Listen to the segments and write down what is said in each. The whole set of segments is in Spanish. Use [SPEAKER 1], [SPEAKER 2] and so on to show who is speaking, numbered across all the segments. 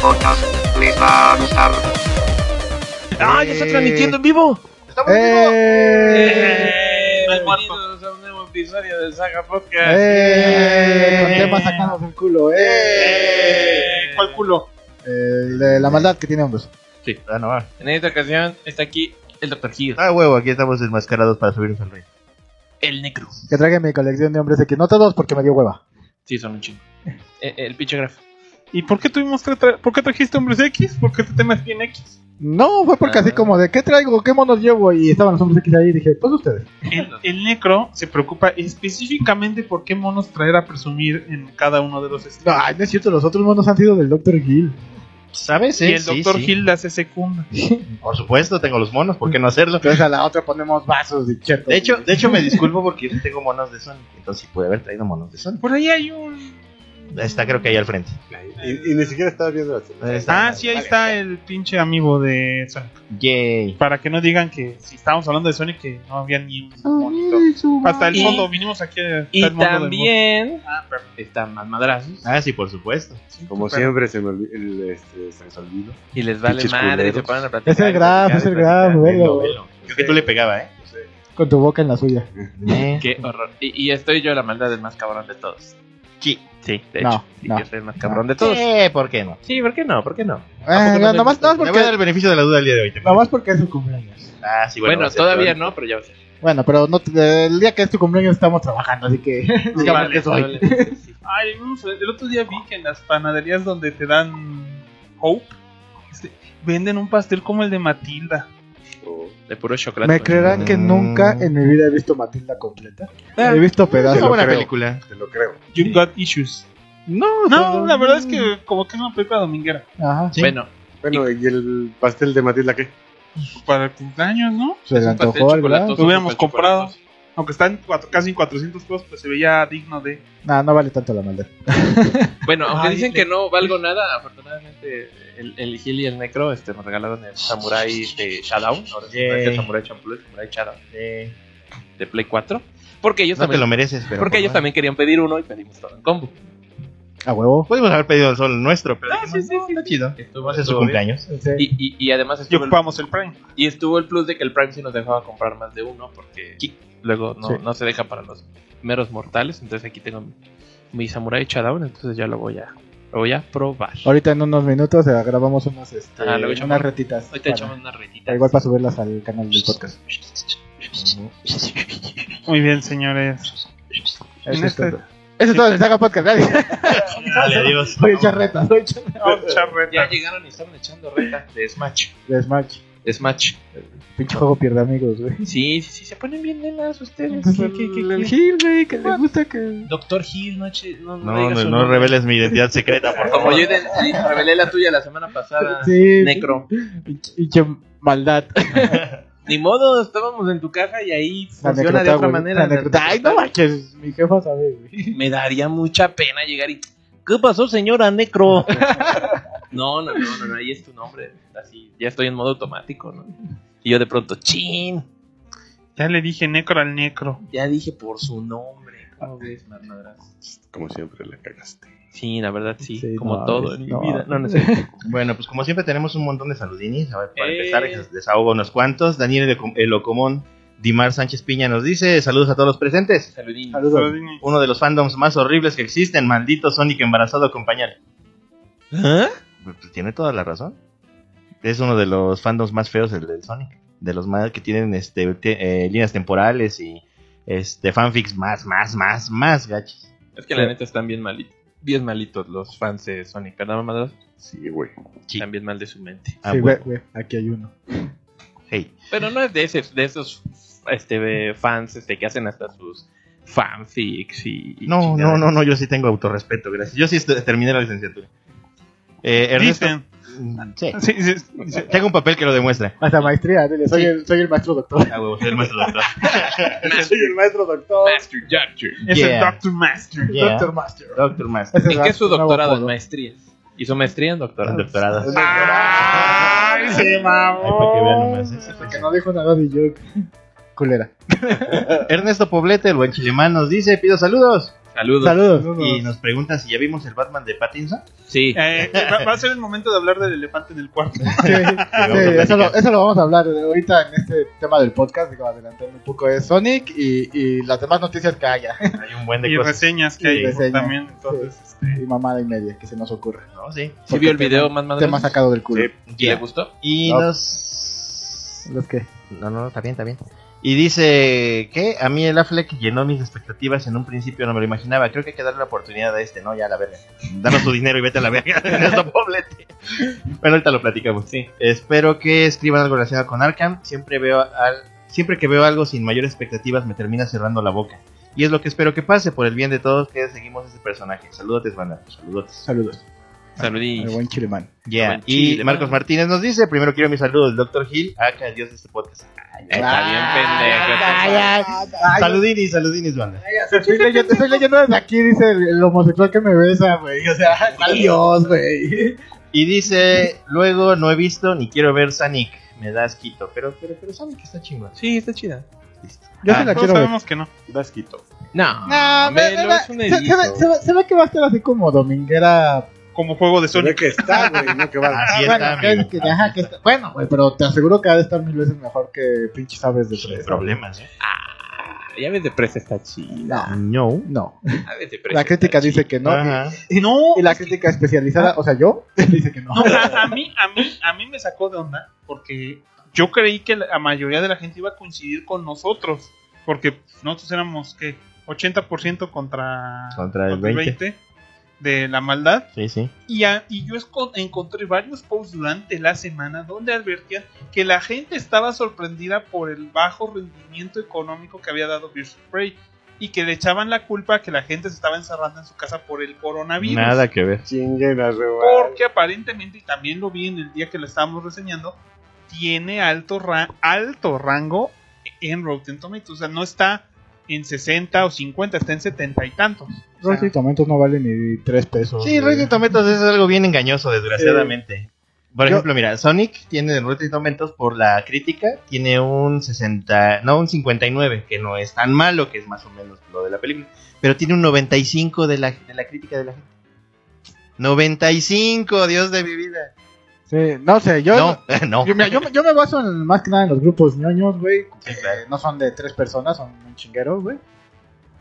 [SPEAKER 1] podcast. Les va a gustar.
[SPEAKER 2] ¡Ah, ya está transmitiendo en vivo!
[SPEAKER 3] ¡Estamos en vivo!
[SPEAKER 2] ¡Eh! Bienvenidos a un nuevo episodio de Saga
[SPEAKER 4] eh,
[SPEAKER 2] Podcast.
[SPEAKER 3] ¡Eh! Con
[SPEAKER 2] ¡Eh!
[SPEAKER 3] temas sacados del culo, ¡eh!
[SPEAKER 2] Eh.
[SPEAKER 3] ¿Cuál culo? El de la maldad que tiene hombres.
[SPEAKER 5] Ah, no, va.
[SPEAKER 2] En esta ocasión está aquí el Dr. Gil,
[SPEAKER 5] Ah, huevo, aquí estamos enmascarados para subirnos al ring.
[SPEAKER 2] el Necro.
[SPEAKER 3] Que traiga mi colección de hombres de que no todos porque me dio hueva.
[SPEAKER 2] Sí, son un chingo. Eh, El pinche graf.
[SPEAKER 4] ¿Y por qué tuvimos que tra- por qué trajiste hombres X? ¿Por qué este tema es bien X?
[SPEAKER 3] No, fue porque así como de ¿qué traigo? ¿Qué monos llevo? Y estaban los hombres X ahí y dije, pues ustedes.
[SPEAKER 4] El, el necro se preocupa específicamente por qué monos traer a presumir en cada uno de los
[SPEAKER 3] No,
[SPEAKER 4] streams.
[SPEAKER 3] ay, no es cierto, los otros monos han sido del Dr. Gil.
[SPEAKER 5] ¿Sabes?
[SPEAKER 4] y el doctor Gil la hace secunda.
[SPEAKER 5] Por supuesto, tengo los monos, ¿por qué no hacerlo?
[SPEAKER 3] Entonces a la otra ponemos vasos y chetos.
[SPEAKER 5] De hecho, de hecho me disculpo porque yo sí tengo monos de Sonic, entonces sí pude haber traído monos de Sonic.
[SPEAKER 4] Por ahí hay un.
[SPEAKER 5] Está creo que ahí al frente.
[SPEAKER 6] Y, y ni siquiera estaba viendo la serie.
[SPEAKER 5] Está-
[SPEAKER 4] Ah, sí, ahí
[SPEAKER 5] vale.
[SPEAKER 4] está el pinche amigo de Sonic.
[SPEAKER 5] Yay.
[SPEAKER 4] Para que no digan que si estábamos hablando de Sonic, que no había ni un monito. Hasta el
[SPEAKER 2] Y-
[SPEAKER 4] fondo, vinimos aquí. hasta
[SPEAKER 2] Y
[SPEAKER 4] el fondo del
[SPEAKER 2] también
[SPEAKER 4] mundo. Ah, pero-
[SPEAKER 2] están más madrazos.
[SPEAKER 5] Ah, sí, por supuesto.
[SPEAKER 4] sí,
[SPEAKER 6] Como
[SPEAKER 4] pero-
[SPEAKER 6] siempre se me olvidó. El, este, se les olvidó.
[SPEAKER 2] Y les vale
[SPEAKER 6] Pinches
[SPEAKER 2] madre,
[SPEAKER 6] culeros.
[SPEAKER 2] se ponen a platicar.
[SPEAKER 3] Es el Graf, es el Graf,
[SPEAKER 5] Velo,
[SPEAKER 3] velo.
[SPEAKER 5] velo. Creo que tú le pegaba, ¿eh?
[SPEAKER 6] No sé.
[SPEAKER 3] Con tu boca en la suya.
[SPEAKER 2] Qué horror. Y, y estoy yo la maldad del más cabrón de todos.
[SPEAKER 5] Sí.
[SPEAKER 2] Sí, de
[SPEAKER 3] No,
[SPEAKER 2] hecho. Sí,
[SPEAKER 3] no,
[SPEAKER 2] yo soy el más cabrón de todos.
[SPEAKER 5] Sí, ¿por qué no?
[SPEAKER 2] Sí, ¿por qué no? ¿Por qué no?
[SPEAKER 3] Eh, no, nomás, nomás
[SPEAKER 5] Le voy a dar
[SPEAKER 3] porque,
[SPEAKER 5] el beneficio de la duda el día de hoy. ¿te parece?
[SPEAKER 3] nomás porque es su cumpleaños.
[SPEAKER 5] Ah, sí, bueno.
[SPEAKER 2] Bueno, todavía no, pero ya va a ser.
[SPEAKER 3] Bueno, pero no, te- el día que es tu cumpleaños estamos trabajando, así que digamos
[SPEAKER 2] Vale,
[SPEAKER 3] que soy.
[SPEAKER 2] probablemente sí.
[SPEAKER 4] Ay, no sé, el otro día vi que en las panaderías donde te dan Hope este, venden un pastel como el de Matilda.
[SPEAKER 6] O-
[SPEAKER 2] De puro chocolate.
[SPEAKER 3] ¿Me creerán que
[SPEAKER 5] Mm.
[SPEAKER 3] nunca en mi vida he visto Matilda completa?
[SPEAKER 2] Ah,
[SPEAKER 3] he visto
[SPEAKER 5] Es una
[SPEAKER 3] pedazos.
[SPEAKER 5] buena
[SPEAKER 6] creo.
[SPEAKER 5] película.
[SPEAKER 6] Te lo creo.
[SPEAKER 4] You got issues.
[SPEAKER 3] No,
[SPEAKER 4] No, la verdad es que como que es una película dominguera.
[SPEAKER 3] Ajá.
[SPEAKER 5] Sí.
[SPEAKER 2] Bueno,
[SPEAKER 6] Bueno, ¿y el pastel de Matilda qué?
[SPEAKER 4] Para el cumpleaños, ¿no?
[SPEAKER 3] Se le
[SPEAKER 2] pastel
[SPEAKER 3] antojó, ¿verdad?
[SPEAKER 2] chocolatoso,
[SPEAKER 4] Lo hubiéramos
[SPEAKER 2] pastel
[SPEAKER 4] comprado.
[SPEAKER 2] chocolatoso.
[SPEAKER 4] Aunque está en cuatro- casi en 400 pesos, pues se veía digno de...
[SPEAKER 3] Ah, No, no vale tanto la maldad.
[SPEAKER 2] Bueno, aunque
[SPEAKER 4] Ay,
[SPEAKER 2] dicen
[SPEAKER 4] le-
[SPEAKER 2] que no valgo nada, afortunadamente el, el Gil y el Necro este, nos regalaron el Samurai de Shadow. Ahora sí,
[SPEAKER 5] Yay.
[SPEAKER 2] parece Samurai Champloo, Samurai Shadow
[SPEAKER 5] Eh,
[SPEAKER 2] de Play 4. Porque ellos
[SPEAKER 5] no te lo
[SPEAKER 2] también.
[SPEAKER 5] mereces, pero.
[SPEAKER 2] Porque
[SPEAKER 5] por
[SPEAKER 2] ellos
[SPEAKER 5] favor.
[SPEAKER 2] también querían pedir uno y pedimos todo en combo.
[SPEAKER 3] A huevo.
[SPEAKER 5] Podemos haber pedido solo el nuestro, pero.
[SPEAKER 4] Ah,
[SPEAKER 5] dijimos,
[SPEAKER 4] sí, sí,
[SPEAKER 5] no, está chido.
[SPEAKER 2] Estuvo,
[SPEAKER 5] Va a ser su
[SPEAKER 2] estuvo bien.
[SPEAKER 5] cumpleaños.
[SPEAKER 3] Sí.
[SPEAKER 2] Y, y, y además
[SPEAKER 4] Y
[SPEAKER 2] estuvo el,
[SPEAKER 4] ocupamos el Prime.
[SPEAKER 2] y estuvo el plus de que el Prime sí nos dejaba comprar más de uno porque luego no,
[SPEAKER 3] Sí.
[SPEAKER 2] no se deja para los meros mortales. Entonces aquí tengo mi, mi Samurai Shadow, entonces ya lo voy a, lo voy a probar.
[SPEAKER 3] Ahorita en unos minutos eh, grabamos unas, este,
[SPEAKER 2] Ah, luego echamos-
[SPEAKER 3] unas retitas.
[SPEAKER 2] Ahorita
[SPEAKER 3] para-
[SPEAKER 2] echamos una retita.
[SPEAKER 3] para Igual para subirlas al canal del podcast.
[SPEAKER 4] Muy bien, señores.
[SPEAKER 3] Eso es
[SPEAKER 4] este-
[SPEAKER 3] todo. Eso es todo en Saga Podcast. Nadie.
[SPEAKER 5] Dale, adiós.
[SPEAKER 3] Voy a echar retas. Voy a echar
[SPEAKER 4] Vamos a echar
[SPEAKER 2] Ya
[SPEAKER 4] reta.
[SPEAKER 2] llegaron y estaban echando reta de Smash.
[SPEAKER 3] de Smash.
[SPEAKER 2] De Smash.
[SPEAKER 3] Pinche juego pierde amigos, güey.
[SPEAKER 2] Sí, sí, sí, se ponen bien nenas ustedes.
[SPEAKER 3] Pues
[SPEAKER 2] ¿Qué,
[SPEAKER 3] el-
[SPEAKER 2] qué, qué,
[SPEAKER 3] el
[SPEAKER 2] qué?
[SPEAKER 3] Gil, güey, que le gusta que.
[SPEAKER 2] Doctor Hill, no, che- no, no,
[SPEAKER 5] No,
[SPEAKER 2] digas
[SPEAKER 5] no,
[SPEAKER 2] su
[SPEAKER 5] no
[SPEAKER 2] nombre.
[SPEAKER 5] reveles mi identidad secreta, por
[SPEAKER 2] Como
[SPEAKER 5] favor.
[SPEAKER 2] yo de- sí, revelé la tuya la semana pasada.
[SPEAKER 3] Sí.
[SPEAKER 2] Ah, Necro.
[SPEAKER 3] Y qué maldad.
[SPEAKER 2] Ni modo, estábamos en tu casa y ahí funciona de
[SPEAKER 3] necrota,
[SPEAKER 2] otra
[SPEAKER 3] güey.
[SPEAKER 2] manera.
[SPEAKER 3] La necrota. Ay, no manches, mi jefa sabe, güey.
[SPEAKER 2] Me daría mucha pena llegar y. ¿Qué pasó, señora Necro? no, no, no, no, no, ahí es tu nombre. Así, ya estoy en modo automático, ¿no? Y yo de pronto, chin.
[SPEAKER 4] Ya le dije necro al necro.
[SPEAKER 2] Ya dije por su nombre. ¿Cómo ves, Marmadras?
[SPEAKER 6] Como siempre, la cagaste.
[SPEAKER 2] Sí, la verdad sí,
[SPEAKER 3] Sí,
[SPEAKER 2] como
[SPEAKER 3] no,
[SPEAKER 2] todo
[SPEAKER 3] es-
[SPEAKER 2] en mi
[SPEAKER 3] no.
[SPEAKER 2] vida. No, no sé.
[SPEAKER 5] Bueno, pues como siempre tenemos un montón de saludinis. A ver, para
[SPEAKER 2] Eh.
[SPEAKER 5] empezar, des- desahogo unos cuantos. Daniel el Ocom- el Ocomón, Dimar Sánchez Piña nos dice, saludos a todos los presentes.
[SPEAKER 2] Saludín.
[SPEAKER 3] Saludos.
[SPEAKER 5] Uno de los fandoms más horribles que existen, maldito Sonic embarazado con pañal.
[SPEAKER 2] ¿Ah?
[SPEAKER 5] Pues tiene toda la razón. Es uno de los fandoms más feos el del Sonic. De los más que tienen este te- eh, líneas temporales y este fanfics más, más, más, más gachos.
[SPEAKER 2] Es que la neta están bien malitos. Bien malitos los fans de Sonic, ¿verdad, Marmadras?
[SPEAKER 6] Sí, güey.
[SPEAKER 5] Sí.
[SPEAKER 2] Están bien mal de su mente.
[SPEAKER 5] Ah,
[SPEAKER 3] sí, güey,
[SPEAKER 5] bueno,
[SPEAKER 3] güey, aquí hay uno.
[SPEAKER 5] hey.
[SPEAKER 2] Pero no es de, ese, de esos este, eh, fans este, que hacen hasta sus fanfics y... y
[SPEAKER 5] No, no,
[SPEAKER 2] chingaderas.
[SPEAKER 5] no, no, yo sí tengo autorrespeto, gracias. Yo sí est- terminé la licenciatura. Eh, Ernesto,
[SPEAKER 4] Dicen.
[SPEAKER 5] Mm, sí.
[SPEAKER 4] Sí, sí, sí.
[SPEAKER 5] Tengo un papel que lo demuestra.
[SPEAKER 3] Hasta maestría, dile, soy,
[SPEAKER 5] Sí.
[SPEAKER 3] el, soy el maestro doctor.
[SPEAKER 5] Ah, huevo, soy el maestro doctor.
[SPEAKER 6] Soy el maestro doctor.
[SPEAKER 2] Master Doctor.
[SPEAKER 4] Es
[SPEAKER 5] Yeah.
[SPEAKER 4] el Doctor Master.
[SPEAKER 5] Yeah.
[SPEAKER 3] Doctor Master.
[SPEAKER 5] Doctor Master.
[SPEAKER 3] Ese
[SPEAKER 2] ¿En qué es su
[SPEAKER 3] nuevo
[SPEAKER 2] doctorado? En
[SPEAKER 3] apodo.
[SPEAKER 2] maestría. ¿Hizo maestría en doctorado?
[SPEAKER 5] Doctorado.
[SPEAKER 4] ¡Ay, se
[SPEAKER 5] Ay, para que vean
[SPEAKER 4] mamó!
[SPEAKER 5] nomás, ¿eh?
[SPEAKER 3] Porque no dijo una de joke. Culera.
[SPEAKER 5] Ernesto Poblete, el buen chilemán, nos dice, pido saludos.
[SPEAKER 2] Saludos.
[SPEAKER 3] Saludos.
[SPEAKER 5] Y nos preguntan si ya vimos el Batman de Pattinson.
[SPEAKER 2] Sí.
[SPEAKER 4] Eh, va, va a ser el momento de hablar del elefante en el cuarto.
[SPEAKER 3] Sí,
[SPEAKER 5] a
[SPEAKER 3] sí, eso,
[SPEAKER 5] platicar.
[SPEAKER 3] lo, eso lo vamos a hablar de ahorita en este tema del podcast, digo, adelantando un poco es Sonic y, y las demás noticias que haya.
[SPEAKER 5] Hay un buen de
[SPEAKER 4] Y
[SPEAKER 5] cosas.
[SPEAKER 4] reseñas que
[SPEAKER 3] Y
[SPEAKER 4] hay
[SPEAKER 3] reseñas,
[SPEAKER 4] también. Entonces, este,
[SPEAKER 3] y mamada y media que se nos ocurra.
[SPEAKER 5] ¿no? Sí.
[SPEAKER 2] ¿Sí vio el video más madre?
[SPEAKER 3] Tema sacado del culo.
[SPEAKER 6] Sí.
[SPEAKER 2] ¿Y le gustó?
[SPEAKER 5] Y
[SPEAKER 3] No.
[SPEAKER 5] nos.
[SPEAKER 3] ¿Los qué?
[SPEAKER 5] No, no, no, está bien, está bien. Y dice que a mí el Affleck llenó mis expectativas en un principio, no me lo imaginaba. Creo que hay que darle la oportunidad a este, ¿no? Ya a la verga. Danos tu dinero y vete a la verga. Ernesto Poblete. Bueno, ahorita lo platicamos. Sí. Espero que escriban algo relacionado con Arkham. Siempre veo al... Siempre que veo algo sin mayores expectativas me termina cerrando la boca. Y es lo que espero que pase por el bien de todos que seguimos este personaje. Saludos, banda. Saludos.
[SPEAKER 3] Saludos.
[SPEAKER 2] Saludí.
[SPEAKER 3] El buen chilemán.
[SPEAKER 5] Ya.
[SPEAKER 2] Buen
[SPEAKER 5] Y
[SPEAKER 2] chile,
[SPEAKER 5] Marcos
[SPEAKER 2] man.
[SPEAKER 5] Martínez nos dice, primero quiero mis saludos, Doctor Gil, acá el dios de este podcast.
[SPEAKER 2] Está
[SPEAKER 3] Ah,
[SPEAKER 2] bien, pendejo.
[SPEAKER 5] Saludinis, saludinis, banda.
[SPEAKER 3] Te estoy leyendo, estoy leyendo desde aquí, dice el, el homosexual que me besa, güey. O sea,
[SPEAKER 6] Ah,
[SPEAKER 3] al Dios, güey.
[SPEAKER 5] Y dice, luego no he visto ni quiero ver Sonic. Me da asquito. Pero, pero, pero Sonic está chingón.
[SPEAKER 2] Sí, está chida.
[SPEAKER 5] Listo.
[SPEAKER 3] Yo
[SPEAKER 5] Ah,
[SPEAKER 3] se la
[SPEAKER 4] todos
[SPEAKER 3] quiero ver.
[SPEAKER 4] sabemos que no.
[SPEAKER 6] Das quito.
[SPEAKER 2] No,
[SPEAKER 3] No, me- me
[SPEAKER 2] Melo,
[SPEAKER 3] va-
[SPEAKER 2] es un
[SPEAKER 3] se, se
[SPEAKER 2] edito.
[SPEAKER 3] ve, se ve- se ve que va a estar así como dominguera. Ah,
[SPEAKER 4] Como juego de
[SPEAKER 6] Se ve
[SPEAKER 4] Sonic.
[SPEAKER 6] que está, güey, no que va.
[SPEAKER 5] Así
[SPEAKER 3] bueno,
[SPEAKER 5] está,
[SPEAKER 3] que-
[SPEAKER 5] amigo.
[SPEAKER 3] que- ajá, que está- bueno, güey, pero te aseguro que ha de estar mil veces mejor que pinches aves de
[SPEAKER 5] Sin
[SPEAKER 3] presa.
[SPEAKER 5] problemas, ¿eh?
[SPEAKER 2] Ya ves de presa está chida.
[SPEAKER 3] No,
[SPEAKER 5] No.
[SPEAKER 3] no.
[SPEAKER 2] Ya ves de presa
[SPEAKER 3] La
[SPEAKER 2] está
[SPEAKER 3] crítica
[SPEAKER 2] chida.
[SPEAKER 3] dice que no.
[SPEAKER 5] Ajá.
[SPEAKER 4] Y no,
[SPEAKER 3] Y la crítica especializada, o sea, yo, dice que no.
[SPEAKER 4] a, a mí, a, mí, a mí me sacó de onda porque yo creí que la mayoría de la gente iba a coincidir con nosotros. Porque nosotros éramos, ¿qué? 80% contra,
[SPEAKER 5] Contra el
[SPEAKER 4] 20 de la maldad.
[SPEAKER 5] Sí, sí.
[SPEAKER 4] Y, a- y yo esco- encontré varios posts durante la semana donde advertían que la gente estaba sorprendida por el bajo rendimiento económico que había dado Birds of Prey y que le echaban la culpa a que la gente se estaba encerrando en su casa por el coronavirus.
[SPEAKER 5] Nada que ver.
[SPEAKER 6] Chinguen a su madre.
[SPEAKER 4] Porque aparentemente, y también lo vi en el día que lo estábamos reseñando, tiene alto, ra- alto rango en Rotten Tomatoes. O sea, no está en 60 o 50, está en 70 y tantos. O sea,
[SPEAKER 3] Rotten Tomatoes no vale ni tres pesos.
[SPEAKER 5] Sí,
[SPEAKER 3] güey.
[SPEAKER 5] Rotten Tomatoes es algo bien engañoso, desgraciadamente. Por
[SPEAKER 3] Yo-
[SPEAKER 5] ejemplo, mira, Sonic tiene en Rotten Tomatoes por la crítica, tiene un 60, no, un 59, que no es tan malo, que es más o menos lo de la película, pero tiene un 95 de la, de la crítica de la gente. 95, Dios de mi vida.
[SPEAKER 3] Sí, no sé, yo.
[SPEAKER 5] no, no.
[SPEAKER 3] Yo, mira, yo, me- yo me baso en, más que nada en los grupos ñoños, güey.
[SPEAKER 5] Sí,
[SPEAKER 3] que
[SPEAKER 5] claro.
[SPEAKER 3] no son de tres personas, son un chinguero, güey.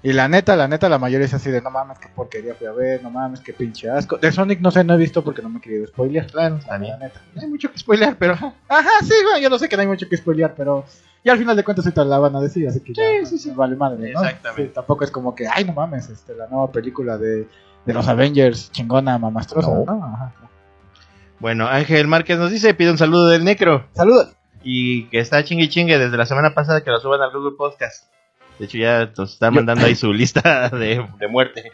[SPEAKER 3] Y la neta, la neta, la mayoría es así de no mames, qué porquería fui a ver, no mames, qué pinche asco. De Sonic no sé, no he visto porque no me he querido spoilear. Claro,
[SPEAKER 5] bien.
[SPEAKER 3] la neta. No hay mucho que spoilear, pero. ajá. Ajá, sí, güey, yo no sé que no hay mucho que spoilear, pero. Y al final de cuentas, ahorita la van a decir, así que. Sí, sí, sí. Vale madre, ¿no?
[SPEAKER 5] Exactamente.
[SPEAKER 3] Sí, tampoco es como que, ay, no mames, este, la nueva película de, de los Avengers, chingona, mamastrosa,
[SPEAKER 5] No.
[SPEAKER 3] ¿no? Ajá.
[SPEAKER 5] Bueno, Ángel Márquez nos dice, pide un saludo del Necro.
[SPEAKER 3] Saludos.
[SPEAKER 5] Y que está chingue chingue desde la semana pasada que lo suban al Google Podcast. De hecho, ya nos están mandando ahí su lista de, de muerte.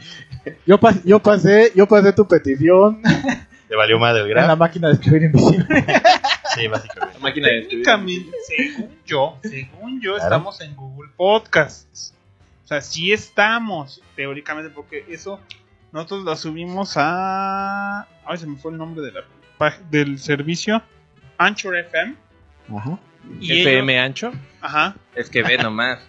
[SPEAKER 3] Yo, pas- yo pasé, yo pasé tu petición.
[SPEAKER 5] Le valió madre el
[SPEAKER 3] En la
[SPEAKER 5] gran.
[SPEAKER 3] máquina de escribir invisible.
[SPEAKER 5] Sí, básicamente.
[SPEAKER 2] Máquina de escribir.
[SPEAKER 4] Técnicamente, según yo, según yo,
[SPEAKER 5] Claro.
[SPEAKER 4] estamos en Google Podcasts. O sea, sí estamos, teóricamente, porque eso nosotros lo subimos a. Ay, se me fue el nombre de la pag- del servicio. Anchor FM. Y
[SPEAKER 2] FM
[SPEAKER 4] ellos-
[SPEAKER 2] ancho.
[SPEAKER 4] ajá.
[SPEAKER 2] Es que ve nomás.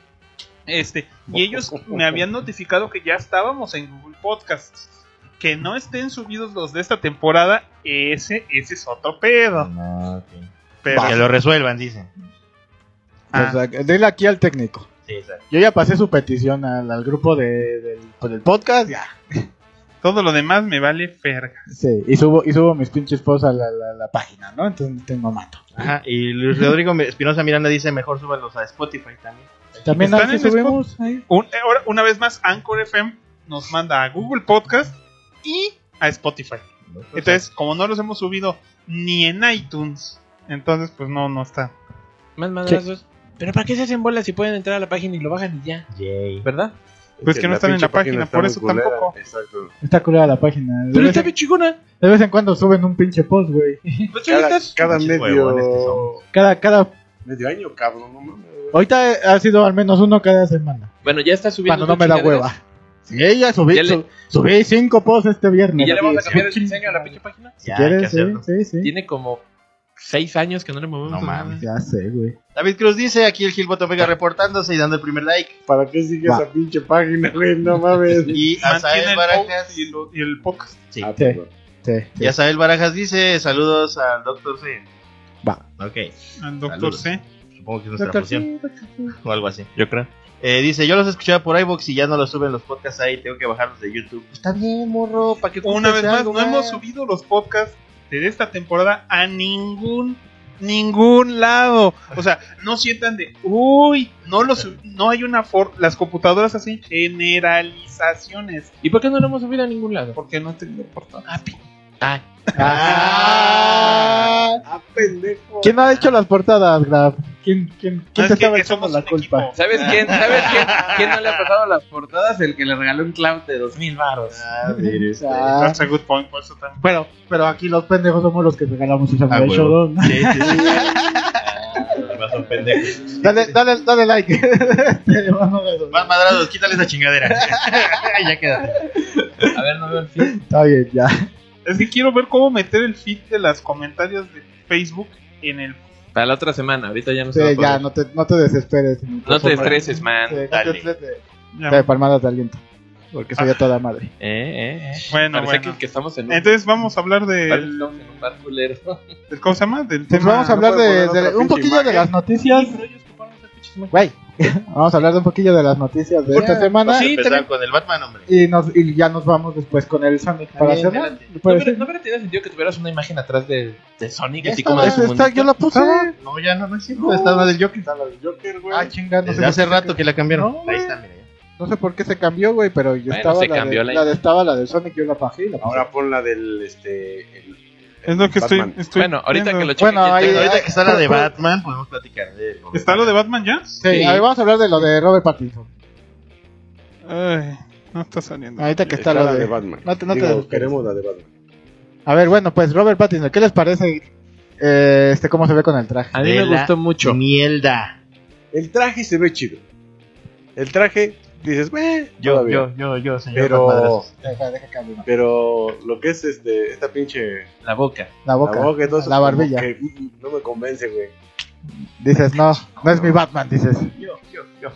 [SPEAKER 4] Este, y ellos me habían notificado que ya estábamos en Google Podcasts. Que no estén subidos los de esta temporada, ese, ese es otro pedo.
[SPEAKER 5] No, ok.
[SPEAKER 4] Pero,
[SPEAKER 5] Que lo resuelvan, dicen.
[SPEAKER 4] Ah.
[SPEAKER 3] O sea, dele aquí al técnico.
[SPEAKER 5] Sí, exacto.
[SPEAKER 3] Yo ya pasé su petición al, al grupo de, del, pues, del podcast. Ya.
[SPEAKER 4] todo lo demás me vale ferga.
[SPEAKER 3] Sí, y subo, y subo mis pinches posts a la, la- la página, ¿no? Entonces tengo mato.
[SPEAKER 5] Ajá, y Luis Rodrigo Me- Espinosa Miranda dice, mejor súbalos a Spotify también.
[SPEAKER 3] También
[SPEAKER 4] ¿Están
[SPEAKER 3] ahí
[SPEAKER 4] en
[SPEAKER 3] sí subimos. ahí.
[SPEAKER 4] Un- eh, ahora, una vez más, Anchor FM nos manda a Google Podcast y a Spotify. Entonces, como no los hemos subido ni en iTunes, entonces pues no, no está.
[SPEAKER 2] Más
[SPEAKER 3] Sí.
[SPEAKER 2] madrazos. Pero ¿para qué se hacen bolas si pueden entrar a la página y lo bajan y ya?
[SPEAKER 5] Yay.
[SPEAKER 2] ¿Verdad?
[SPEAKER 4] Pues que no están en
[SPEAKER 6] pinche
[SPEAKER 4] la página,
[SPEAKER 6] está
[SPEAKER 4] por
[SPEAKER 6] muy
[SPEAKER 4] eso
[SPEAKER 6] culera.
[SPEAKER 4] tampoco.
[SPEAKER 6] Exacto.
[SPEAKER 3] Está curada la página. De
[SPEAKER 2] Pero
[SPEAKER 3] vez,
[SPEAKER 2] está
[SPEAKER 3] en,
[SPEAKER 2] bien chingona.
[SPEAKER 3] de vez en cuando suben un pinche post, güey.
[SPEAKER 2] Pues ahí
[SPEAKER 6] Cada,
[SPEAKER 2] estás.
[SPEAKER 6] cada
[SPEAKER 5] Pinches huevones que
[SPEAKER 6] medio,
[SPEAKER 5] somos.
[SPEAKER 3] Cada, cada.
[SPEAKER 6] medio año, cabrón, no mames.
[SPEAKER 3] Ahorita he- ha sido al menos uno cada semana.
[SPEAKER 2] Bueno, ya está subiendo.
[SPEAKER 3] Cuando no me da
[SPEAKER 2] chingaderas.
[SPEAKER 3] hueva. Sí, ya subí,
[SPEAKER 2] Ya le-
[SPEAKER 3] su- subí cinco posts este viernes.
[SPEAKER 2] ¿Y ya le vamos a
[SPEAKER 3] Sí,
[SPEAKER 2] cambiar el
[SPEAKER 3] sí.
[SPEAKER 2] diseño a la pinche página?
[SPEAKER 3] Si
[SPEAKER 5] Ya, hay que
[SPEAKER 3] quieres, ¿eh? sí,
[SPEAKER 5] hacerlo.
[SPEAKER 3] sí, sí.
[SPEAKER 2] Tiene como seis años que no le movemos.
[SPEAKER 5] No
[SPEAKER 2] a nada.
[SPEAKER 5] mames.
[SPEAKER 3] Ah, Ya sé, güey.
[SPEAKER 5] David Cruz dice, aquí el Gilboto Vega reportándose y dando el primer like.
[SPEAKER 6] ¿Para qué sigue
[SPEAKER 3] Va.
[SPEAKER 6] esa pinche página, güey? No mames.
[SPEAKER 4] Mantiene
[SPEAKER 5] Y Azael
[SPEAKER 4] el
[SPEAKER 5] Barajas,
[SPEAKER 4] post y, lo- y el podcast.
[SPEAKER 5] sí.
[SPEAKER 6] Ah, perdón.
[SPEAKER 3] Sí, sí.
[SPEAKER 5] Y Azael Barajas dice, saludos al Doctor C.
[SPEAKER 3] Va.
[SPEAKER 5] Ok,
[SPEAKER 4] Al doctor
[SPEAKER 5] Saludos.
[SPEAKER 4] C.
[SPEAKER 5] supongo que es nuestra función o algo así.
[SPEAKER 2] Yo creo.
[SPEAKER 5] Eh, dice, yo los escuchaba por iVoox y ya no los suben los podcasts ahí, tengo que bajarlos de YouTube. Está bien, morro, ¿para qué
[SPEAKER 4] Una vez
[SPEAKER 5] ocultas
[SPEAKER 4] más,
[SPEAKER 5] algo,
[SPEAKER 4] no hemos subido los podcasts de esta temporada a ningún ningún lado. O sea, no sientan de, uy, no los sub- no hay una for las computadoras hacen generalizaciones
[SPEAKER 2] ¿Y por qué no lo hemos subido a ningún lado?
[SPEAKER 4] porque no tengo portada.
[SPEAKER 2] Ah,
[SPEAKER 3] Ah.
[SPEAKER 6] Ah, pendejo.
[SPEAKER 3] ¿Quién ha hecho las portadas, Graf? ¿Quién, quién, quién te estaba echando la culpa?
[SPEAKER 2] ¿Sabes quién? ¿Sabes quién? ¿Quién no le ha pasado las portadas? El que le regaló un cloud de dos mil baros.
[SPEAKER 5] Ah, mire usted.
[SPEAKER 3] Ah,
[SPEAKER 4] That's a good point, por eso también.
[SPEAKER 3] pero, pero aquí los pendejos somos los que regalamos esa
[SPEAKER 5] Ah,
[SPEAKER 3] madre,
[SPEAKER 5] huevo.
[SPEAKER 3] Shodown.
[SPEAKER 5] Sí, sí, sí. Más son pendejos.
[SPEAKER 3] Dale, dale, dale like. Te mando besos.
[SPEAKER 5] Más madrados, quítale esa chingadera. ya queda.
[SPEAKER 2] A ver, no veo el fin.
[SPEAKER 3] Está bien, ya.
[SPEAKER 4] Es que quiero ver cómo meter el feed de las comentarios de Facebook en el
[SPEAKER 2] Para la otra semana, ahorita ya no se va a
[SPEAKER 3] Sí,
[SPEAKER 2] poder.
[SPEAKER 3] ya, no te, no te desesperes.
[SPEAKER 2] No te estreses, man. Eh,
[SPEAKER 3] Sí, no te
[SPEAKER 5] Dale.
[SPEAKER 3] estreses.
[SPEAKER 4] ya-
[SPEAKER 3] Dale, palmadas de aliento. Porque soy a toda madre.
[SPEAKER 2] Eh, eh, eh.
[SPEAKER 4] Bueno,
[SPEAKER 2] Parece
[SPEAKER 4] bueno.
[SPEAKER 2] Que, que estamos en un,
[SPEAKER 4] Entonces vamos a hablar
[SPEAKER 2] parece que
[SPEAKER 4] del,
[SPEAKER 2] estamos en un bar culero.
[SPEAKER 4] del- ¿cómo se llama? Del
[SPEAKER 3] Pues
[SPEAKER 4] tema-
[SPEAKER 3] vamos a hablar
[SPEAKER 6] puedo
[SPEAKER 3] de,
[SPEAKER 6] Ah, poner
[SPEAKER 3] de-
[SPEAKER 6] otra
[SPEAKER 3] un
[SPEAKER 6] pinche
[SPEAKER 3] poquillo de
[SPEAKER 6] imagen.
[SPEAKER 3] las noticias. Güey, vamos a hablar de un poquillo de las noticias de esta semana.
[SPEAKER 6] Pues
[SPEAKER 5] Sí,
[SPEAKER 2] Sí,
[SPEAKER 5] empezar con el Batman, hombre.
[SPEAKER 3] Y, nos, y ya nos vamos después con el Sonic para
[SPEAKER 5] También,
[SPEAKER 3] cerrar.
[SPEAKER 5] adelante.
[SPEAKER 3] ¿Le
[SPEAKER 2] No,
[SPEAKER 3] parece?
[SPEAKER 2] pero, no hubiera tenido sentido que tuvieras una imagen atrás de, de Sonic,
[SPEAKER 5] Ya
[SPEAKER 2] así
[SPEAKER 5] está,
[SPEAKER 2] como de
[SPEAKER 3] Pues
[SPEAKER 2] su
[SPEAKER 3] está,
[SPEAKER 2] mundo.
[SPEAKER 3] yo la puse.
[SPEAKER 5] Ah, No, ya no, no es cierto. Está la del Joker.
[SPEAKER 6] Está la del Joker, güey.
[SPEAKER 3] Ah, chinga, no sé
[SPEAKER 5] Desde
[SPEAKER 3] por
[SPEAKER 5] hace
[SPEAKER 3] qué
[SPEAKER 5] rato
[SPEAKER 3] se-
[SPEAKER 5] que la cambiaron.
[SPEAKER 3] No,
[SPEAKER 5] Ahí está, mira. ya.
[SPEAKER 3] No sé por qué se cambió, güey, pero yo
[SPEAKER 2] Bueno,
[SPEAKER 3] estaba
[SPEAKER 2] se
[SPEAKER 3] la,
[SPEAKER 2] cambió
[SPEAKER 3] de,
[SPEAKER 2] la-
[SPEAKER 3] la de estaba la de Sonic, yo la bajé y la puse.
[SPEAKER 6] Ahora pon la del, este... el-
[SPEAKER 4] Es lo que estoy,
[SPEAKER 6] Batman.
[SPEAKER 4] estoy
[SPEAKER 2] Bueno, ahorita
[SPEAKER 4] viendo.
[SPEAKER 2] que lo chequen.
[SPEAKER 3] Bueno, ahí-
[SPEAKER 2] ahorita-
[SPEAKER 5] Ahorita que está la de Batman, podemos platicar de él.
[SPEAKER 4] ¿Está lo de Batman ya?
[SPEAKER 3] Sí,
[SPEAKER 2] sí.
[SPEAKER 3] a ver, vamos a hablar de lo de Robert Pattinson.
[SPEAKER 4] Ay, no está saliendo.
[SPEAKER 3] Ahorita que está,
[SPEAKER 6] la
[SPEAKER 3] lo
[SPEAKER 6] de
[SPEAKER 3] de
[SPEAKER 6] Batman.
[SPEAKER 3] No te- no te
[SPEAKER 6] Digo,
[SPEAKER 3] desesperes.
[SPEAKER 6] queremos la de Batman.
[SPEAKER 3] A ver, bueno, pues Robert Pattinson, ¿qué les parece eh, este cómo se ve con el traje?
[SPEAKER 2] A mí
[SPEAKER 5] de
[SPEAKER 2] me
[SPEAKER 5] la
[SPEAKER 2] gustó mucho.
[SPEAKER 5] Mierda.
[SPEAKER 6] El traje se ve chido. El traje, dices, "Meh,
[SPEAKER 5] Yo,
[SPEAKER 6] todavía".
[SPEAKER 5] yo, yo, yo, señor.
[SPEAKER 6] Pero,
[SPEAKER 5] Batmadrazos.
[SPEAKER 3] Deja, deja que hable, ma.
[SPEAKER 6] pero lo que es este, esta pinche
[SPEAKER 2] La boca.
[SPEAKER 3] La boca.
[SPEAKER 6] La boca y todo eso,
[SPEAKER 3] La
[SPEAKER 6] como
[SPEAKER 3] barbilla.
[SPEAKER 6] que, mm, no me convence, güey.
[SPEAKER 3] Dices, no, no es mi Batman, dices.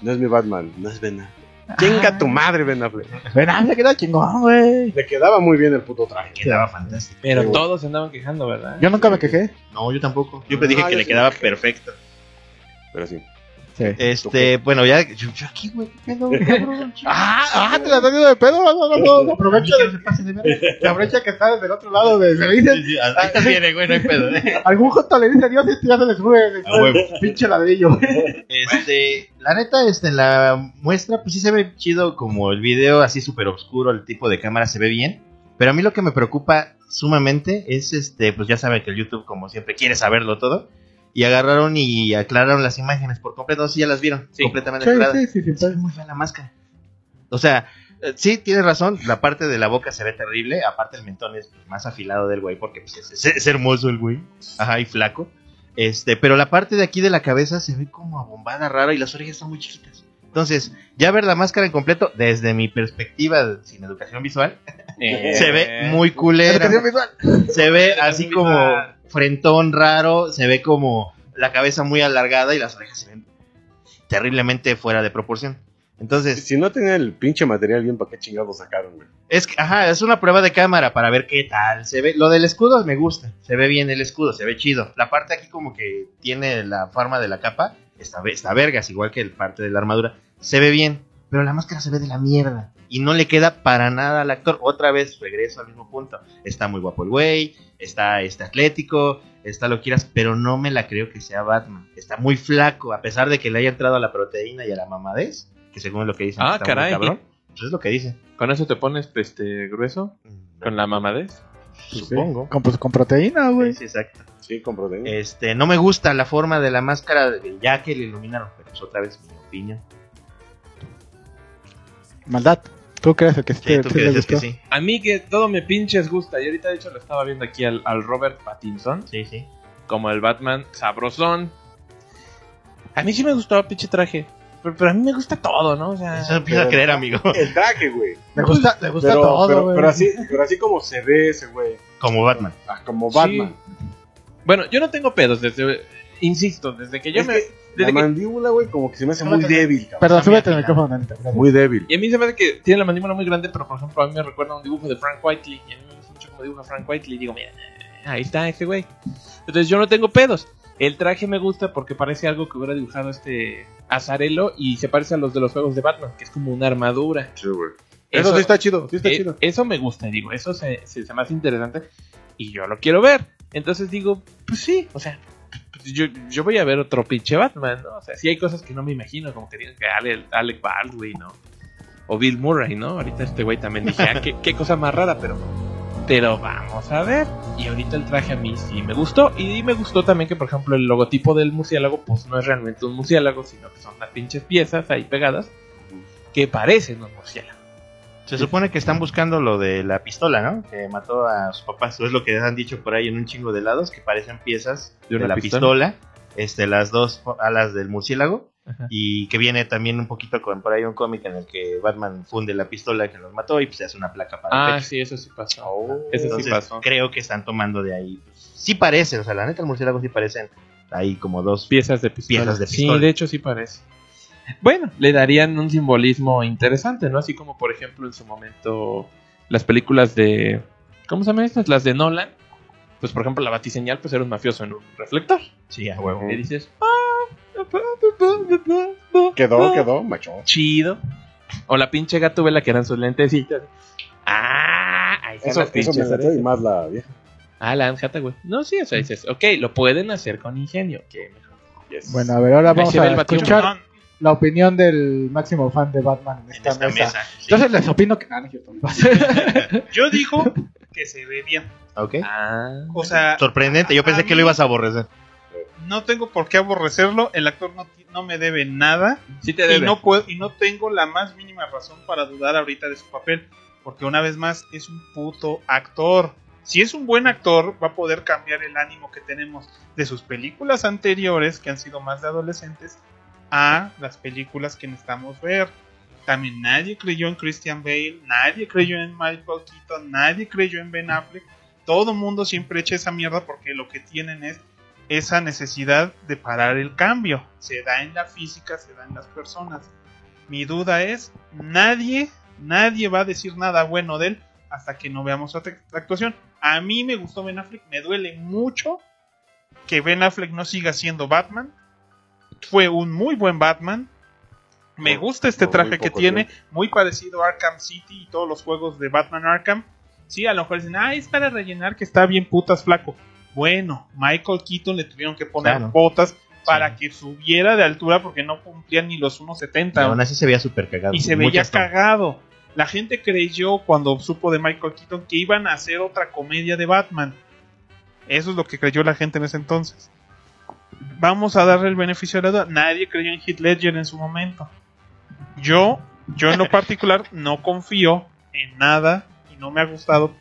[SPEAKER 6] No es mi Batman, no es Ben Affleck. Chinga tu madre, Ben Affleck.
[SPEAKER 3] Ven, ah, se queda chingón, güey.
[SPEAKER 6] Le quedaba muy bien el puto traje.
[SPEAKER 5] Quedaba fantástico.
[SPEAKER 2] Pero
[SPEAKER 6] Sí.
[SPEAKER 2] todos se andaban quejando, ¿verdad?
[SPEAKER 3] Yo nunca me quejé.
[SPEAKER 5] No, yo tampoco. Yo te dije
[SPEAKER 6] No,
[SPEAKER 5] que
[SPEAKER 6] yo
[SPEAKER 5] le
[SPEAKER 6] sí.
[SPEAKER 5] quedaba perfecto.
[SPEAKER 6] Pero sí.
[SPEAKER 3] Sí.
[SPEAKER 5] Este, bueno, ya. Yo, yo aquí, güey, qué pedo, cabrón.
[SPEAKER 3] Ah, ah, te la has tenido de pedo. No, no, no, no. Aprovecha,
[SPEAKER 5] que no
[SPEAKER 3] de-
[SPEAKER 5] se pase de verga.
[SPEAKER 3] aprovecha que está desde el otro lado. De, le
[SPEAKER 5] Sí,
[SPEAKER 3] dicen,
[SPEAKER 5] sí, ahí te viene, güey, no hay pedo. ¿eh?
[SPEAKER 3] algún joto le dice Dios y este ya se le sube. le
[SPEAKER 5] A huevo.
[SPEAKER 3] sube el Pinche ladrillo.
[SPEAKER 5] Este, la neta, este, en la muestra, pues sí se ve chido como el video, así súper oscuro, el tipo de cámara se ve bien. Pero a mí lo que me preocupa sumamente es, este, pues ya saben que el YouTube, como siempre, quiere saberlo todo. Y agarraron y aclararon las imágenes por completo. No sé si ya las vieron,
[SPEAKER 2] Sí.
[SPEAKER 5] completamente aclaradas.
[SPEAKER 3] Sí, sí, sí, sí.
[SPEAKER 5] Está muy fea la máscara. O sea, eh, sí, tienes razón, la parte de la boca se ve terrible, aparte el mentón es pues, más afilado del güey, porque pues, es, es- es hermoso el güey, ajá, y flaco. Este, pero la parte de aquí de la cabeza se ve como abombada rara y las orejas están muy chiquitas. Entonces, ya ver la máscara en completo, desde mi perspectiva de- sin educación visual,
[SPEAKER 2] Eh,
[SPEAKER 5] se ve muy culera.
[SPEAKER 3] Educación visual.
[SPEAKER 5] Se ve así como frentón raro, se ve como la cabeza muy alargada y las orejas se ven terriblemente fuera de proporción. Entonces,
[SPEAKER 6] Si no tenía el pinche material bien, ¿para qué chingados sacaron, güey?
[SPEAKER 5] es que, ajá, es una prueba de cámara para ver qué tal se ve. Lo del escudo me gusta, se ve bien el escudo, se ve chido. La parte aquí como que tiene la forma de la capa, está, ve- está vergas, igual que el parte de la armadura, se ve bien, pero la máscara se ve de la mierda y no le queda para nada al actor. Otra vez regreso al mismo punto. Está muy guapo el güey, está este atlético, está lo que quieras, pero no me la creo que sea Batman. Está muy flaco, a pesar de que le haya entrado a la proteína y a la mamadez, que según lo que dicen
[SPEAKER 2] Ah,
[SPEAKER 5] está muy
[SPEAKER 2] caray.
[SPEAKER 5] cabrón. Pues es lo que dicen.
[SPEAKER 2] ¿Con eso te pones pues, este grueso? ¿Con la mamadez?
[SPEAKER 5] Supongo.
[SPEAKER 3] Con, pues, con proteína, güey.
[SPEAKER 5] Sí, sí, exacto.
[SPEAKER 6] Sí, compró de
[SPEAKER 5] Este, no me gusta la forma de la máscara de- ya que le iluminaron, pero es otra vez mi opinión.
[SPEAKER 3] Maldad. ¿Tú crees que sí
[SPEAKER 5] Sí,
[SPEAKER 3] te-
[SPEAKER 5] tú
[SPEAKER 3] sí
[SPEAKER 5] que
[SPEAKER 3] le
[SPEAKER 5] dices que
[SPEAKER 3] gustó?
[SPEAKER 5] sí.
[SPEAKER 2] A mí que todo me pinches gusta. Y ahorita, de hecho, lo estaba viendo aquí al, al Robert Pattinson.
[SPEAKER 5] Sí, sí.
[SPEAKER 2] Como el Batman sabrosón. A mí sí me gustaba pinche traje. Pero, pero a mí me gusta todo, ¿no? O sea,
[SPEAKER 5] Eso empieza a
[SPEAKER 6] pero-
[SPEAKER 5] creer, amigo.
[SPEAKER 6] El traje, güey.
[SPEAKER 3] Me gusta, me gusta
[SPEAKER 6] Pero,
[SPEAKER 3] todo,
[SPEAKER 6] pero,
[SPEAKER 3] güey.
[SPEAKER 6] pero así, pero así como se ve ese güey,
[SPEAKER 5] Como Batman.
[SPEAKER 6] ah, como
[SPEAKER 2] Sí.
[SPEAKER 6] Batman,
[SPEAKER 2] Bueno, yo no tengo pedos desde. Insisto, desde que yo
[SPEAKER 6] Es
[SPEAKER 2] me.
[SPEAKER 6] que
[SPEAKER 2] desde
[SPEAKER 6] La
[SPEAKER 2] que-
[SPEAKER 6] mandíbula, güey, como que se me hace muy débil, cabrón.
[SPEAKER 3] Perdón, súbete el micrófono, Anita. gracias.
[SPEAKER 6] Muy débil.
[SPEAKER 2] y a mí se me hace que tiene la mandíbula muy grande, pero por ejemplo, a mí me recuerda a un dibujo de Frank Whiteley. Y a mí me gusta mucho como dibuja Frank Whiteley. Y digo, mira, ahí está ese güey. Entonces yo no tengo pedos. El traje me gusta porque parece algo que hubiera dibujado este Azarelo y se parece a los de los juegos de Batman, que es como una armadura.
[SPEAKER 6] Sí, güey. Eso, sí está chido, sí está
[SPEAKER 2] Eh,
[SPEAKER 6] chido.
[SPEAKER 2] Eso me gusta, digo, eso se, se, se me hace interesante y yo lo quiero ver. Entonces digo, pues sí, o sea, pues yo, yo voy a ver otro pinche Batman, ¿no? O sea, sí hay cosas que no me imagino, como que tienen que Ale- Alec Baldwin, ¿no? O Bill Murray, ¿no? Ahorita este güey también dije, ah, qué, qué cosa más rara, pero... Pero vamos a ver. Y ahorita el traje a mí sí me gustó. Y me gustó también que, por ejemplo, el logotipo del murciélago, pues no es realmente un murciélago, sino que son las pinches piezas ahí pegadas que parecen un murciélago.
[SPEAKER 5] Se supone que están buscando lo de la pistola, ¿no? Que mató a sus papás. o Es lo que han dicho por ahí en un chingo de lados, que parecen piezas
[SPEAKER 2] ¿De
[SPEAKER 5] de,
[SPEAKER 2] una
[SPEAKER 5] la
[SPEAKER 2] pistola?
[SPEAKER 5] pistola. este, las dos fo- alas del murciélago.
[SPEAKER 2] Ajá.
[SPEAKER 5] Y que viene también un poquito con por ahí un cómic en el que Batman funde la pistola que los mató y pues se hace una placa para el
[SPEAKER 2] Ah,
[SPEAKER 5] pecho.
[SPEAKER 2] sí, eso sí pasó.
[SPEAKER 6] Oh,
[SPEAKER 2] eso sí
[SPEAKER 5] Entonces,
[SPEAKER 2] pasó.
[SPEAKER 5] creo que están tomando de ahí. pues, sí parecen, o sea, la neta, el murciélago sí parecen ahí como dos
[SPEAKER 2] Piezas de pistola.
[SPEAKER 5] Piezas de pistola.
[SPEAKER 2] Sí, de hecho sí parece. Bueno, le darían un simbolismo interesante, ¿no? Así como, por ejemplo, en su momento, las películas de. ¿Cómo se llaman estas? Las de Nolan. Pues, por ejemplo, la batiseñal, pues era un mafioso en un reflector.
[SPEAKER 5] Sí, a huevo.
[SPEAKER 2] Y dices. "Ah,
[SPEAKER 6] Quedó, quedó, macho.
[SPEAKER 2] Chido. O la pinche gatubela que eran sus lentecitas. Ah, ahí están
[SPEAKER 6] Eso,
[SPEAKER 2] las
[SPEAKER 6] eso me
[SPEAKER 2] pinches.
[SPEAKER 6] late, y más la vieja.
[SPEAKER 2] Ah, la Anne Hathaway. No, sí, o sea, dices, ok, lo pueden hacer con ingenio. Que mejor. Yes.
[SPEAKER 3] Bueno, a ver, ahora vamos
[SPEAKER 2] se ve
[SPEAKER 3] a
[SPEAKER 2] el batillo.
[SPEAKER 3] escuchar la opinión del máximo fan de Batman en
[SPEAKER 5] En
[SPEAKER 3] esta,
[SPEAKER 5] esta
[SPEAKER 3] mesa.
[SPEAKER 5] mesa. sí.
[SPEAKER 3] Entonces les opino que... Ah, no es cierto.
[SPEAKER 4] Yo digo que se ve bien.
[SPEAKER 5] Ok.
[SPEAKER 2] Ah.
[SPEAKER 4] O sea,
[SPEAKER 5] Sorprendente, yo pensé
[SPEAKER 4] A
[SPEAKER 5] que lo
[SPEAKER 4] mí-
[SPEAKER 5] ibas a aborrecer.
[SPEAKER 4] no tengo por qué aborrecerlo. El actor no, ti- no me debe nada.
[SPEAKER 2] Sí te
[SPEAKER 4] Y
[SPEAKER 2] debe.
[SPEAKER 4] no, puedo, y no tengo la más mínima razón para dudar ahorita de su papel. Porque una vez más, es un puto actor. Si es un buen actor, va a poder cambiar el ánimo que tenemos de sus películas anteriores, que han sido más de adolescentes, a las películas que necesitamos ver. También nadie creyó en Christian Bale, nadie creyó en Michael Keaton, nadie creyó en Ben Affleck. Todo mundo siempre echa esa mierda porque lo que tienen es esa necesidad de parar el cambio. Se da en la física, se da en las personas. Mi duda es, nadie, nadie va a decir nada bueno de él hasta que no veamos otra actuación. A mí me gustó Ben Affleck, me duele mucho que Ben Affleck no siga siendo Batman. Fue un muy buen Batman. Me
[SPEAKER 6] Por-
[SPEAKER 4] gusta este
[SPEAKER 6] por
[SPEAKER 4] traje
[SPEAKER 6] Oh, muy
[SPEAKER 4] que
[SPEAKER 6] poco
[SPEAKER 4] tiene, muy parecido a Arkham City y todos los juegos de Batman Arkham. Sí, a lo mejor dicen, ah, es para rellenar que está bien putas flaco. Bueno, Michael Keaton le tuvieron que poner
[SPEAKER 5] Claro.
[SPEAKER 4] botas para que subiera de altura porque no cumplía ni los 1.70
[SPEAKER 5] Aún así se veía súper cagado.
[SPEAKER 4] y se veía
[SPEAKER 5] Muchas tomas.
[SPEAKER 4] cagado. La gente creyó cuando supo de Michael Keaton que iban a hacer otra comedia de Batman. Eso es lo que creyó la gente en ese entonces. Vamos a darle el beneficio de la duda. Nadie creyó en Heath Ledger en su momento. Yo, yo en lo particular, no confío en nada y no me ha gustado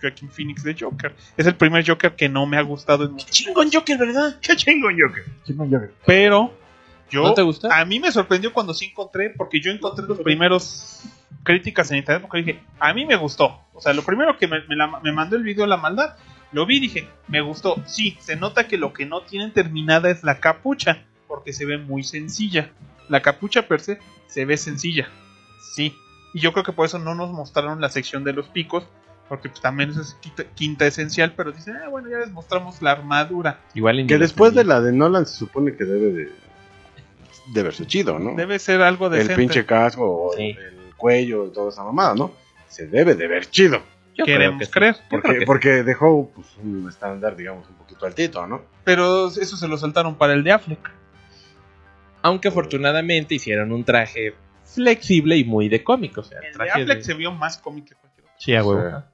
[SPEAKER 4] Joaquin Phoenix de Joker. Es el primer Joker que no me ha gustado en mucho
[SPEAKER 2] Chingón Joker, ¿verdad?
[SPEAKER 4] ¡Qué chingón Joker!
[SPEAKER 3] Sí, no, yo-
[SPEAKER 4] Pero yo
[SPEAKER 2] ¿No te gusta?
[SPEAKER 4] a mí me sorprendió cuando sí encontré, porque yo encontré los primeros críticas en internet, porque dije, a mí me gustó. O sea, lo primero que me, me la- me mandó el video La Maldad, lo vi y dije, me gustó. Sí, se nota que lo que no tienen terminada es la capucha, porque se ve muy sencilla. La capucha per se se ve sencilla. Sí. Y yo creo que por eso no nos mostraron la sección de los picos, porque pues, también eso es quita- quinta esencial, pero dicen, ah, bueno, ya les mostramos la armadura.
[SPEAKER 2] Igual
[SPEAKER 6] Que después de la de Nolan se supone que debe de, de verse chido, ¿no?
[SPEAKER 4] Debe ser algo
[SPEAKER 6] el
[SPEAKER 4] decente.
[SPEAKER 6] pinche casco, o
[SPEAKER 2] Sí.
[SPEAKER 6] el cuello, y toda esa mamada, ¿no? Se debe de ver chido.
[SPEAKER 4] queremos creer.
[SPEAKER 6] Porque, porque dejó pues, un estándar, digamos, un poquito altito, ¿no?
[SPEAKER 4] Pero eso se lo saltaron para el de Affleck.
[SPEAKER 2] Aunque afortunadamente hicieron un traje flexible y muy de cómic. O sea,
[SPEAKER 4] El de
[SPEAKER 2] traje de-
[SPEAKER 4] Affleck se vio más cómic que cualquier otro.
[SPEAKER 5] Sí, a huevo.
[SPEAKER 6] O sea,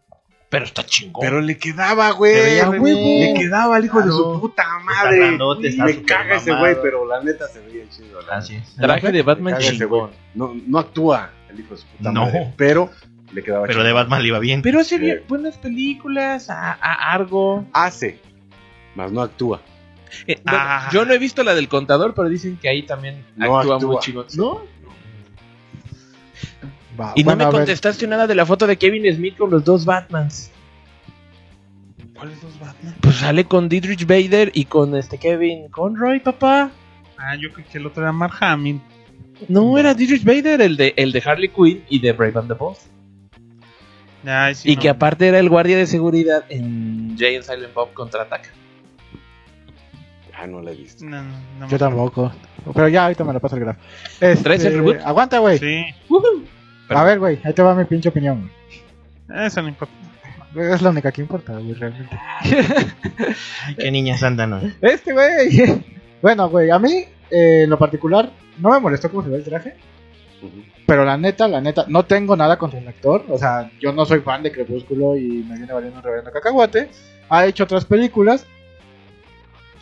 [SPEAKER 2] Pero está chingón.
[SPEAKER 6] pero le quedaba,
[SPEAKER 5] Se
[SPEAKER 6] güey.
[SPEAKER 5] veía
[SPEAKER 6] a
[SPEAKER 5] re
[SPEAKER 6] huevo.
[SPEAKER 5] bien.
[SPEAKER 6] Le quedaba al hijo de
[SPEAKER 5] Claro.
[SPEAKER 6] su puta
[SPEAKER 5] Está
[SPEAKER 6] madre.
[SPEAKER 5] grandote, está Ah,
[SPEAKER 6] Me
[SPEAKER 5] súper
[SPEAKER 6] caga ese
[SPEAKER 5] mamado.
[SPEAKER 6] güey, pero la neta se veía chido. la
[SPEAKER 5] Así es.
[SPEAKER 2] traje de
[SPEAKER 6] neta. Me
[SPEAKER 2] Batman
[SPEAKER 6] caga ese
[SPEAKER 2] chingón.
[SPEAKER 6] güey. No, no actúa el hijo de su puta
[SPEAKER 5] No.
[SPEAKER 6] madre, pero le quedaba
[SPEAKER 5] Pero
[SPEAKER 6] chido.
[SPEAKER 5] de Batman le iba bien.
[SPEAKER 2] Pero hace
[SPEAKER 6] Sí.
[SPEAKER 2] bien buenas películas, a, a Argo.
[SPEAKER 6] Hace, más no actúa.
[SPEAKER 2] Eh, bueno,
[SPEAKER 4] Ah.
[SPEAKER 2] Yo no he visto la del contador, pero dicen que ahí también
[SPEAKER 6] No
[SPEAKER 2] actúa,
[SPEAKER 6] actúa.
[SPEAKER 2] muy chingón. ¿No?
[SPEAKER 3] Va,
[SPEAKER 2] Y
[SPEAKER 3] bueno,
[SPEAKER 2] no
[SPEAKER 3] a
[SPEAKER 2] me
[SPEAKER 3] ver.
[SPEAKER 2] contestaste nada de la foto de Kevin Smith con los dos Batmans.
[SPEAKER 4] ¿Cuáles dos Batman?
[SPEAKER 2] Pues sale con Dietrich Bader y con este Kevin Conroy, papá.
[SPEAKER 4] Ah, yo creo que el otro era Mark Hamill.
[SPEAKER 2] No, era Dietrich Bader, el de, el de Harley Quinn y de Brave and the Bold.
[SPEAKER 4] Ay, sí,
[SPEAKER 2] y
[SPEAKER 4] no.
[SPEAKER 2] que aparte era el guardia de seguridad en Jay and Silent Bob contraataca.
[SPEAKER 6] Ah, no la he visto.
[SPEAKER 4] No, no, no
[SPEAKER 3] Yo
[SPEAKER 4] me-
[SPEAKER 3] tampoco. Pero ya, ahorita me lo paso el graf. Este,
[SPEAKER 2] ¿Traes el reboot?
[SPEAKER 3] Aguanta, güey.
[SPEAKER 4] Sí,
[SPEAKER 3] A ver, güey, ahí te va mi pinche opinión.
[SPEAKER 4] eso no importa.
[SPEAKER 3] güey. Es la única que importa, güey, realmente.
[SPEAKER 5] Ay, qué niñas andan hoy.
[SPEAKER 3] Este, güey. bueno, güey, a mí, eh, en lo particular, no me molestó cómo se ve el traje.
[SPEAKER 6] Ujú.
[SPEAKER 3] Pero la neta, la neta, no tengo nada contra el actor. O sea, yo no soy fan de Crepúsculo y me viene valiendo un reverendo cacahuate. Ha hecho otras películas.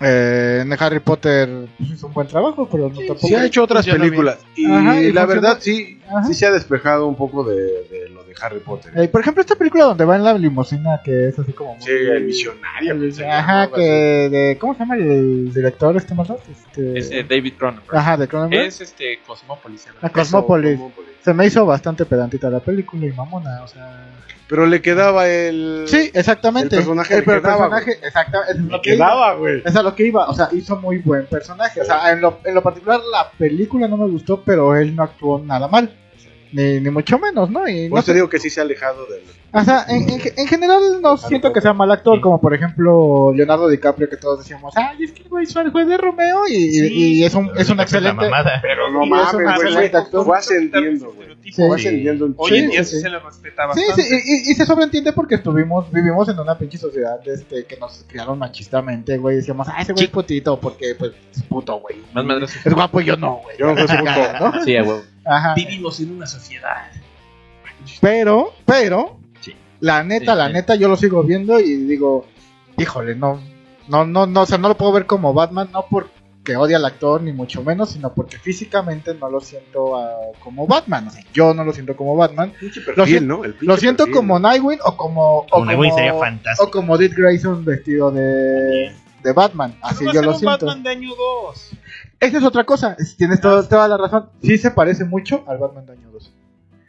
[SPEAKER 3] Eh, en Harry Potter pues, hizo un buen trabajo, pero no tampoco.
[SPEAKER 6] Sí ha hecho otras
[SPEAKER 5] Funciona
[SPEAKER 6] películas. Y,
[SPEAKER 3] Ajá, y
[SPEAKER 6] la
[SPEAKER 3] funciona-
[SPEAKER 6] verdad sí,
[SPEAKER 3] Ajá.
[SPEAKER 6] sí se ha despejado un poco de, de lo de Harry Potter.
[SPEAKER 3] Eh, por ejemplo, esta película donde va en la limusina, que es así como. muy-
[SPEAKER 6] sí, eh, el visionario. pues, se
[SPEAKER 3] Ajá,
[SPEAKER 6] llamaba así.
[SPEAKER 3] que. De, ¿Cómo se llama el director este más Este,
[SPEAKER 2] Es eh, David Cronenberg.
[SPEAKER 3] Ajá, de Cronenberg.
[SPEAKER 2] Es este Cosmopolis.
[SPEAKER 3] La Cosmópolis.
[SPEAKER 6] Eso, Cosmópolis.
[SPEAKER 3] Se me hizo bastante pedantita la película y mamona, o sea.
[SPEAKER 6] Pero le quedaba el...
[SPEAKER 3] Sí, exactamente.
[SPEAKER 6] El personaje le
[SPEAKER 3] pero
[SPEAKER 6] quedaba,
[SPEAKER 3] personaje, exactamente.
[SPEAKER 6] Le quedaba, güey.
[SPEAKER 3] Es a lo que iba, o sea, hizo muy buen personaje. O sea, en lo, en lo particular la película no me gustó, pero él no actuó nada mal. Ni, ni mucho menos, ¿no? Y
[SPEAKER 6] Por
[SPEAKER 3] no
[SPEAKER 6] eso te
[SPEAKER 3] sé,
[SPEAKER 6] digo que sí se ha alejado del...
[SPEAKER 3] o sea, en, en- en general no siento que sea mal actor, como por ejemplo Leonardo DiCaprio, que todos decíamos, ay, es que el güey fue el juez de Romeo y, y es un, es un excelente...
[SPEAKER 5] La mamada.
[SPEAKER 6] Pero no
[SPEAKER 3] Sí,
[SPEAKER 6] mames,
[SPEAKER 3] es una
[SPEAKER 6] güey,
[SPEAKER 3] excelente actor.
[SPEAKER 6] Fue ascendiendo, güey.
[SPEAKER 4] Estereotipo.
[SPEAKER 3] Sí.
[SPEAKER 6] Fue ascendiendo un
[SPEAKER 4] Hoy en
[SPEAKER 3] Sí,
[SPEAKER 4] día
[SPEAKER 6] chingo.
[SPEAKER 4] sí,
[SPEAKER 3] sí.
[SPEAKER 4] se le respeta
[SPEAKER 3] Sí,
[SPEAKER 4] bastante.
[SPEAKER 3] sí, y, y- y se sobreentiende porque estuvimos, vivimos en una pinche sociedad este, que nos criaron machistamente, güey. Decíamos, ah, ese güey es putito, porque pues es puto, güey.
[SPEAKER 2] Más madres.
[SPEAKER 3] Es guapo y yo no, güey.
[SPEAKER 6] Yo no soy
[SPEAKER 3] Chingada, ¿no?
[SPEAKER 2] Sí, güey.
[SPEAKER 3] Ajá.
[SPEAKER 2] Vivimos en una sociedad.
[SPEAKER 3] Pero, pero,
[SPEAKER 5] Sí.
[SPEAKER 3] la neta,
[SPEAKER 5] Sí,
[SPEAKER 3] la
[SPEAKER 5] sí.
[SPEAKER 3] neta, yo lo sigo viendo y digo, híjole, no, no, no, no, o sea, no lo puedo ver como Batman, no porque odia al actor, ni mucho menos, sino porque físicamente no lo siento ah, como Batman. O sea, yo no lo siento como Batman. Lo siento-
[SPEAKER 6] ¿no? El pinche
[SPEAKER 3] Lo siento
[SPEAKER 6] perfil.
[SPEAKER 3] como Nightwing o como. O
[SPEAKER 5] Como Nightwing
[SPEAKER 3] como-
[SPEAKER 5] sería fantástico.
[SPEAKER 3] O como Dick Grayson vestido de, de Batman.
[SPEAKER 4] Pero
[SPEAKER 3] Así
[SPEAKER 4] va a
[SPEAKER 3] yo
[SPEAKER 4] ser
[SPEAKER 3] lo
[SPEAKER 4] Ah, un
[SPEAKER 3] siento.
[SPEAKER 4] Batman de año 2.
[SPEAKER 3] Esa es otra cosa. es- Tienes todo- toda la razón. Sí se parece mucho al Batman de año 2.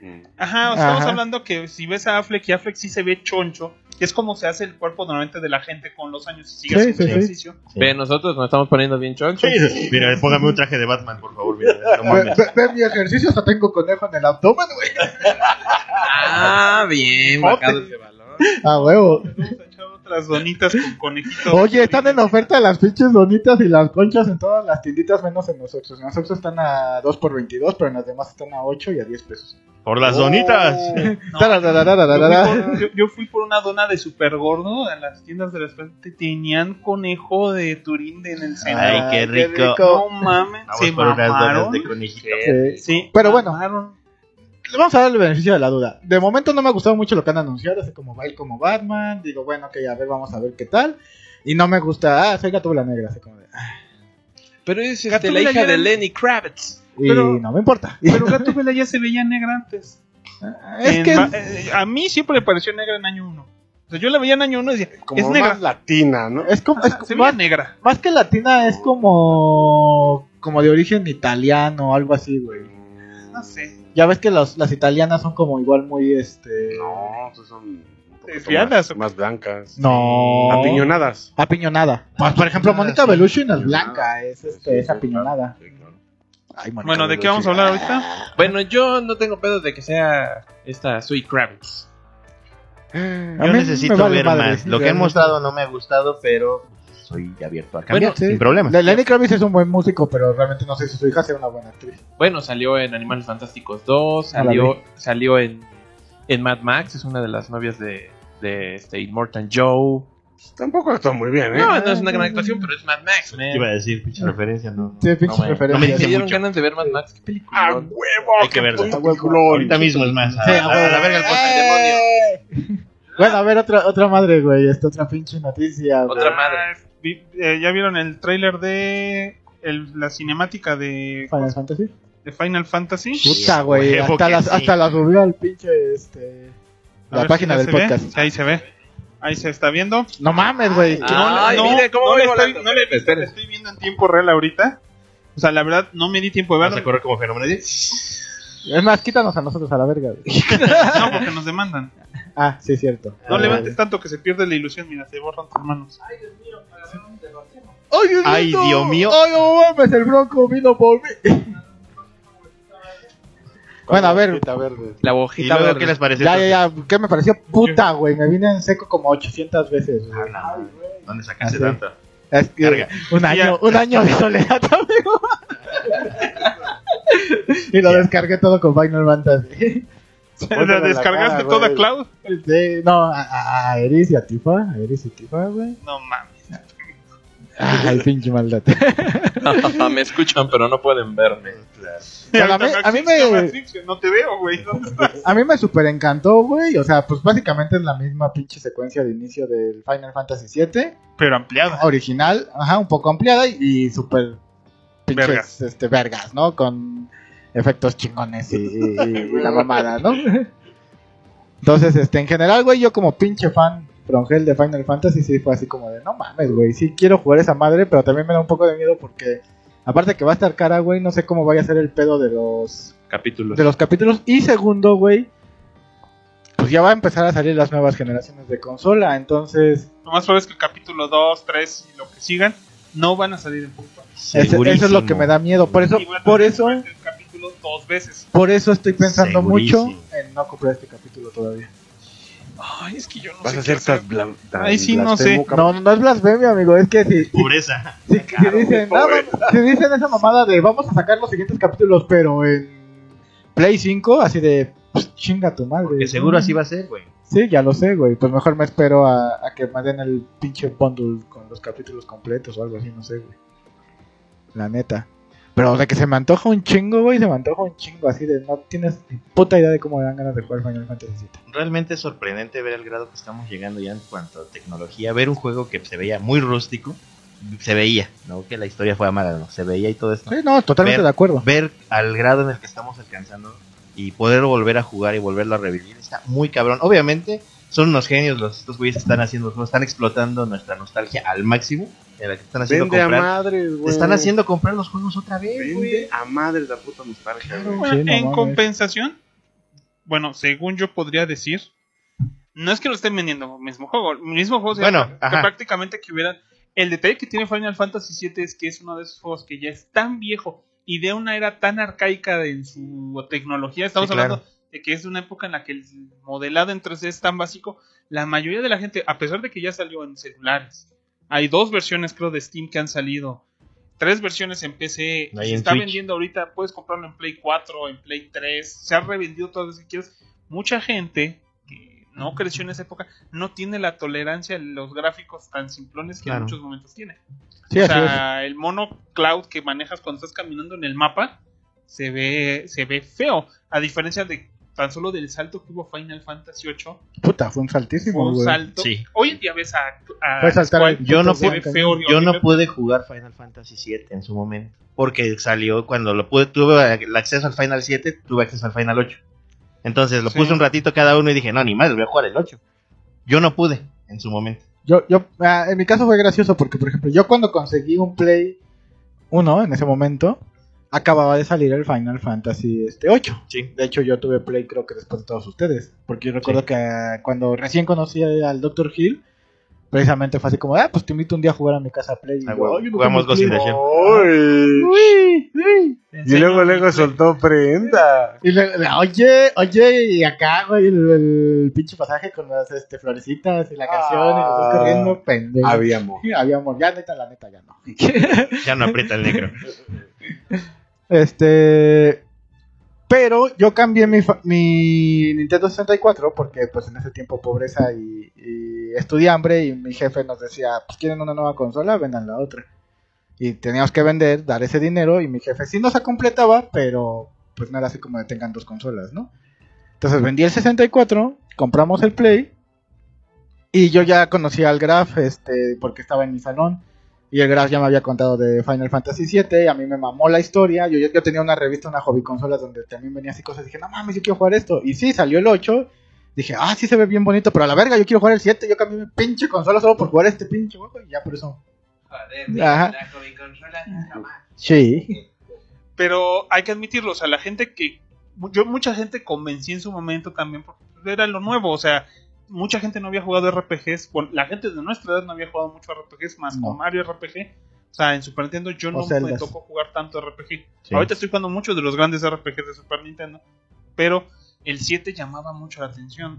[SPEAKER 6] Mm.
[SPEAKER 4] Ajá, o sea, estamos
[SPEAKER 3] Ajá.
[SPEAKER 4] hablando que si ves a Affleck y Affleck sí se ve choncho, que es como se hace el cuerpo normalmente de la gente con los años y sigue
[SPEAKER 3] Sí,
[SPEAKER 4] haciendo
[SPEAKER 3] sí, sí.
[SPEAKER 4] ejercicio.
[SPEAKER 5] Sí.
[SPEAKER 2] Ve, nosotros nos estamos poniendo bien chonchos.
[SPEAKER 5] Sí, Mira, póngame un traje de Batman, por favor. Mira, no
[SPEAKER 3] Ve,
[SPEAKER 5] mames.
[SPEAKER 3] ve- ve mi ejercicio, hasta tengo conejo en el abdomen, güey.
[SPEAKER 2] Ah, bien. marcado ese balón.
[SPEAKER 3] A huevo.
[SPEAKER 4] Vamos a echar otras donitas con conejitos.
[SPEAKER 3] Oye, están en oferta las pinches donitas y las conchas en todas las tienditas, menos en los Oxxos. En los Oxxos están a 2 por 22, pero en las demás están a 8 y a 10 pesos.
[SPEAKER 5] Por las donitas.
[SPEAKER 4] No,
[SPEAKER 3] Tarararararara.
[SPEAKER 4] Yo fui, por, yo- yo fui por una dona de super gordo en las tiendas de la frente. Tenían conejo de Turín de- en el centro.
[SPEAKER 5] Ay, qué rico.
[SPEAKER 4] no mames.
[SPEAKER 5] Vamos
[SPEAKER 4] Se
[SPEAKER 5] por unas donas
[SPEAKER 4] mamaron.
[SPEAKER 5] de conejito.
[SPEAKER 3] Sí.
[SPEAKER 4] Sí,
[SPEAKER 3] Pero bueno.
[SPEAKER 4] mamaron.
[SPEAKER 3] Le vamos a dar el beneficio de la duda. De momento no me ha gustado mucho lo que han anunciado, así como va a ir como Batman. Digo, bueno, ok, a ver, vamos a ver qué tal. Y no me gusta, ah, soy Gatúbela Negra, así como de, ah,
[SPEAKER 2] Pero es este,
[SPEAKER 4] Gatúbela
[SPEAKER 2] la
[SPEAKER 4] ya
[SPEAKER 2] hija
[SPEAKER 4] era-
[SPEAKER 2] de Lenny Kravitz.
[SPEAKER 3] Y
[SPEAKER 4] Pero-
[SPEAKER 3] no me importa.
[SPEAKER 4] Pero Gatúbela ya se veía negra antes.
[SPEAKER 3] es
[SPEAKER 4] En
[SPEAKER 3] que
[SPEAKER 4] va- eh, a mí siempre me pareció negra en año 1. O sea, yo la veía en año 1 y decía,
[SPEAKER 6] Como
[SPEAKER 4] es
[SPEAKER 6] más
[SPEAKER 4] negra.
[SPEAKER 6] latina, ¿no?
[SPEAKER 3] es como, es
[SPEAKER 4] se
[SPEAKER 3] como-
[SPEAKER 4] veía negra.
[SPEAKER 3] más que latina, es como, como de origen italiano o algo así, güey.
[SPEAKER 4] No sé.
[SPEAKER 3] Ya ves que los- las italianas son como igual muy, este...
[SPEAKER 6] No, pues son... un poquito
[SPEAKER 4] Desviadas,
[SPEAKER 6] Más, más blancas.
[SPEAKER 3] No.
[SPEAKER 6] Apiñonadas.
[SPEAKER 3] Apiñonada. Pues, por ejemplo,
[SPEAKER 5] Ah,
[SPEAKER 3] Mónica Bellucci no es blanca, es, este,
[SPEAKER 6] Sí,
[SPEAKER 3] es
[SPEAKER 6] sí,
[SPEAKER 3] apiñonada.
[SPEAKER 6] Sí, claro.
[SPEAKER 3] Ay, Mónica
[SPEAKER 4] Bueno, ¿de qué vamos a hablar ahorita?
[SPEAKER 2] Bueno, yo no tengo pedo de que sea esta Sui Kravitz.
[SPEAKER 3] Bellucci. A
[SPEAKER 5] Yo
[SPEAKER 3] mí
[SPEAKER 5] necesito
[SPEAKER 3] me vale
[SPEAKER 5] ver
[SPEAKER 3] madre,
[SPEAKER 5] más. Lo que han
[SPEAKER 3] realmente.
[SPEAKER 5] mostrado no me ha gustado, pero soy abierto al cambio.
[SPEAKER 2] Bueno,
[SPEAKER 3] sí.
[SPEAKER 5] Sin problema.
[SPEAKER 3] Le- Lenny Kravitz es un buen músico, pero realmente no sé si su hija sea una buena actriz.
[SPEAKER 2] Bueno, salió en Animales Fantásticos 2,
[SPEAKER 3] Ah, la
[SPEAKER 2] salió, salió en, en Mad Max, es una de las novias de, de este Immortan Joe.
[SPEAKER 6] Tampoco actuó muy bien, ¿eh?
[SPEAKER 2] No, no es una gran actuación, pero es Mad Max, man.
[SPEAKER 5] Iba a decir, pinche referencia, no.
[SPEAKER 3] Sí,
[SPEAKER 5] no
[SPEAKER 3] pinche
[SPEAKER 5] me-
[SPEAKER 3] referencia.
[SPEAKER 5] No me
[SPEAKER 2] Me
[SPEAKER 5] dice
[SPEAKER 2] dieron
[SPEAKER 5] mucho.
[SPEAKER 2] ganas de ver Mad Max. ¿Qué película?
[SPEAKER 6] ¡A huevo!
[SPEAKER 5] Hay que verla.
[SPEAKER 6] puto
[SPEAKER 3] A huevo.
[SPEAKER 6] peliculón!
[SPEAKER 5] Ahorita mismo es más.
[SPEAKER 3] Sí,
[SPEAKER 5] a, a- a la verga el podcast.
[SPEAKER 3] ¡Eh! Bueno, a ver, otra, otra madre, güey. Esta otra pinche noticia, güey.
[SPEAKER 2] Otra madre.
[SPEAKER 4] Ah, vi- eh, ya vieron el tráiler de el- la cinemática de,
[SPEAKER 3] Final Fantasy.
[SPEAKER 4] de Final Fantasy.
[SPEAKER 3] Puta, güey.
[SPEAKER 5] huevo
[SPEAKER 3] Hasta,
[SPEAKER 5] que
[SPEAKER 3] la
[SPEAKER 5] sí.
[SPEAKER 3] hasta la subió al pinche, este...
[SPEAKER 4] A
[SPEAKER 3] La
[SPEAKER 4] ver
[SPEAKER 3] página
[SPEAKER 4] si ya
[SPEAKER 3] del
[SPEAKER 4] se ve.
[SPEAKER 3] podcast.
[SPEAKER 4] Sí, ahí se ve. Ahí se está viendo.
[SPEAKER 3] No mames, güey.
[SPEAKER 2] Ay, mire cómo
[SPEAKER 4] no
[SPEAKER 2] voy
[SPEAKER 4] le estoy,
[SPEAKER 2] volando.
[SPEAKER 4] no le-
[SPEAKER 2] Espera.
[SPEAKER 4] le estoy viendo en tiempo real ahorita. O sea, la verdad, no me di tiempo de
[SPEAKER 5] Vas a
[SPEAKER 4] verlo.
[SPEAKER 5] correr como fenómeno.
[SPEAKER 3] Es más, quítanos a nosotros a la verga, güey.
[SPEAKER 4] No, porque nos demandan.
[SPEAKER 3] Ah, sí, es cierto.
[SPEAKER 4] No
[SPEAKER 6] Ah,
[SPEAKER 4] levantes
[SPEAKER 6] vale.
[SPEAKER 4] tanto que se pierde la ilusión, mira, se borran tus manos.
[SPEAKER 3] ¡Ay, Dios,
[SPEAKER 5] Ay,
[SPEAKER 3] mío! Oh,
[SPEAKER 5] Dios mío.
[SPEAKER 3] ¡Ay, no mames! El bronco vino por mí. Bueno, a ver,
[SPEAKER 2] La
[SPEAKER 5] ¿Y
[SPEAKER 2] bojita
[SPEAKER 5] luego
[SPEAKER 2] verde.
[SPEAKER 5] qué les parece?
[SPEAKER 3] ya, ya, ya. ¿Qué me pareció? Puta, güey. Me vine en seco como 800 veces. güey.
[SPEAKER 5] ¿Dónde sacaste
[SPEAKER 3] Así.
[SPEAKER 5] tanto?
[SPEAKER 3] Es que
[SPEAKER 5] Verga.
[SPEAKER 3] un año, un año de soledad, amigo. y lo
[SPEAKER 5] Ya.
[SPEAKER 3] descargué todo con Final Fantasy.
[SPEAKER 4] ¿La descargaste toda
[SPEAKER 3] clave?
[SPEAKER 4] Cloud?
[SPEAKER 3] no, a, a, a Eris y a Tifa, a Eris y Tifa, güey.
[SPEAKER 4] No mames.
[SPEAKER 3] Ay, pinche maldad.
[SPEAKER 2] me escuchan, pero no pueden verme.
[SPEAKER 3] Bueno, a mí-
[SPEAKER 4] Ahorita
[SPEAKER 3] a mí
[SPEAKER 4] Matrix,
[SPEAKER 3] me-
[SPEAKER 4] Matrix, No te veo, güey. ¿Dónde estás?
[SPEAKER 3] A mí me super encantó, güey. O sea, pues básicamente es la misma pinche secuencia de inicio del Final Fantasy VII.
[SPEAKER 4] Pero ampliada.
[SPEAKER 3] original, ajá, un poco ampliada y súper pinches
[SPEAKER 4] Vergas.
[SPEAKER 3] este vergas, ¿no? Con efectos chingones y, y- y la mamada, ¿no? Entonces, este, en general, güey, yo como pinche fan frongel de Final Fantasy sí fue así como de, no mames, güey, sí quiero jugar esa madre, pero también me da un poco de miedo porque aparte que va a estar cara, güey, no sé cómo vaya a ser el pedo de los
[SPEAKER 2] Capítulos.
[SPEAKER 3] de los capítulos y segundo, güey, pues ya va a empezar a salir las nuevas generaciones de consola, entonces
[SPEAKER 4] Nomás sabes que el capítulo 2, 3 y lo que sigan no van a salir en punto.
[SPEAKER 3] Ese- eso es lo que me da miedo. Por eso,
[SPEAKER 4] Y voy a tener
[SPEAKER 3] por
[SPEAKER 4] que
[SPEAKER 3] eso,
[SPEAKER 4] ver El capítulo dos veces.
[SPEAKER 3] por eso estoy pensando
[SPEAKER 5] Segurísimo.
[SPEAKER 3] mucho en no comprar este capítulo todavía.
[SPEAKER 4] Ay, es que yo no
[SPEAKER 6] Vas
[SPEAKER 4] sé
[SPEAKER 6] a
[SPEAKER 4] qué
[SPEAKER 6] ser tan blan- tan
[SPEAKER 4] Ahí sí, no sé.
[SPEAKER 6] blasfemo, cabrón.
[SPEAKER 3] No, no es blasfemia, amigo. Es que si, si-
[SPEAKER 5] Pobreza.
[SPEAKER 3] si- si dicen,
[SPEAKER 6] güey,
[SPEAKER 3] "Ah, vamos", si dicen esa mamada de vamos a sacar los siguientes capítulos, pero en Play 5, así de pues, chinga tu madre.
[SPEAKER 5] Que seguro así va a ser, güey.
[SPEAKER 3] Sí, ya lo sé, güey. Pues mejor me espero a, a que me den el pinche bundle con los capítulos completos o algo así, no sé, güey. La neta. Pero de que se me antoja un chingo, güey, se me antoja un chingo así de no tienes ni puta idea de cómo me dan ganas de jugar Final Fantasy VII.
[SPEAKER 5] Realmente es sorprendente ver el grado que estamos llegando ya en cuanto a tecnología. Ver un juego que se veía muy rústico. Se veía, no que la historia fuera mala, no. Se veía y todo esto.
[SPEAKER 3] Sí, no, totalmente
[SPEAKER 5] Ver-
[SPEAKER 3] de acuerdo.
[SPEAKER 5] Ver al grado en el que estamos alcanzando y poder volver a jugar y volverlo a revivir está muy cabrón. Obviamente son unos genios los estos güeyes que están haciendo, los juegos, están explotando nuestra nostalgia al máximo. En la que están haciendo
[SPEAKER 6] Vende a
[SPEAKER 5] comprar
[SPEAKER 6] madres,
[SPEAKER 5] Te
[SPEAKER 6] güey.
[SPEAKER 5] están haciendo comprar los juegos otra vez, güey.
[SPEAKER 6] Vende a madres la puta nostalgia, güey.
[SPEAKER 4] Bueno,
[SPEAKER 3] Sí, no
[SPEAKER 4] en
[SPEAKER 3] mames.
[SPEAKER 4] compensación, bueno, según yo podría decir, no es que lo estén vendiendo mismo juego, el mismo juego sería
[SPEAKER 5] Bueno,
[SPEAKER 4] que
[SPEAKER 5] ajá.
[SPEAKER 4] prácticamente que hubiera el detalle que tiene Final Fantasy VII es que es uno de esos juegos que ya es tan viejo y de una era tan arcaica de- en su tecnología, estamos
[SPEAKER 5] Sí, claro.
[SPEAKER 4] hablando de que es de una época en la que el modelado en 3D es tan básico, la mayoría de la gente, a pesar de que ya salió en celulares, hay dos versiones creo de Steam que han salido tres versiones en PC.
[SPEAKER 5] No hay
[SPEAKER 4] se
[SPEAKER 5] en
[SPEAKER 4] está
[SPEAKER 5] Switch.
[SPEAKER 4] vendiendo ahorita, puedes comprarlo en Play 4, en Play 3. Se ha revendido todas las que quieras. Mucha gente que no creció en esa época no tiene la tolerancia a los gráficos tan simplones que en
[SPEAKER 5] Claro.
[SPEAKER 4] muchos momentos tiene.
[SPEAKER 3] Sí,
[SPEAKER 4] o
[SPEAKER 3] así es.
[SPEAKER 4] sea, el mono cloud que manejas cuando estás caminando en el mapa se ve, se ve feo. A diferencia de tan solo del salto que hubo Final Fantasy VIII,
[SPEAKER 3] Puta, fue un
[SPEAKER 4] fue
[SPEAKER 3] saltísimo,
[SPEAKER 4] un
[SPEAKER 3] güey.
[SPEAKER 4] salto.
[SPEAKER 5] Sí.
[SPEAKER 4] Hoy en día ves a, a
[SPEAKER 3] Fue saltar
[SPEAKER 4] Squall,
[SPEAKER 3] al-
[SPEAKER 5] Yo no
[SPEAKER 4] se ve
[SPEAKER 5] pude-
[SPEAKER 4] feo,
[SPEAKER 5] Yo no
[SPEAKER 4] horrible.
[SPEAKER 5] pude jugar Final Fantasy VII en su momento. Porque salió cuando lo pude, tuve el acceso al Final 7, tuve acceso al Final 8. Entonces lo
[SPEAKER 4] Sí.
[SPEAKER 5] puse un ratito cada uno y dije, no, ni madre, voy a jugar el 8. Yo no pude en su momento.
[SPEAKER 3] Yo, yo, ah, en mi caso fue gracioso porque, por ejemplo, yo cuando conseguí un Play 1 en ese momento, acababa de salir el Final Fantasy este 8.
[SPEAKER 5] Sí.
[SPEAKER 3] De hecho, yo tuve Play creo que después de todos ustedes. Porque yo recuerdo que ah, cuando recién conocí al Dr. Hill, precisamente fue así como, ah, pues te invito un día a jugar a mi casa a Play. Y
[SPEAKER 5] Ah,
[SPEAKER 3] yo,
[SPEAKER 5] huevo.
[SPEAKER 3] "Ay, yo no
[SPEAKER 5] Jugamos
[SPEAKER 3] tengo
[SPEAKER 5] Ghost in the
[SPEAKER 3] Play".
[SPEAKER 5] Shell.
[SPEAKER 6] Uy.
[SPEAKER 3] Uy, uy.
[SPEAKER 6] Y luego, luego soltó prenda.
[SPEAKER 3] Y le- le- oye, oye, y acá, güey, el, el pinche pasaje con las este, florecitas y la canción y los dos
[SPEAKER 6] Ah.
[SPEAKER 3] corriendo, pendejo.
[SPEAKER 6] Había amor.
[SPEAKER 3] Habíamos, ya neta, la neta, ya no.
[SPEAKER 5] Ya no aprieta el negro.
[SPEAKER 3] Este. Pero yo cambié mi, fa- mi Nintendo 64 porque, pues, en ese tiempo pobreza y, y estudiambre. Y mi jefe nos decía: Pues, quieren una nueva consola, vendan la otra. Y teníamos que vender, dar ese dinero. Y mi jefe sí nos la completaba, pero pues no era así como de tengan dos consolas, ¿no? Entonces vendí el 64, compramos el Play. Y yo ya conocía al Graf este, porque estaba en mi salón. Y el Graf ya me había contado de Final Fantasy VII, a mí me mamó la historia. Yo, yo tenía una revista, una hobby consolas donde también venía así cosas. Dije, no mames, yo quiero jugar esto. Y sí, salió el 8. Dije, ah, sí se ve bien bonito, pero a la verga, yo quiero jugar el 7. Yo cambié mi pinche consola solo por jugar este pinche juego y ya por eso. Ajá. Sí.
[SPEAKER 4] pero hay que admitirlo, o sea, la gente que yo mucha gente convencí en su momento también porque era lo nuevo, o sea, mucha gente no había jugado RPGs. Bueno, la gente de nuestra edad no había jugado mucho RPGs más
[SPEAKER 3] No.
[SPEAKER 4] con Mario RPG. O sea, en Super Nintendo yo
[SPEAKER 3] O
[SPEAKER 4] no me
[SPEAKER 3] Zeldas.
[SPEAKER 4] tocó jugar tanto RPG.
[SPEAKER 5] Sí.
[SPEAKER 4] Ahorita estoy jugando muchos de los grandes RPGs de Super Nintendo. Pero el 7 llamaba mucho la atención.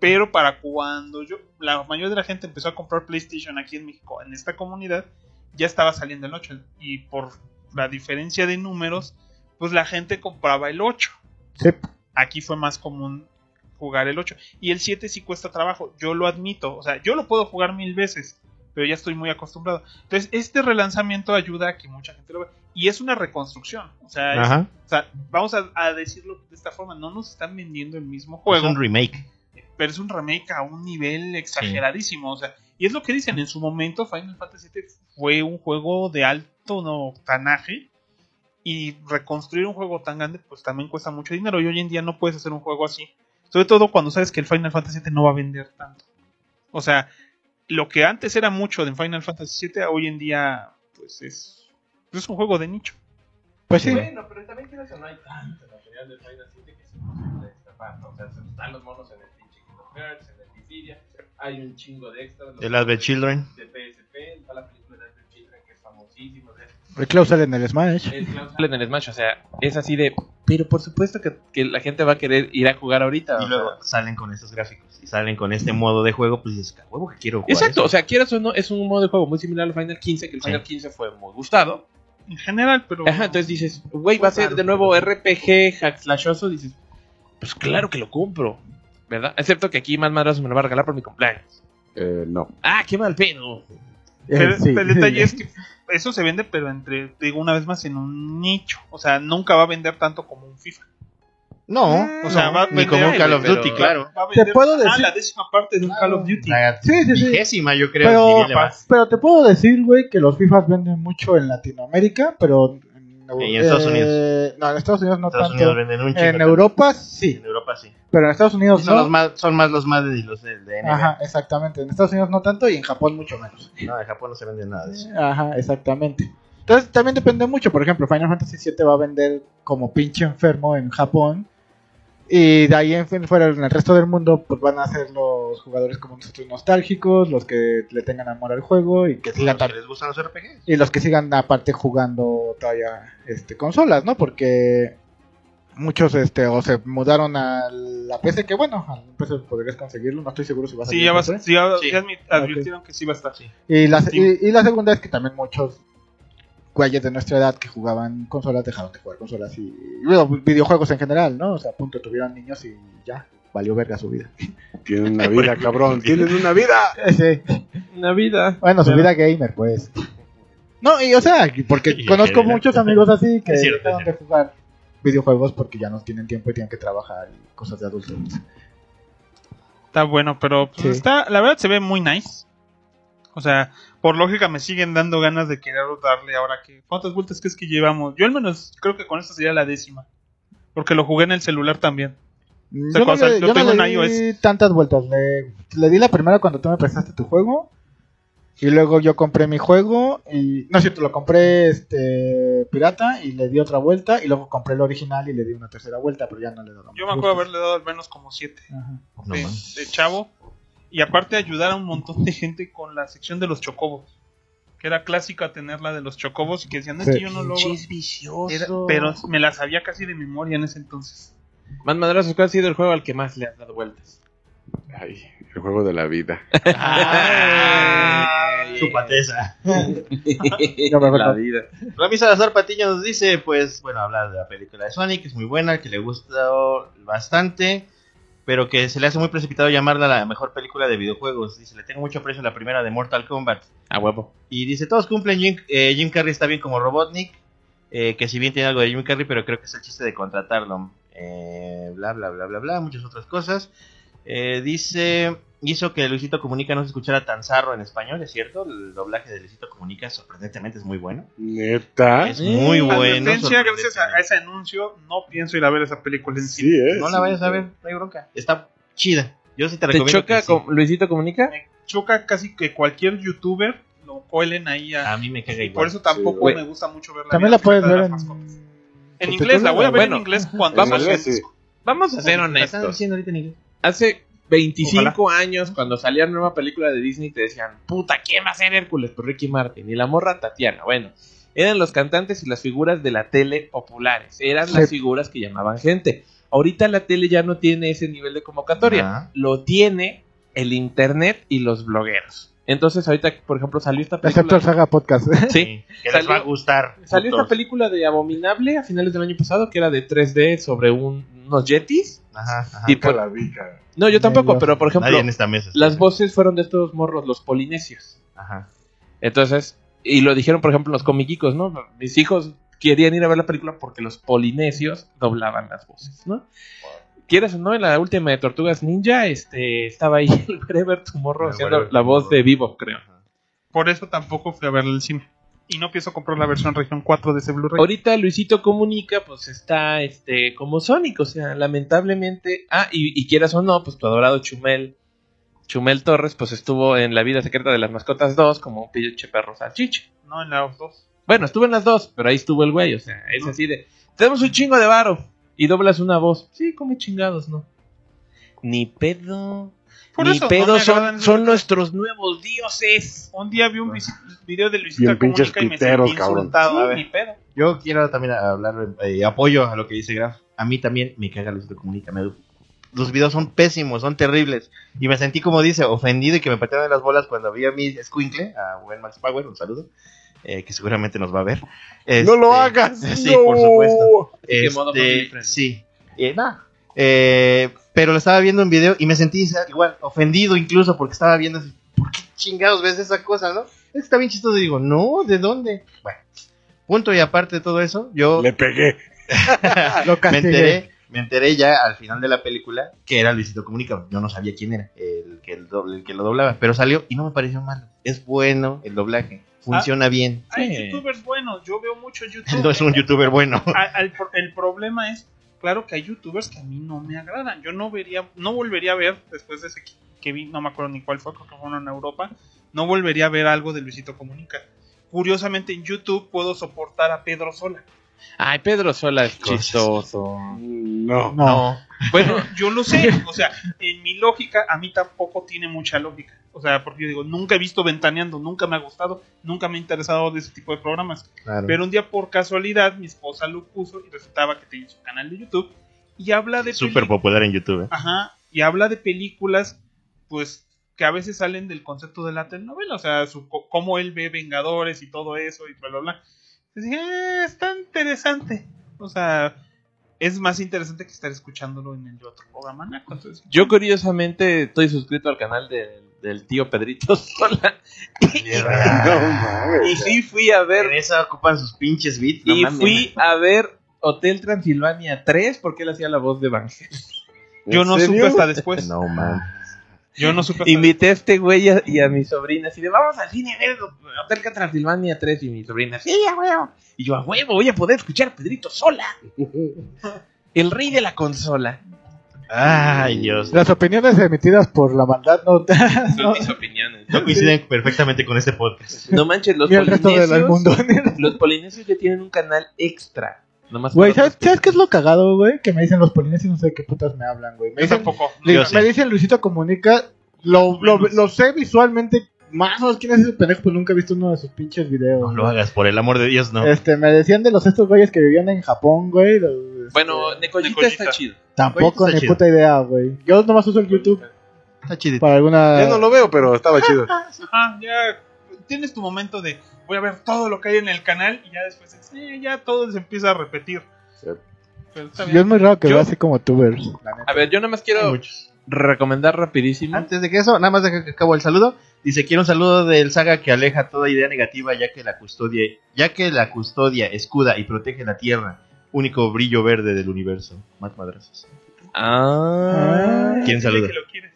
[SPEAKER 4] Pero para cuando yo, la mayoría de la gente empezó a comprar PlayStation aquí en México, en esta comunidad, ya estaba saliendo el 8. Y por la diferencia de números, pues la gente compraba el 8
[SPEAKER 3] Sí.
[SPEAKER 4] aquí fue más común jugar el 8. Y el 7 sí cuesta trabajo, yo lo admito. O sea, yo lo puedo jugar mil veces, pero ya estoy muy acostumbrado. Entonces, este relanzamiento ayuda a que mucha gente lo vea. Y es una reconstrucción. O sea, es-
[SPEAKER 5] Ajá.
[SPEAKER 4] o sea, vamos a, a decirlo de esta forma: no nos están vendiendo el mismo
[SPEAKER 5] Es
[SPEAKER 4] juego,
[SPEAKER 5] un remake.
[SPEAKER 4] pero es un remake a un nivel exageradísimo. O sea, y es lo que dicen: en su momento, Final Fantasy VII fue un juego de alto no, octanaje y reconstruir un juego tan grande pues también cuesta mucho dinero y hoy en día no puedes hacer un juego así. Sobre todo cuando sabes que el Final Fantasy VII no va a vender tanto. O sea, lo que antes era mucho de Final Fantasy VII hoy en día pues es, es un juego de nicho.
[SPEAKER 3] Pues sí.
[SPEAKER 2] Bueno, pero también quieras o no hay tanto material de Final 7 que es imposible destapar. ¿no? O sea, están los monos en el pinche Kingdom Hearts, en el Dissidia, hay un chingo de extras. los
[SPEAKER 5] The Last of Children.
[SPEAKER 2] de PSP, está la película de Advent Children que es famosísima. o sea,
[SPEAKER 3] El Clausel en el Smash.
[SPEAKER 2] el Klaus sale en el Smash, o sea, es así de. Pero por supuesto que, que la gente va a querer ir a jugar ahorita.
[SPEAKER 5] Y
[SPEAKER 2] o sea.
[SPEAKER 5] luego salen con estos gráficos. Y salen con este modo de juego. Pues dices, "Ah, huevo que quiero jugar.
[SPEAKER 2] Exacto,
[SPEAKER 5] eso".
[SPEAKER 2] o sea, quieras o no, es un modo de juego muy similar al Final 15, que el
[SPEAKER 5] Sí.
[SPEAKER 2] Final 15 fue muy gustado.
[SPEAKER 4] En general, pero...
[SPEAKER 2] Ajá, entonces dices, güey, va a ser de nuevo RPG hackslashoso. Dices, pues claro que lo compro, ¿verdad? Excepto que aquí más madrazos me lo va a regalar por mi cumpleaños.
[SPEAKER 6] Eh, no.
[SPEAKER 2] Ah, qué mal pedo.
[SPEAKER 4] Pero,
[SPEAKER 3] Eh, Sí.
[SPEAKER 4] pero el detalle es que eso se vende, pero entre, te digo una vez más, en un nicho. O sea, nunca va a vender tanto como un FIFA.
[SPEAKER 5] No.
[SPEAKER 4] O sea, va a
[SPEAKER 5] Ni
[SPEAKER 4] vender,
[SPEAKER 5] como un Call of
[SPEAKER 2] pero-
[SPEAKER 5] Duty, claro.
[SPEAKER 4] va a vender-
[SPEAKER 3] puedo
[SPEAKER 4] Ah,
[SPEAKER 3] decir-
[SPEAKER 4] la décima parte de un Call of Duty.
[SPEAKER 5] La
[SPEAKER 3] Sí, sí, sí.
[SPEAKER 5] vigésima, yo creo.
[SPEAKER 3] Pero,
[SPEAKER 5] si bien le va.
[SPEAKER 3] pero te puedo decir, güey, que los FIFAs venden mucho en Latinoamérica, pero. En,
[SPEAKER 5] Y en Estados
[SPEAKER 3] Unidos. No, en Estados Unidos no
[SPEAKER 5] Estados
[SPEAKER 3] tanto.
[SPEAKER 5] Unidos venden un chingo.
[SPEAKER 3] en Europa sí,
[SPEAKER 5] En Europa sí.
[SPEAKER 3] pero en Estados Unidos
[SPEAKER 5] Son,
[SPEAKER 3] no.
[SPEAKER 5] los más, son más los más de los de, de NBA.
[SPEAKER 3] Ajá, exactamente. En Estados Unidos no tanto y en Japón mucho menos.
[SPEAKER 5] No, en Japón no se vende nada de eso.
[SPEAKER 3] Ajá, exactamente. Entonces también depende mucho. Por ejemplo, Final Fantasy VII va a vender como pinche enfermo en Japón. Y de ahí en fin- fuera en el resto del mundo, pues van a ser los jugadores como nosotros nostálgicos, los que le tengan amor al juego y que sigan
[SPEAKER 5] les gustan los RPGs.
[SPEAKER 3] y los que sigan aparte jugando todavía este consolas, ¿no? Porque muchos este o se mudaron a la PC que bueno, a la PC podrías conseguirlo, no estoy seguro si vas a
[SPEAKER 4] Sí, ya, va,
[SPEAKER 3] salir
[SPEAKER 4] sí, ya,
[SPEAKER 5] Sí.
[SPEAKER 4] ya admi- advirtieron que sí va a estar.
[SPEAKER 3] Y la,
[SPEAKER 4] Sí.
[SPEAKER 3] y, y la segunda es que también muchos güeyes de nuestra edad que jugaban consolas dejaron de jugar consolas y, y bueno, videojuegos en general, ¿no? O sea, punto tuvieron niños y ya valió verga su vida.
[SPEAKER 6] Tienen una vida, cabrón. Tienen una vida.
[SPEAKER 3] Sí.
[SPEAKER 2] Navidad.
[SPEAKER 3] Bueno, su
[SPEAKER 4] Pero-
[SPEAKER 3] vida gamer, pues. No, y o sea, porque
[SPEAKER 5] Y
[SPEAKER 3] conozco
[SPEAKER 5] que-
[SPEAKER 3] muchos amigos así que
[SPEAKER 5] Es cierto,
[SPEAKER 3] dejaron
[SPEAKER 5] es
[SPEAKER 3] de jugar videojuegos porque ya no tienen tiempo y tienen que trabajar y cosas de adultos.
[SPEAKER 4] Está bueno, pero pues,
[SPEAKER 3] Sí.
[SPEAKER 4] está, la verdad se ve muy nice. O sea, por lógica me siguen dando ganas de querer darle ahora que... ¿Cuántas vueltas crees que llevamos? Yo al menos creo que con esta sería la décima. Porque lo jugué en el celular también. sea,
[SPEAKER 3] yo no
[SPEAKER 4] cuando
[SPEAKER 3] le,
[SPEAKER 4] sal- lo
[SPEAKER 3] yo no
[SPEAKER 4] tengo
[SPEAKER 3] le
[SPEAKER 4] en
[SPEAKER 3] di tantas vueltas. Le, le di la primera cuando tú me prestaste tu juego. Y luego yo compré mi juego. Y, no es cierto, lo compré este pirata y le di otra vuelta. Y luego compré el original y le di una tercera vuelta, pero ya no le he dado
[SPEAKER 4] Yo me
[SPEAKER 3] más
[SPEAKER 4] acuerdo
[SPEAKER 3] vueltas.
[SPEAKER 4] haberle dado al menos como siete
[SPEAKER 3] Ajá.
[SPEAKER 5] No,
[SPEAKER 4] de,
[SPEAKER 5] man.
[SPEAKER 4] de chavo. Y aparte ayudar a un montón de gente con la sección de los chocobos. Que era clásica tenerla de los chocobos y que decían, no, es
[SPEAKER 3] Sí.
[SPEAKER 4] que yo no logro.
[SPEAKER 2] vicioso.
[SPEAKER 4] Era- pero me la sabía casi de memoria en ese entonces.
[SPEAKER 2] Más madrazos, ¿cuál ha sido el juego al que más le has dado vueltas?
[SPEAKER 6] Ay, el juego de la vida.
[SPEAKER 5] Chúpate esa.
[SPEAKER 3] No me acuerdo.
[SPEAKER 2] vida.
[SPEAKER 5] Ramí Salazar Patiño nos dice, pues, bueno, hablar de la película de Sonic, que es muy buena, que le gusta bastante, pero que se le hace muy precipitado llamarla la mejor película de videojuegos. Dice, le tengo mucho aprecio a la primera de Mortal Kombat.
[SPEAKER 2] A huevo.
[SPEAKER 5] Y dice, todos cumplen, Jim, eh, Jim Carrey está bien como Robotnik, eh, que si bien tiene algo de Jim Carrey, pero creo que es el chiste de contratarlo. Eh, bla, bla, bla, bla, bla, muchas otras cosas. Eh, dice, hizo que Luisito Comunica no se escuchara tan zarro en español, ¿es cierto? El doblaje de Luisito Comunica sorprendentemente es muy bueno.
[SPEAKER 2] Ah.
[SPEAKER 6] Neta.
[SPEAKER 5] Es muy
[SPEAKER 4] Bueno,
[SPEAKER 5] bueno.
[SPEAKER 4] gracias a, a ese anuncio, no pienso ir a ver esa película en sí.
[SPEAKER 6] Sí, eh. es.
[SPEAKER 5] No la vayas a ver, no hay bronca. Está chida. Yo sí te
[SPEAKER 2] ¿Te
[SPEAKER 5] recomiendo.
[SPEAKER 2] choca
[SPEAKER 5] que sí.
[SPEAKER 2] con Luisito Comunica?
[SPEAKER 4] Me choca casi que cualquier youtuber lo cuelen ahí a...
[SPEAKER 5] A mí me caga
[SPEAKER 4] y
[SPEAKER 5] Ah, igual.
[SPEAKER 4] por eso tampoco
[SPEAKER 6] güey.
[SPEAKER 4] me gusta mucho verla.
[SPEAKER 3] También la puedes ver en.
[SPEAKER 4] En
[SPEAKER 3] subtítulos,
[SPEAKER 4] inglés, la voy a ver
[SPEAKER 2] Bueno.
[SPEAKER 4] en inglés cuando
[SPEAKER 6] Vamos
[SPEAKER 4] salga.
[SPEAKER 6] sí.
[SPEAKER 2] Vamos a ser
[SPEAKER 5] Lo que están
[SPEAKER 2] honestos.
[SPEAKER 5] diciendo ahorita en inglés.
[SPEAKER 2] Hace 25 años, cuando salía la nueva película de Disney, te decían, puta, ¿quién va a ser Hércules? Pues Ricky Martin. Y la morra Tatiana. Bueno, eran los cantantes y las figuras de la tele populares. Eran las
[SPEAKER 3] Sí.
[SPEAKER 2] figuras que llamaban gente. Ahorita la tele ya no tiene ese nivel de convocatoria.
[SPEAKER 3] Ah.
[SPEAKER 5] Ajá.
[SPEAKER 2] Lo tiene el internet y los blogueros. Entonces, ahorita, por ejemplo, salió esta
[SPEAKER 3] Excepto
[SPEAKER 2] película.
[SPEAKER 3] el Saga Podcast.
[SPEAKER 2] Sí.
[SPEAKER 5] Que les
[SPEAKER 2] Salió-
[SPEAKER 5] va a gustar.
[SPEAKER 2] Salió esta
[SPEAKER 5] putos.
[SPEAKER 2] película de Abominable a finales del año pasado, que era de 3D sobre un- unos yetis.
[SPEAKER 5] Ajá, ajá.
[SPEAKER 2] Y por- no, yo tampoco,
[SPEAKER 3] Ah, Medio-
[SPEAKER 2] pero por ejemplo,
[SPEAKER 5] Nadie en esta mesa.
[SPEAKER 2] las voces fueron de estos morros, los polinesios.
[SPEAKER 5] Ajá.
[SPEAKER 2] Entonces, y lo dijeron, por ejemplo, los comiquicos, ¿no? Mis hijos querían ir a ver la película porque los polinesios doblaban las voces, ¿no? Quieres o no, en la última de Tortugas Ninja, este, estaba ahí el Brever Tomorrow
[SPEAKER 5] El
[SPEAKER 2] haciendo
[SPEAKER 5] Brever
[SPEAKER 2] la voz
[SPEAKER 5] Tomorrow.
[SPEAKER 2] de Vivo, creo.
[SPEAKER 4] Por eso tampoco fui a verla al cine. Y no pienso comprar la versión región 4 de ese Blu-ray.
[SPEAKER 2] Ahorita Luisito Comunica, pues está este como Sonic, o sea, lamentablemente. Ah, y, y quieras o no, pues tu adorado Chumel, Chumel Torres, pues estuvo en La vida secreta de las mascotas 2 como un pinche perro salchicha.
[SPEAKER 4] No, en las dos.
[SPEAKER 2] Bueno, estuvo en las dos, pero ahí estuvo el güey, o sea, es así de. Tenemos un chingo de varo y doblas una voz. Sí, come chingados, ¿no? Ni pedo.
[SPEAKER 4] Por
[SPEAKER 2] ni
[SPEAKER 4] eso no
[SPEAKER 2] pedo,
[SPEAKER 4] me agradan
[SPEAKER 2] son,
[SPEAKER 4] esos-
[SPEAKER 2] son nuestros nuevos dioses.
[SPEAKER 4] Un día vi un visi- video de Luisita
[SPEAKER 6] Bien pinches
[SPEAKER 4] Comunica y me
[SPEAKER 6] piteros,
[SPEAKER 4] sentí
[SPEAKER 6] cabrón.
[SPEAKER 4] insultado.
[SPEAKER 5] A ver.
[SPEAKER 4] ni pedo.
[SPEAKER 5] Yo quiero también hablar, eh, apoyo a lo que dice Graf. A mí también me caga Luisito Comunica. me- los videos son pésimos, son terribles. Y me sentí, como dice, ofendido y que me patearon en las bolas cuando vi a mi escuincle, a buen Max Power, un saludo, eh, que seguramente nos va a ver.
[SPEAKER 6] ¡No lo
[SPEAKER 5] Este,
[SPEAKER 6] hagas!
[SPEAKER 5] Sí,
[SPEAKER 6] ¡No!
[SPEAKER 5] por supuesto.
[SPEAKER 2] ¿De qué modo
[SPEAKER 5] Este,
[SPEAKER 2] family friendly?
[SPEAKER 5] sí. Eh, nah. Eh, pero lo estaba viendo en video y me sentí igual, ofendido incluso porque estaba viendo así, ¿por qué chingados ves esa cosa, no? Está bien chistoso y digo, no, ¿de dónde? Bueno, punto y aparte de todo eso, yo
[SPEAKER 6] Le pegué.
[SPEAKER 3] Lo
[SPEAKER 5] me
[SPEAKER 3] castigué.
[SPEAKER 5] enteré, me enteré ya al final de la película que era Luisito Comunica. Yo no sabía quién era el que, el doble- el que lo doblaba, pero salió y no me pareció malo. Es bueno el doblaje,
[SPEAKER 2] Ah.
[SPEAKER 5] funciona bien.
[SPEAKER 4] Hay
[SPEAKER 2] Sí.
[SPEAKER 4] youtubers buenos, yo veo mucho YouTube.
[SPEAKER 5] No es un youtuber bueno.
[SPEAKER 4] A- al pro- el problema es, claro que hay youtubers que a mí no me agradan. Yo no vería, no volvería a ver, después de ese que, que vi, no me acuerdo ni cuál fue, creo que fue uno en Europa, no volvería a ver algo de Luisito Comunica. Curiosamente en YouTube puedo soportar a Pedro Sola.
[SPEAKER 2] Ay, Pedro Sola es
[SPEAKER 5] Cosas.
[SPEAKER 2] chistoso.
[SPEAKER 6] No.
[SPEAKER 3] No.
[SPEAKER 2] Bueno,
[SPEAKER 4] Yo lo sé, o sea, en mi lógica a mí tampoco tiene mucha lógica. O sea, porque yo digo, nunca he visto ventaneando, nunca me ha gustado, nunca me ha interesado de ese tipo de programas. Pero un día por casualidad mi esposa lo puso y resultaba que tenía su canal de YouTube y habla de
[SPEAKER 5] Súper
[SPEAKER 4] peli-
[SPEAKER 5] popular en YouTube. ¿eh?
[SPEAKER 4] Ajá, y habla de películas pues que a veces salen del concepto de la telenovela, o sea, su, co- cómo él ve Vengadores y todo eso y bla bla bla. Y dije, "Ah, está interesante. O sea, es más interesante que estar escuchándolo en el otro programa. naco". Entonces,
[SPEAKER 2] yo curiosamente estoy suscrito al canal del- del tío Pedrito Sola.
[SPEAKER 6] No mames.
[SPEAKER 2] Y sí fui a ver
[SPEAKER 5] En esa ocupan sus pinches beats. no
[SPEAKER 2] Y
[SPEAKER 5] mames.
[SPEAKER 2] fui a ver Hotel Transilvania 3 porque él hacía la voz de Vangel.
[SPEAKER 4] yo no
[SPEAKER 6] ¿En
[SPEAKER 4] supe
[SPEAKER 6] serio?
[SPEAKER 4] hasta después.
[SPEAKER 5] No mames.
[SPEAKER 4] Yo no supe hasta
[SPEAKER 2] Invité a este güey y a- y a mi sobrina así de vamos al cine a ver Hotel Transilvania 3 y mi sobrina sí, a huevo. Y yo a huevo voy a poder escuchar a Pedrito sola, el rey de la consola.
[SPEAKER 5] Ay, Dios.
[SPEAKER 3] Las opiniones emitidas por la maldad no,
[SPEAKER 2] Son
[SPEAKER 3] no-
[SPEAKER 2] mis opiniones.
[SPEAKER 5] No coinciden perfectamente con este podcast.
[SPEAKER 2] No manches, los
[SPEAKER 3] ni el resto del
[SPEAKER 2] polinesios.
[SPEAKER 3] mundo.
[SPEAKER 2] Los polinesios ya tienen un canal extra. Nomás
[SPEAKER 3] Güey,
[SPEAKER 2] para
[SPEAKER 3] ¿sabes, ¿sabes qué es lo cagado, güey? Que me dicen los polinesios, no sé de qué putas me hablan, güey.
[SPEAKER 4] Yo
[SPEAKER 3] Me dicen,
[SPEAKER 4] tampoco.
[SPEAKER 3] le-
[SPEAKER 5] Yo sé.
[SPEAKER 3] me dicen Luisito Comunica, lo, lo, lo sé visualmente, más o menos quién es ese pendejo, pues nunca he visto uno de sus pinches videos.
[SPEAKER 5] No
[SPEAKER 3] güey.
[SPEAKER 5] lo hagas, por el amor de Dios, no.
[SPEAKER 3] Este, me decían de los estos güeyes que vivían en Japón, güey. los, este,
[SPEAKER 2] Bueno, Eh, Necoyita
[SPEAKER 4] Necoyita.
[SPEAKER 2] está chido.
[SPEAKER 3] tampoco
[SPEAKER 5] Oye, está
[SPEAKER 3] ni
[SPEAKER 5] chido.
[SPEAKER 3] puta idea, güey. Yo nomás uso el YouTube
[SPEAKER 5] Está chidito.
[SPEAKER 3] para alguna.
[SPEAKER 6] Ya no lo veo, pero estaba chido.
[SPEAKER 4] Ajá, ya tienes tu momento de voy a ver todo lo que hay en el canal y ya después es, "Eh, ya todo se empieza a repetir.
[SPEAKER 6] Sí.
[SPEAKER 4] Pero está bien.
[SPEAKER 3] Yo es muy raro que
[SPEAKER 2] Yo-
[SPEAKER 3] vea así como tubers.
[SPEAKER 2] A ver, yo nomás quiero recomendar rapidísimo.
[SPEAKER 5] Antes de que eso, nada más deja que acabo el saludo. Dice, quiero un saludo del saga que aleja toda idea negativa ya que la custodia, ya que la custodia, escuda y protege la tierra. Único brillo verde del universo. Más madrazos.
[SPEAKER 2] Ah.
[SPEAKER 3] Ah.
[SPEAKER 5] ¿Quién saluda?
[SPEAKER 4] Dile que lo quiere.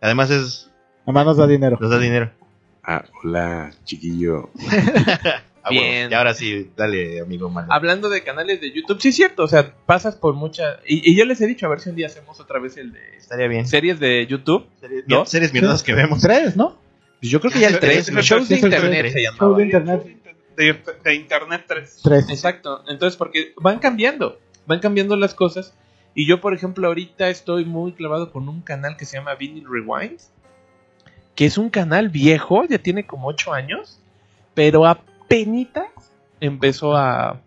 [SPEAKER 5] Además es,
[SPEAKER 3] Nomás nos da dinero.
[SPEAKER 5] nos da dinero.
[SPEAKER 6] Ah, hola, chiquillo.
[SPEAKER 5] Ah, bueno,
[SPEAKER 2] Bien.
[SPEAKER 5] y ahora sí, dale, amigo malo.
[SPEAKER 2] Hablando de canales de YouTube, sí es cierto, o sea, pasas por muchas... Y, y yo les he dicho, a ver si un día hacemos otra vez el de
[SPEAKER 5] Estaría bien.
[SPEAKER 2] series de YouTube.
[SPEAKER 5] Series,
[SPEAKER 2] ¿No?
[SPEAKER 5] series mierdas que vemos.
[SPEAKER 3] Tres, ¿no?
[SPEAKER 2] Pues Yo creo que ya el 3,
[SPEAKER 5] Sí, sí,
[SPEAKER 2] shows de
[SPEAKER 5] sí, sí,
[SPEAKER 2] internet
[SPEAKER 5] sí,
[SPEAKER 2] se
[SPEAKER 5] sí.
[SPEAKER 3] Show
[SPEAKER 2] llamaba.
[SPEAKER 3] de internet.
[SPEAKER 4] De, de Internet 3.
[SPEAKER 3] Tres.
[SPEAKER 2] Exacto, entonces porque van cambiando, van cambiando las cosas Y yo, por ejemplo, ahorita estoy muy clavado con un canal que se llama Vinyl Rewind, que es un canal viejo, ya tiene como 8 años, pero apenas empezó a,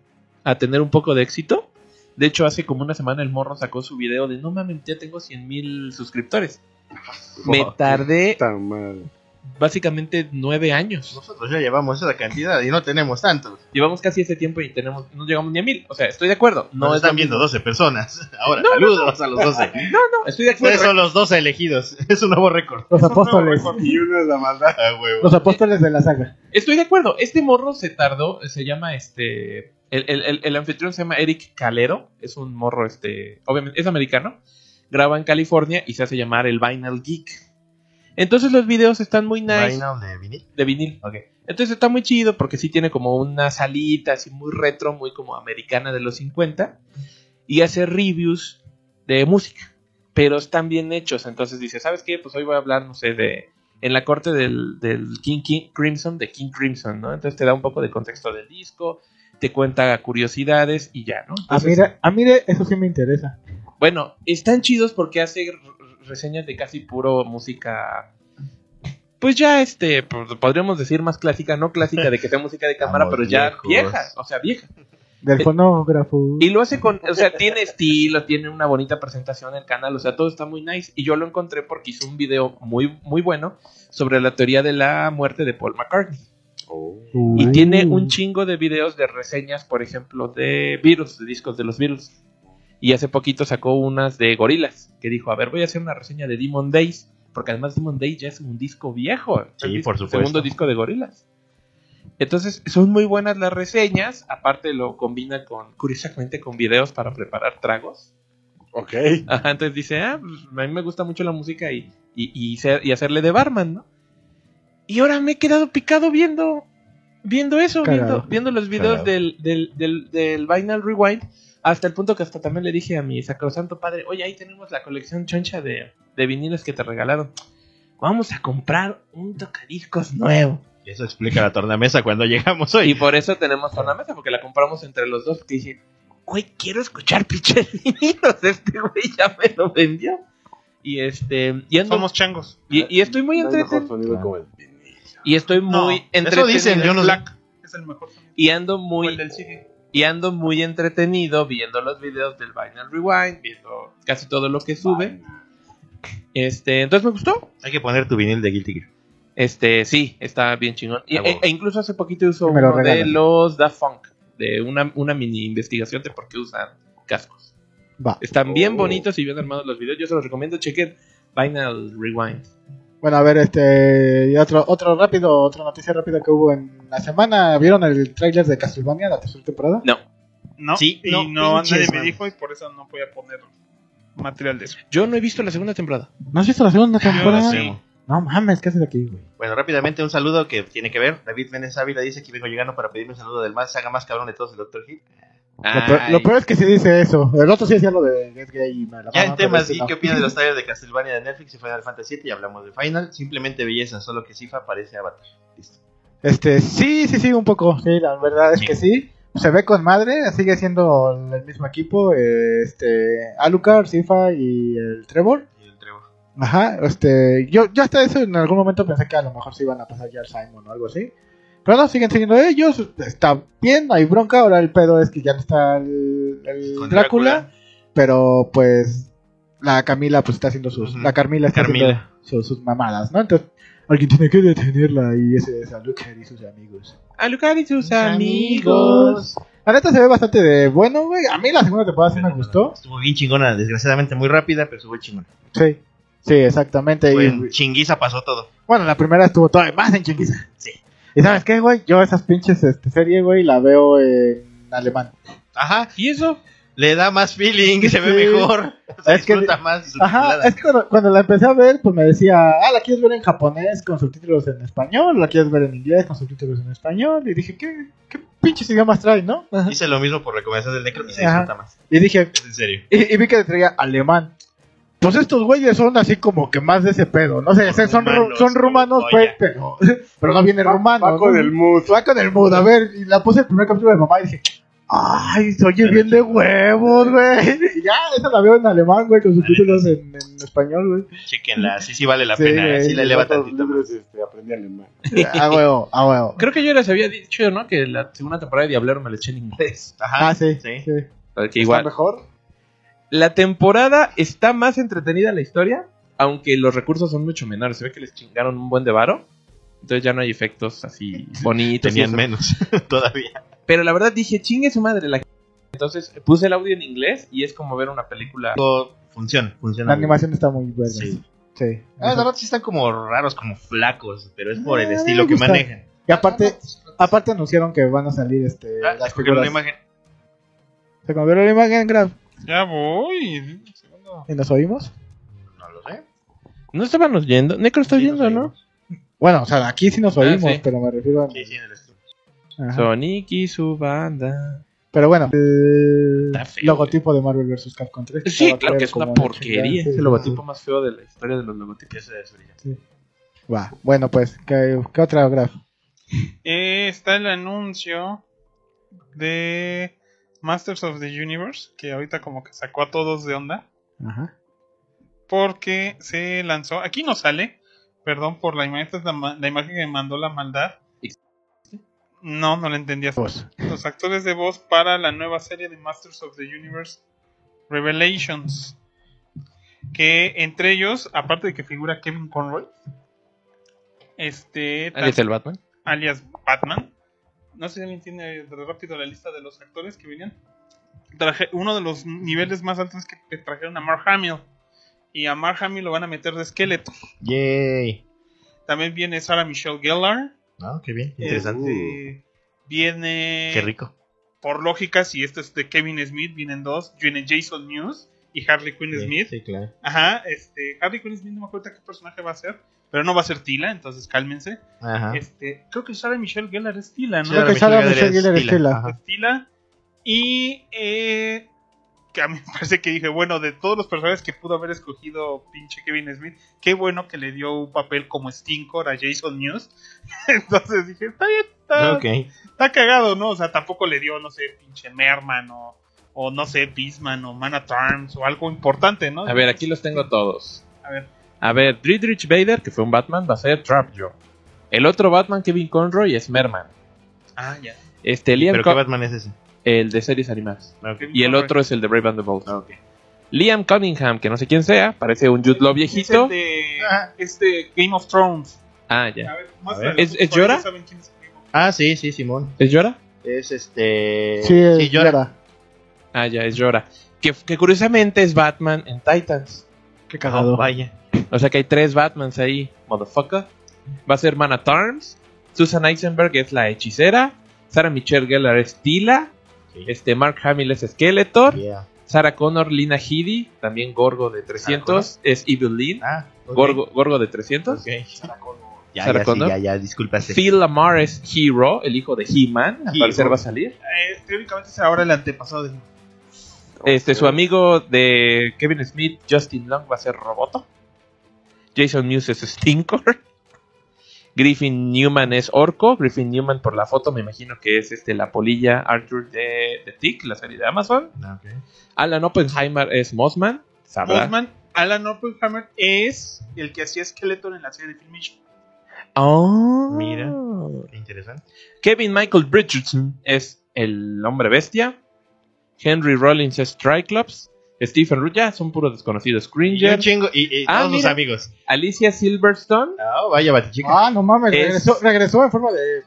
[SPEAKER 2] a tener un poco de éxito. De hecho, hace como una semana el morro sacó su video de no mames, ya tengo 100 mil suscriptores. Me tardé
[SPEAKER 6] Puta madre.
[SPEAKER 2] básicamente 9 años.
[SPEAKER 5] Nosotros ya llevamos esa cantidad y no tenemos tantos.
[SPEAKER 2] Llevamos casi ese tiempo y tenemos, no llegamos ni a mil. O sea, estoy de acuerdo. No,
[SPEAKER 5] No
[SPEAKER 2] es lo
[SPEAKER 5] están viendo 12 personas. Ahora, saludos a los 12.
[SPEAKER 2] mismo. estoy de
[SPEAKER 5] Ustedes
[SPEAKER 2] acuerdo.
[SPEAKER 5] son los 12 elegidos. Es un nuevo récord.
[SPEAKER 3] Los apóstoles.
[SPEAKER 6] Y uno es la maldad.
[SPEAKER 5] Ah, huevo.
[SPEAKER 3] Los apóstoles de la saga.
[SPEAKER 2] Estoy de acuerdo. Este morro se tardó, se llama este. El, el- el- el anfitrión se llama Eric Calero. Es un morro, este. Obviamente, es americano. Graba en California y se hace llamar el Vinyl Geek. Entonces los videos están muy nice
[SPEAKER 5] Vinyl de vinil.
[SPEAKER 2] de vinil.
[SPEAKER 5] Ok.
[SPEAKER 2] Entonces está muy chido porque sí tiene como una salita así muy retro, muy como americana de los 50. Y hace reviews de música, pero están bien hechos. Entonces dice, ¿sabes qué? Pues hoy voy a hablar, no sé, de... En la corte del, del King, King Crimson, de King Crimson, ¿no? Entonces te da un poco de contexto del disco, te cuenta curiosidades y ya, ¿no?
[SPEAKER 3] A
[SPEAKER 2] Entonces,
[SPEAKER 3] mire, a mire, eso sí me interesa.
[SPEAKER 2] bueno, están chidos porque hace r- reseñas de casi puro música. Pues ya, este, po- podríamos decir más clásica, no clásica de que sea música de cámara,
[SPEAKER 5] Vamos
[SPEAKER 2] pero ya
[SPEAKER 5] lejos.
[SPEAKER 2] vieja, o sea, vieja.
[SPEAKER 3] Del
[SPEAKER 2] Eh,
[SPEAKER 3] fonógrafo.
[SPEAKER 2] Y lo hace con, o sea, tiene estilo, tiene una bonita presentación en el canal, o sea, todo está muy nice. Y yo lo encontré porque hizo un video muy, muy bueno sobre la teoría de la muerte de Paul McCartney.
[SPEAKER 6] Oh.
[SPEAKER 2] Y
[SPEAKER 3] Uh.
[SPEAKER 2] tiene un chingo de videos de reseñas, por ejemplo, de virus, de discos de los virus. Y hace poquito sacó unas de gorilas, que dijo, a ver, voy a hacer una reseña de Demon Days, porque además Demon Days ya es un disco viejo. Es el
[SPEAKER 5] Sí,
[SPEAKER 2] dis-
[SPEAKER 5] por supuesto.
[SPEAKER 2] Segundo disco de gorilas. Entonces, son muy buenas las reseñas, aparte lo combina con, curiosamente, con videos para preparar tragos.
[SPEAKER 6] Ok.
[SPEAKER 2] Ajá, entonces dice, ah, pues, a mí me gusta mucho la música y, y, y ser- y hacerle de barman, ¿no? Y ahora me he quedado picado viendo, viendo eso, viendo,
[SPEAKER 3] Cagado.
[SPEAKER 2] viendo los videos
[SPEAKER 5] Cagado.
[SPEAKER 2] del, del, del, del Vinyl Rewind, hasta el punto que hasta también le dije a mi sacrosanto padre, oye, ahí tenemos la colección choncha de, de viniles que te regalaron. Vamos a comprar un tocadiscos nuevo.
[SPEAKER 5] Y eso explica la tornamesa cuando llegamos hoy.
[SPEAKER 2] Y por eso tenemos una mesa, porque la compramos entre los dos. Que dije, güey, quiero escuchar pinches vinilos. Este güey ya me lo vendió. Y este, y ando-
[SPEAKER 4] Somos changos.
[SPEAKER 2] y, y estoy muy
[SPEAKER 6] No hay mejor
[SPEAKER 2] entretenido.
[SPEAKER 6] sonido como el vinil.
[SPEAKER 2] Y estoy muy entretenido.
[SPEAKER 5] eso dicen, yo no sé.
[SPEAKER 4] Black es el mejor sonido.
[SPEAKER 2] Y ando
[SPEAKER 4] O
[SPEAKER 2] muy.
[SPEAKER 4] el del CD.
[SPEAKER 2] Y ando muy entretenido viendo los videos del Vinyl Rewind, viendo casi todo lo que sube. Este, entonces me gustó.
[SPEAKER 5] Hay que poner tu vinil de Guilty Gear.
[SPEAKER 2] Este, sí, está bien chingón. Y-
[SPEAKER 5] Ah,
[SPEAKER 2] e,
[SPEAKER 5] bueno.
[SPEAKER 2] e incluso hace poquito usó
[SPEAKER 3] Que me lo
[SPEAKER 2] uno de
[SPEAKER 3] regalen.
[SPEAKER 2] los Da Funk, de una, una mini investigación de por qué usan cascos.
[SPEAKER 3] Va.
[SPEAKER 2] Están bien
[SPEAKER 6] Oh.
[SPEAKER 2] bonitos y bien armados los videos. Yo se los recomiendo. Chequen Vinyl Rewind.
[SPEAKER 3] Bueno, a ver, este. Y otro, otro rápido, otra noticia rápida que hubo en la semana. ¿Vieron el tráiler de Castlevania, la tercera temporada?
[SPEAKER 2] No,
[SPEAKER 4] No,
[SPEAKER 5] Sí,
[SPEAKER 4] y
[SPEAKER 5] no,
[SPEAKER 4] no,
[SPEAKER 5] pinches,
[SPEAKER 4] nadie me
[SPEAKER 5] man.
[SPEAKER 4] dijo y por eso no podía poner material de eso.
[SPEAKER 2] yo no he visto la segunda temporada.
[SPEAKER 3] ¿No has visto la segunda
[SPEAKER 4] temporada?
[SPEAKER 3] temporada?
[SPEAKER 4] sí.
[SPEAKER 3] No mames, ¿qué haces aquí, güey?
[SPEAKER 5] Bueno, rápidamente un saludo que tiene que ver. David Menes Ávila dice que vengo llegando para pedirme un saludo del más saga más cabrón de todos, el Dr. Hit.
[SPEAKER 3] Lo peor, lo
[SPEAKER 2] Ay.
[SPEAKER 3] peor es que sí dice eso. El otro sí decía lo de Get Gay y me la
[SPEAKER 2] Ah,
[SPEAKER 5] Ya
[SPEAKER 3] mama, pero
[SPEAKER 5] en temas,
[SPEAKER 3] este
[SPEAKER 5] sí,
[SPEAKER 3] no.
[SPEAKER 5] ¿qué opinas de los trailers de Castlevania de Netflix y Final Fantasy VII? Y hablamos de Final. Simplemente belleza, solo que Sifa parece Avatar. Listo.
[SPEAKER 3] Este, sí, sí, sí, un poco. Sí, la verdad es
[SPEAKER 5] Sí.
[SPEAKER 3] que sí. Se ve con madre, sigue siendo el mismo equipo. eh, Este, Alucard, Sifa y el Trevor.
[SPEAKER 5] Y el Trevor.
[SPEAKER 3] Ajá, este, yo, yo hasta eso en algún momento pensé que a lo mejor se iban a pasar ya al Simon o algo así. Pero no, siguen siguiendo ellos. Está bien, no hay bronca. Ahora el pedo es que ya no está el, el
[SPEAKER 5] Con
[SPEAKER 3] Drácula,
[SPEAKER 5] Drácula.
[SPEAKER 3] Pero pues la Camila pues está haciendo sus.
[SPEAKER 5] Ujú.
[SPEAKER 3] La Carmila está
[SPEAKER 5] Carmila.
[SPEAKER 3] haciendo su- sus mamadas, ¿no? Entonces, alguien tiene que detenerla y ese es Alucard y sus amigos.
[SPEAKER 2] Alucard y sus amigos.
[SPEAKER 3] La neta se ve bastante de bueno, güey. A mí la segunda temporada sí me gustó.
[SPEAKER 5] Estuvo bien chingona, desgraciadamente muy rápida, pero estuvo chingona.
[SPEAKER 3] Sí. Sí, exactamente.
[SPEAKER 5] Fue
[SPEAKER 3] y-
[SPEAKER 5] en Chinguiza pasó todo.
[SPEAKER 3] Bueno, la primera estuvo todavía más en chinguiza.
[SPEAKER 5] Sí.
[SPEAKER 3] ¿Y sabes qué, güey? Yo esas pinches este, serie, güey, la veo en alemán.
[SPEAKER 5] Ajá,
[SPEAKER 2] ¿Y eso?
[SPEAKER 5] le da más feeling, se ve
[SPEAKER 3] Sí.
[SPEAKER 5] mejor. Se
[SPEAKER 3] Es que-
[SPEAKER 5] disfruta más.
[SPEAKER 3] Ajá, es que cuando, cuando la empecé a ver, pues me decía, ah, la quieres ver en japonés con subtítulos en español, la quieres ver en inglés con subtítulos en español. Y dije, ¿qué, qué pinches idiomas trae, no? Ajá.
[SPEAKER 5] Hice lo mismo por recomendación del Necro y se
[SPEAKER 3] Ajá.
[SPEAKER 5] disfruta más.
[SPEAKER 3] Y dije,
[SPEAKER 5] Es en serio.
[SPEAKER 3] y, y vi que traía alemán. Pues estos güeyes son así como que más de ese pedo. No sé, son, ru-
[SPEAKER 5] Rumanos,
[SPEAKER 3] son rumanos,
[SPEAKER 5] como
[SPEAKER 3] pues, pero, pero no viene rumano.
[SPEAKER 6] Va con
[SPEAKER 3] ¿no?
[SPEAKER 6] el mood.
[SPEAKER 3] Flaca del mood, a ver, y la puse el primer capítulo de mamá y dije, Ay, se oye bien de huevos, güey. Y Ya, esa la veo en alemán, güey, con subtítulos en, en español, güey.
[SPEAKER 5] Chequenla, sí, sí vale la
[SPEAKER 3] Sí,
[SPEAKER 5] pena.
[SPEAKER 3] güey,
[SPEAKER 5] Sí la
[SPEAKER 3] le
[SPEAKER 5] eleva
[SPEAKER 6] Todos
[SPEAKER 5] tantito.
[SPEAKER 6] los libros, este, aprendí alemán.
[SPEAKER 3] A Ah, huevo, a huevo.
[SPEAKER 2] Creo que yo les había dicho, ¿no? Que la segunda temporada de Diablero me la eché en inglés.
[SPEAKER 5] Ajá.
[SPEAKER 3] Ah, sí.
[SPEAKER 5] sí.
[SPEAKER 3] sí.
[SPEAKER 2] Que
[SPEAKER 6] ¿Está
[SPEAKER 2] igual.
[SPEAKER 6] mejor?
[SPEAKER 2] La temporada está más entretenida la historia, aunque los recursos son mucho menores. Se ve que les chingaron un buen de varo. Entonces ya no hay efectos así bonitos. y
[SPEAKER 5] Tenían
[SPEAKER 2] eso.
[SPEAKER 5] menos todavía.
[SPEAKER 2] Pero la verdad dije, chingue su madre. La... Entonces puse el audio en inglés y es como ver una película.
[SPEAKER 5] Todo funciona, funciona.
[SPEAKER 3] La
[SPEAKER 5] muy bien.
[SPEAKER 3] animación está muy buena.
[SPEAKER 5] Sí.
[SPEAKER 3] Sí.
[SPEAKER 5] Ah, de verdad sí están como raros, como flacos, pero es por el
[SPEAKER 3] Ah,
[SPEAKER 5] estilo
[SPEAKER 3] me
[SPEAKER 5] que
[SPEAKER 3] gusta. Eh,
[SPEAKER 5] manejan.
[SPEAKER 3] Y aparte, aparte anunciaron que van a salir este
[SPEAKER 5] Ah,
[SPEAKER 3] las
[SPEAKER 5] escogieron
[SPEAKER 3] figuras.
[SPEAKER 5] una imagen.
[SPEAKER 3] Se cambió la imagen, Graf.
[SPEAKER 4] Ya voy.
[SPEAKER 3] ¿Y nos oímos?
[SPEAKER 5] No lo sé.
[SPEAKER 2] No estaban oyendo. Necro, estás
[SPEAKER 5] Sí, nos
[SPEAKER 2] viendo, ¿no?
[SPEAKER 3] Bueno, o sea, aquí sí nos
[SPEAKER 2] Ah,
[SPEAKER 3] oímos,
[SPEAKER 2] sí.
[SPEAKER 3] pero me refiero a...
[SPEAKER 5] Sí, sí, en el estudio.
[SPEAKER 3] Ajá.
[SPEAKER 2] Sonic y su banda.
[SPEAKER 3] Pero bueno, el
[SPEAKER 2] Está feo,
[SPEAKER 3] logotipo de Marvel vs. Capcom 3.
[SPEAKER 2] Sí,
[SPEAKER 3] Estaba
[SPEAKER 2] claro que es
[SPEAKER 3] como
[SPEAKER 2] una
[SPEAKER 3] de
[SPEAKER 2] porquería.
[SPEAKER 3] chingada,
[SPEAKER 2] Es
[SPEAKER 3] sí.
[SPEAKER 2] el logotipo más feo de la historia de los logotipos.
[SPEAKER 5] Ese es brillante.
[SPEAKER 3] Va, bueno, pues, ¿qué, qué otra Graf?
[SPEAKER 4] Eh, está el anuncio de Masters of the Universe, que ahorita como que sacó a todos de onda,
[SPEAKER 3] Ajá.
[SPEAKER 4] porque se lanzó, aquí no sale, perdón por la imagen, esta es la, ma- la imagen que me mandó la maldad. No, no la entendías.
[SPEAKER 3] Voz.
[SPEAKER 4] Los actores de voz para la nueva serie de Masters of the Universe Revelations. Que entre ellos, aparte de que figura Kevin Conroy, este, tam-
[SPEAKER 2] Ah, ¿Es el Batman?
[SPEAKER 4] alias Batman. No sé si alguien tiene rápido la lista de los actores que venían. Traje uno de los niveles más altos que que trajeron a Mark Hamill. Y a Mark Hamill lo van a meter de esqueleto.
[SPEAKER 5] Yay.
[SPEAKER 4] También viene Sarah Michelle Gellar.
[SPEAKER 5] No, qué
[SPEAKER 3] Eh,
[SPEAKER 5] bien. Interesante.
[SPEAKER 4] Este, viene.
[SPEAKER 5] Qué rico.
[SPEAKER 4] Por lógica, si este es de Kevin Smith, vienen dos. Viene Jason News y Harley Quinn
[SPEAKER 5] Sí,
[SPEAKER 4] Smith.
[SPEAKER 5] Sí, claro.
[SPEAKER 4] Ajá, este. Harley Quinn Smith no me acuerdo qué personaje va a ser. Pero no va a ser Tila, entonces cálmense.
[SPEAKER 5] Ajá.
[SPEAKER 4] Este, creo que Sarah Michelle Gellar es Tila, ¿no?
[SPEAKER 5] Ah. Sí, ahora
[SPEAKER 3] que
[SPEAKER 5] me
[SPEAKER 3] salga
[SPEAKER 5] salga
[SPEAKER 3] Michelle
[SPEAKER 5] de
[SPEAKER 3] Gellar
[SPEAKER 5] Estila.
[SPEAKER 3] Estila.
[SPEAKER 5] Ajá.
[SPEAKER 4] Tila. Y eh, que a mí me parece que dije, bueno, de todos los personajes que pudo haber escogido pinche Kevin Smith, qué bueno que le dio un papel como Stinkor a Jason News. Entonces dije, está bien, está,
[SPEAKER 5] Ok.
[SPEAKER 4] está cagado, ¿no? O sea, tampoco le dio, no sé, pinche Merman o, o no sé, Beastman o Man at Arms o algo importante, ¿no?
[SPEAKER 2] A ver, aquí los tengo todos.
[SPEAKER 4] A ver.
[SPEAKER 2] A ver, Friedrich Bader, que fue un Batman, va a ser Trapjaw. El otro Batman, Kevin Conroy, es Merman.
[SPEAKER 4] Ah, ya.
[SPEAKER 2] Este, Liam
[SPEAKER 5] Pero qué
[SPEAKER 2] Co-
[SPEAKER 5] Batman es ese.
[SPEAKER 2] el de series animadas.
[SPEAKER 5] Ok.
[SPEAKER 2] Y el otro es el de Brave and the Bold.
[SPEAKER 5] Ah,
[SPEAKER 2] Liam Cunningham, que no sé quién sea, parece un Jude
[SPEAKER 4] Es
[SPEAKER 2] Law
[SPEAKER 4] el
[SPEAKER 2] viejito.
[SPEAKER 4] de
[SPEAKER 5] Ajá.
[SPEAKER 4] este Game of Thrones.
[SPEAKER 2] Ah, ya.
[SPEAKER 4] ver,
[SPEAKER 2] ver. ¿Es- es Jorah?
[SPEAKER 4] ¿Saben quién es Game of
[SPEAKER 5] Ah, sí, sí, Simón.
[SPEAKER 2] ¿Es Llora?
[SPEAKER 5] Es este.
[SPEAKER 3] Sí, es
[SPEAKER 5] llora.
[SPEAKER 3] Yara.
[SPEAKER 2] Ah, ya, es Llora. Que, que curiosamente es Batman en Titans.
[SPEAKER 3] Qué
[SPEAKER 5] Oh,
[SPEAKER 3] cagado.
[SPEAKER 5] vaya.
[SPEAKER 2] O sea que hay tres Batmans ahí, motherfucker. Va a ser Man at Arms. Susan Eisenberg es la hechicera. Sarah Michelle Gellar es Tila.
[SPEAKER 5] Sí.
[SPEAKER 2] Este, Mark Hamill es Skeletor.
[SPEAKER 5] Yeah.
[SPEAKER 2] Sarah Connor, Lina Headey, también Gorgo de 300, es Evil Lynn,
[SPEAKER 5] Ah, ok.
[SPEAKER 2] Gorgo, Gorgo de 300.
[SPEAKER 5] Ok. Ya, ya,
[SPEAKER 2] Sarah
[SPEAKER 5] sí,
[SPEAKER 2] Connor.
[SPEAKER 5] ya, ya, discúlpase.
[SPEAKER 2] Phil Lamar es Hero, el hijo de He-Man, al
[SPEAKER 5] Hero.
[SPEAKER 2] parecer va a salir.
[SPEAKER 4] Eh, teóricamente es ahora el antepasado de
[SPEAKER 2] Este, su amigo de Kevin Smith, Justin Long, va a ser Roboto. Jason Mewes es Stinkor. Griffin Newman es Orco. Griffin Newman, por la foto, me imagino que es este, la polilla Arthur de, de Tick, la serie de Amazon.
[SPEAKER 5] Ah, ok.
[SPEAKER 2] Alan Oppenheimer es Mossman. sabrá.
[SPEAKER 4] Mothman, Alan Oppenheimer es el que hacía Skeletor en la serie de Filmation.
[SPEAKER 2] Oh.
[SPEAKER 5] Mira. Qué Interesante.
[SPEAKER 2] Kevin Michael Richardson es el hombre bestia. Henry Rollins es Triclops. Stephen Root, ya son puros desconocidos.
[SPEAKER 5] Y un
[SPEAKER 2] Cringer.
[SPEAKER 5] chingo. Y, y
[SPEAKER 2] Ah,
[SPEAKER 5] todos sus
[SPEAKER 2] mira.
[SPEAKER 5] amigos.
[SPEAKER 2] Alicia Silverstone.
[SPEAKER 5] Ah, vaya, batichica.
[SPEAKER 3] Ah, no mames,
[SPEAKER 2] Es-
[SPEAKER 3] regresó, regresó en forma de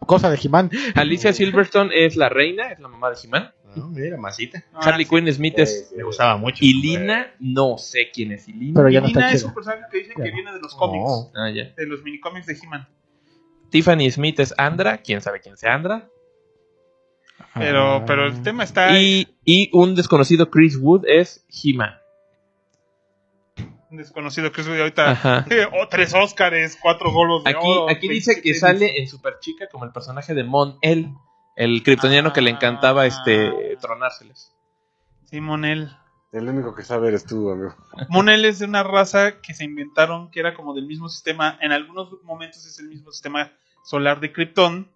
[SPEAKER 3] cosa de He-Man.
[SPEAKER 2] Alicia Silverstone es la reina, es la mamá de He-Man.
[SPEAKER 5] Ah, mira, masita.
[SPEAKER 2] Harley Quinn Smith es.
[SPEAKER 5] Me gustaba mucho.
[SPEAKER 2] Y Lina, no sé quién es Ilina.
[SPEAKER 3] Pero ya no
[SPEAKER 4] Lina
[SPEAKER 3] está
[SPEAKER 4] es
[SPEAKER 3] chido.
[SPEAKER 4] un personaje que dicen que
[SPEAKER 3] Ya. Oh.
[SPEAKER 4] viene de los
[SPEAKER 5] No.
[SPEAKER 4] cómics,
[SPEAKER 2] Ah, ya.
[SPEAKER 4] de los minicómics de He-Man.
[SPEAKER 2] Tiffany Smith es Andra, quién sabe quién sea Andra.
[SPEAKER 4] Pero,
[SPEAKER 3] Ah.
[SPEAKER 4] pero el tema está
[SPEAKER 2] Y, y un desconocido Chris Wood es He-Man.
[SPEAKER 4] en desconocido que es de ahorita.
[SPEAKER 2] Ajá.
[SPEAKER 4] o tres Óscares, cuatro golos de
[SPEAKER 2] Ah. Aquí,
[SPEAKER 4] oro,
[SPEAKER 2] aquí dice que
[SPEAKER 4] 26.
[SPEAKER 2] sale en Superchica como el personaje de Mon El, el kryptoniano que le encantaba este tronárseles.
[SPEAKER 4] Sí, Monel.
[SPEAKER 6] El único que sabe eres tú, amigo.
[SPEAKER 4] Monel es de una raza que se inventaron que era como del mismo sistema. En algunos momentos es el mismo sistema solar de Krypton.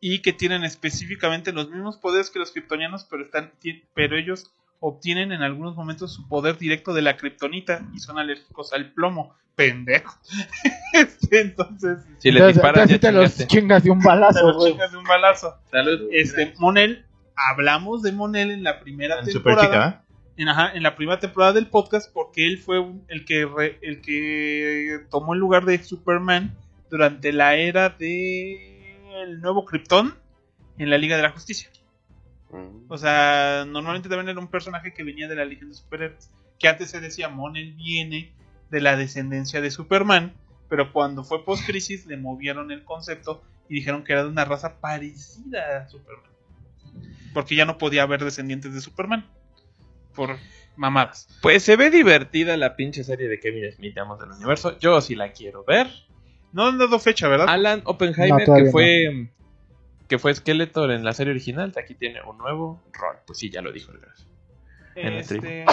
[SPEAKER 4] y que tienen específicamente los mismos poderes que los kryptonianos, pero están ti- pero ellos obtienen en algunos momentos su poder directo de la kriptonita y son alérgicos al plomo. Pendejo. Este, Entonces,
[SPEAKER 2] Si le
[SPEAKER 3] Entonces, entonces
[SPEAKER 2] disparas, ya
[SPEAKER 3] sí te los
[SPEAKER 2] chingaste.
[SPEAKER 3] chingas de un
[SPEAKER 4] te
[SPEAKER 3] balazo,
[SPEAKER 4] lo
[SPEAKER 3] güey.
[SPEAKER 4] chingas de un balazo.
[SPEAKER 2] Salud.
[SPEAKER 4] Este, Monel, hablamos de Monel en la primera
[SPEAKER 5] En Super
[SPEAKER 4] temporada
[SPEAKER 5] Chica, ¿eh? ¿verdad?
[SPEAKER 4] en, ajá, en la primera temporada del podcast porque él fue un- el que re- el que tomó el lugar de Superman durante la era de el nuevo Krypton en la Liga de la Justicia.
[SPEAKER 6] Mm.
[SPEAKER 4] O sea, normalmente también era un personaje que venía de la Legión de Superhéroes, que antes se decía Monel viene de la descendencia de Superman, pero cuando fue post crisis le movieron el concepto y dijeron que era de una raza parecida a Superman. Porque ya no podía haber descendientes de Superman por mamadas.
[SPEAKER 2] Pues se ve divertida la pinche serie de Kevin Smith, Amos del Universo. Yo sí la quiero ver.
[SPEAKER 4] No han dado fecha, ¿verdad?
[SPEAKER 2] Alan Oppenheimer, que
[SPEAKER 3] todavía no.
[SPEAKER 2] fue que fue Skeletor en la serie original, aquí tiene un nuevo rol. Pues sí, ya lo dijo el Gas. en la
[SPEAKER 4] Este,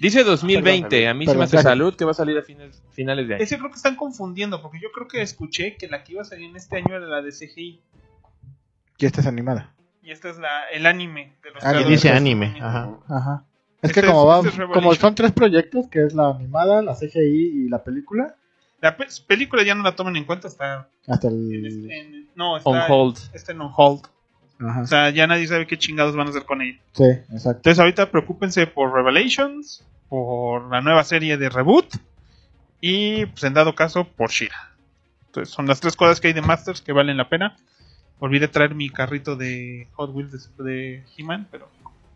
[SPEAKER 2] Dice 2020,
[SPEAKER 6] Perdón,
[SPEAKER 2] a mí
[SPEAKER 3] perdón,
[SPEAKER 2] se me hace
[SPEAKER 3] Gaby.
[SPEAKER 2] salud que va a salir a fines, finales de año.
[SPEAKER 4] ese creo que están confundiendo, porque yo creo que escuché que la que iba a salir en este año era la de CGI.
[SPEAKER 3] Y esta es animada.
[SPEAKER 4] Y esta es la, el anime de los
[SPEAKER 3] Ah, que
[SPEAKER 4] creadores
[SPEAKER 5] dice
[SPEAKER 4] de
[SPEAKER 5] anime, ajá.
[SPEAKER 3] Ajá. Es
[SPEAKER 4] Este
[SPEAKER 3] que como,
[SPEAKER 4] es-
[SPEAKER 3] va,
[SPEAKER 4] este es Revelation.
[SPEAKER 3] como son tres proyectos, que es la animada, la CGI y la película,
[SPEAKER 4] La pe- película ya no la toman en cuenta, está
[SPEAKER 3] hasta
[SPEAKER 4] en, este,
[SPEAKER 3] el...
[SPEAKER 4] en- no, está,
[SPEAKER 2] On hold.
[SPEAKER 4] está en on hold.
[SPEAKER 3] Ajá.
[SPEAKER 4] O sea, ya nadie sabe qué chingados van a hacer con ella.
[SPEAKER 3] Sí, exacto.
[SPEAKER 4] Entonces ahorita preocúpense por Revelations, por la nueva serie de Reboot y, pues en dado caso, por Shira. Entonces son las tres cosas que hay de Masters que valen la pena. Olvidé traer mi carrito de Hot Wheels de, de He-Man, pero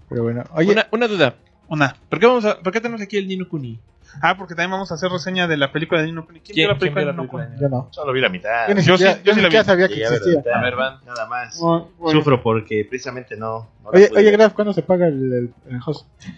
[SPEAKER 3] Pero bueno, oye,
[SPEAKER 2] Una, una duda,
[SPEAKER 4] una.
[SPEAKER 2] ¿por qué, vamos a, ¿por qué tenemos aquí el Nino Kuni?
[SPEAKER 4] Ah, porque también vamos a hacer reseña de la película de Nino Kuni. ¿Quién,
[SPEAKER 2] ¿Quién-
[SPEAKER 4] vio la película
[SPEAKER 2] quién
[SPEAKER 4] de
[SPEAKER 2] vio la
[SPEAKER 4] Nino Kuni?
[SPEAKER 3] yo
[SPEAKER 2] película?
[SPEAKER 3] no.
[SPEAKER 5] Solo vi la mitad.
[SPEAKER 3] Yo ni
[SPEAKER 4] yo sí-
[SPEAKER 3] siquiera,
[SPEAKER 4] yo
[SPEAKER 3] yo
[SPEAKER 4] sí
[SPEAKER 3] ni
[SPEAKER 4] la
[SPEAKER 3] siquiera
[SPEAKER 4] vi.
[SPEAKER 3] sabía que
[SPEAKER 5] Llegué a ver la
[SPEAKER 3] existía.
[SPEAKER 5] mitad.
[SPEAKER 2] A ver, van.
[SPEAKER 5] Nada más.
[SPEAKER 3] Bueno, bueno.
[SPEAKER 5] Sufro porque precisamente no. no la
[SPEAKER 3] Oye,
[SPEAKER 5] pude
[SPEAKER 3] oye,
[SPEAKER 5] ver.
[SPEAKER 3] Graf, ¿cuándo se paga el, el, el host?
[SPEAKER 4] Ah,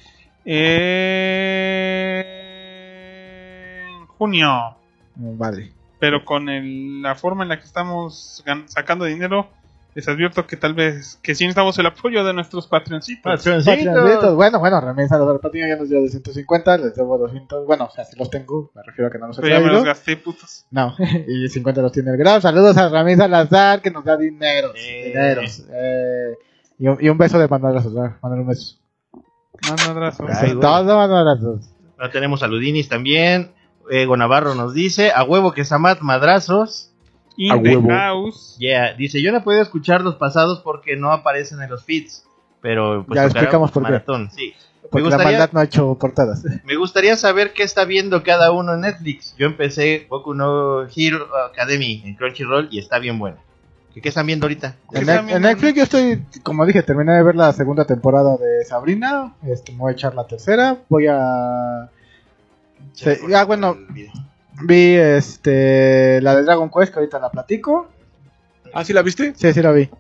[SPEAKER 4] Eh, en junio.
[SPEAKER 3] Mm, Vale.
[SPEAKER 4] Pero con el- la forma en la que estamos gan- sacando dinero, les advierto que tal vez que sí necesitamos el apoyo de nuestros
[SPEAKER 5] Ah,
[SPEAKER 4] patroncitos.
[SPEAKER 5] sí,
[SPEAKER 3] Patreoncitos. Bueno, bueno, Ramírez Salazar Patiño ya nos dio 250, les debo 200. Bueno, o sea, si los tengo, me refiero a que no los he
[SPEAKER 4] Pero ya me los
[SPEAKER 3] traído.
[SPEAKER 4] gasté, putos.
[SPEAKER 3] No, y 50 los tiene el Graf. Saludos a Ramírez Salazar que nos da dinero.
[SPEAKER 5] Eh.
[SPEAKER 3] Dineros. Eh, y, un, y un beso de Manuel Salazar. Manuel, un beso.
[SPEAKER 4] Madrazo.
[SPEAKER 5] Ay, güey.
[SPEAKER 3] Todo Manuel Salazar.
[SPEAKER 5] No tenemos saludinis también. Ego Navarro nos dice, a huevo que Samad Madrazos.
[SPEAKER 4] In
[SPEAKER 2] A
[SPEAKER 4] the
[SPEAKER 2] huevo.
[SPEAKER 4] house.
[SPEAKER 5] Yeah, dice, yo no he podido escuchar los pasados porque no aparecen en los feeds. Pero pues
[SPEAKER 3] Ya
[SPEAKER 5] tocará
[SPEAKER 3] explicamos por qué.
[SPEAKER 5] maratón, sí.
[SPEAKER 3] Porque la
[SPEAKER 5] gustaría-
[SPEAKER 3] maldad no ha hecho portadas.
[SPEAKER 5] Me gustaría saber qué está viendo cada uno en Netflix. Yo empecé Boku no Hero Academy en Crunchyroll y está bien buena. ¿Qué, qué están viendo ahorita?
[SPEAKER 4] Sí,
[SPEAKER 3] En,
[SPEAKER 4] está
[SPEAKER 3] Net-
[SPEAKER 4] bien
[SPEAKER 3] en Netflix yo estoy, como dije, terminé de ver la segunda temporada de Sabrina, este, me voy a echar la tercera, voy a... se- ah, bueno, vi este, la de Dragon Quest, que ahorita la platico.
[SPEAKER 6] ¿Ah, sí la viste?
[SPEAKER 3] Sí, sí la vi.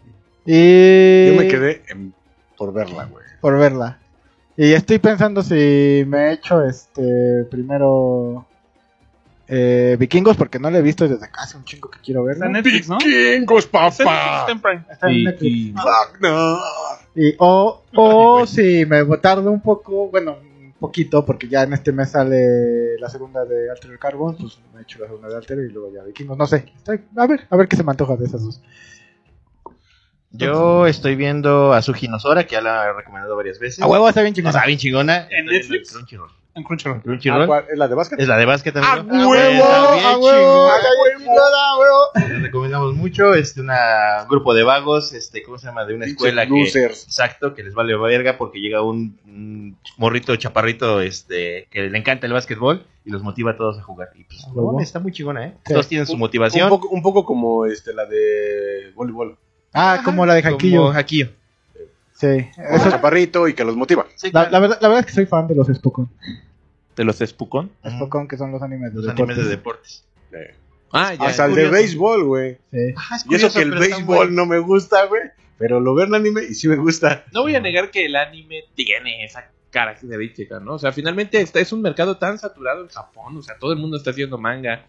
[SPEAKER 3] Y...
[SPEAKER 6] Yo me quedé en- por verla, güey.
[SPEAKER 3] Por verla. Y estoy pensando si me he hecho este, primero... eh, Vikingos, porque no la he visto desde casi un chingo que quiero
[SPEAKER 4] Está
[SPEAKER 3] verla.
[SPEAKER 4] en Netflix, ¿no?
[SPEAKER 6] ¡Vikingos,
[SPEAKER 4] Está en Netflix,
[SPEAKER 6] papá!
[SPEAKER 4] está en Prime.
[SPEAKER 3] Está en Netflix.
[SPEAKER 6] Ah, ¡No!
[SPEAKER 3] Y, o o si me tardo un poco, bueno, un poquito, porque ya en este mes sale la segunda de Alter Carbon, pues me he hecho la segunda de Alter y luego ya Vikingos, no sé. Estoy- a ver, a ver qué se me antoja de esas dos.
[SPEAKER 5] Yo estoy viendo a Suji Nosora, que ya la he recomendado varias veces.
[SPEAKER 3] A huevo está bien
[SPEAKER 5] No,
[SPEAKER 3] chingón.
[SPEAKER 5] está bien chingona.
[SPEAKER 4] ¿En
[SPEAKER 5] Estoy viendo
[SPEAKER 4] Netflix?
[SPEAKER 5] Crunchyroll.
[SPEAKER 4] En Crunchyroll.
[SPEAKER 6] Ah,
[SPEAKER 5] Crunchyroll.
[SPEAKER 6] ¿cuál? ¿Es la de básquet?
[SPEAKER 5] Es la de básquet también.
[SPEAKER 6] ¡A
[SPEAKER 5] Está
[SPEAKER 6] huevo!
[SPEAKER 5] bien
[SPEAKER 3] ¡A huevo!
[SPEAKER 5] chingona.
[SPEAKER 3] ¡A chingona, a huevo!
[SPEAKER 5] Les recomendamos mucho. Este, una- un grupo de vagos, este, ¿cómo se llama? De una escuela que.
[SPEAKER 6] Losers.
[SPEAKER 5] Exacto, que les vale verga porque llega un, un morrito chaparrito este que le encanta el básquetbol y los motiva a todos a jugar. Y pues, no,
[SPEAKER 3] huevo.
[SPEAKER 5] está muy chingona, ¿eh?
[SPEAKER 3] Sí.
[SPEAKER 5] Todos tienen su
[SPEAKER 6] Un
[SPEAKER 5] motivación.
[SPEAKER 6] poco, un poco como este, la de voleibol.
[SPEAKER 3] Ah, como la de
[SPEAKER 5] como
[SPEAKER 3] Jaquillo.
[SPEAKER 5] Jaquillo.
[SPEAKER 3] Sí.
[SPEAKER 6] Es un chaparrito y que los motiva.
[SPEAKER 5] Sí,
[SPEAKER 3] La,
[SPEAKER 5] claro.
[SPEAKER 3] la verdad, la verdad es que soy fan de los Spokon.
[SPEAKER 2] ¿De los Espucón?
[SPEAKER 5] Ujú.
[SPEAKER 3] Spokon, que son los animes de
[SPEAKER 5] Los
[SPEAKER 3] deportes.
[SPEAKER 5] animes de deportes.
[SPEAKER 6] Eh,
[SPEAKER 2] Ah, ya.
[SPEAKER 6] Hasta el de
[SPEAKER 4] curioso.
[SPEAKER 6] béisbol, güey.
[SPEAKER 3] Sí.
[SPEAKER 5] Ajá, es
[SPEAKER 6] Y eso
[SPEAKER 5] curioso,
[SPEAKER 6] que el
[SPEAKER 5] pero están
[SPEAKER 6] béisbol no me gusta, güey. Pero lo veo en anime y sí me gusta.
[SPEAKER 2] No voy a negar que el anime tiene esa característica, ¿no? O sea, finalmente está, es un mercado tan saturado en Japón, o sea, todo el mundo está haciendo manga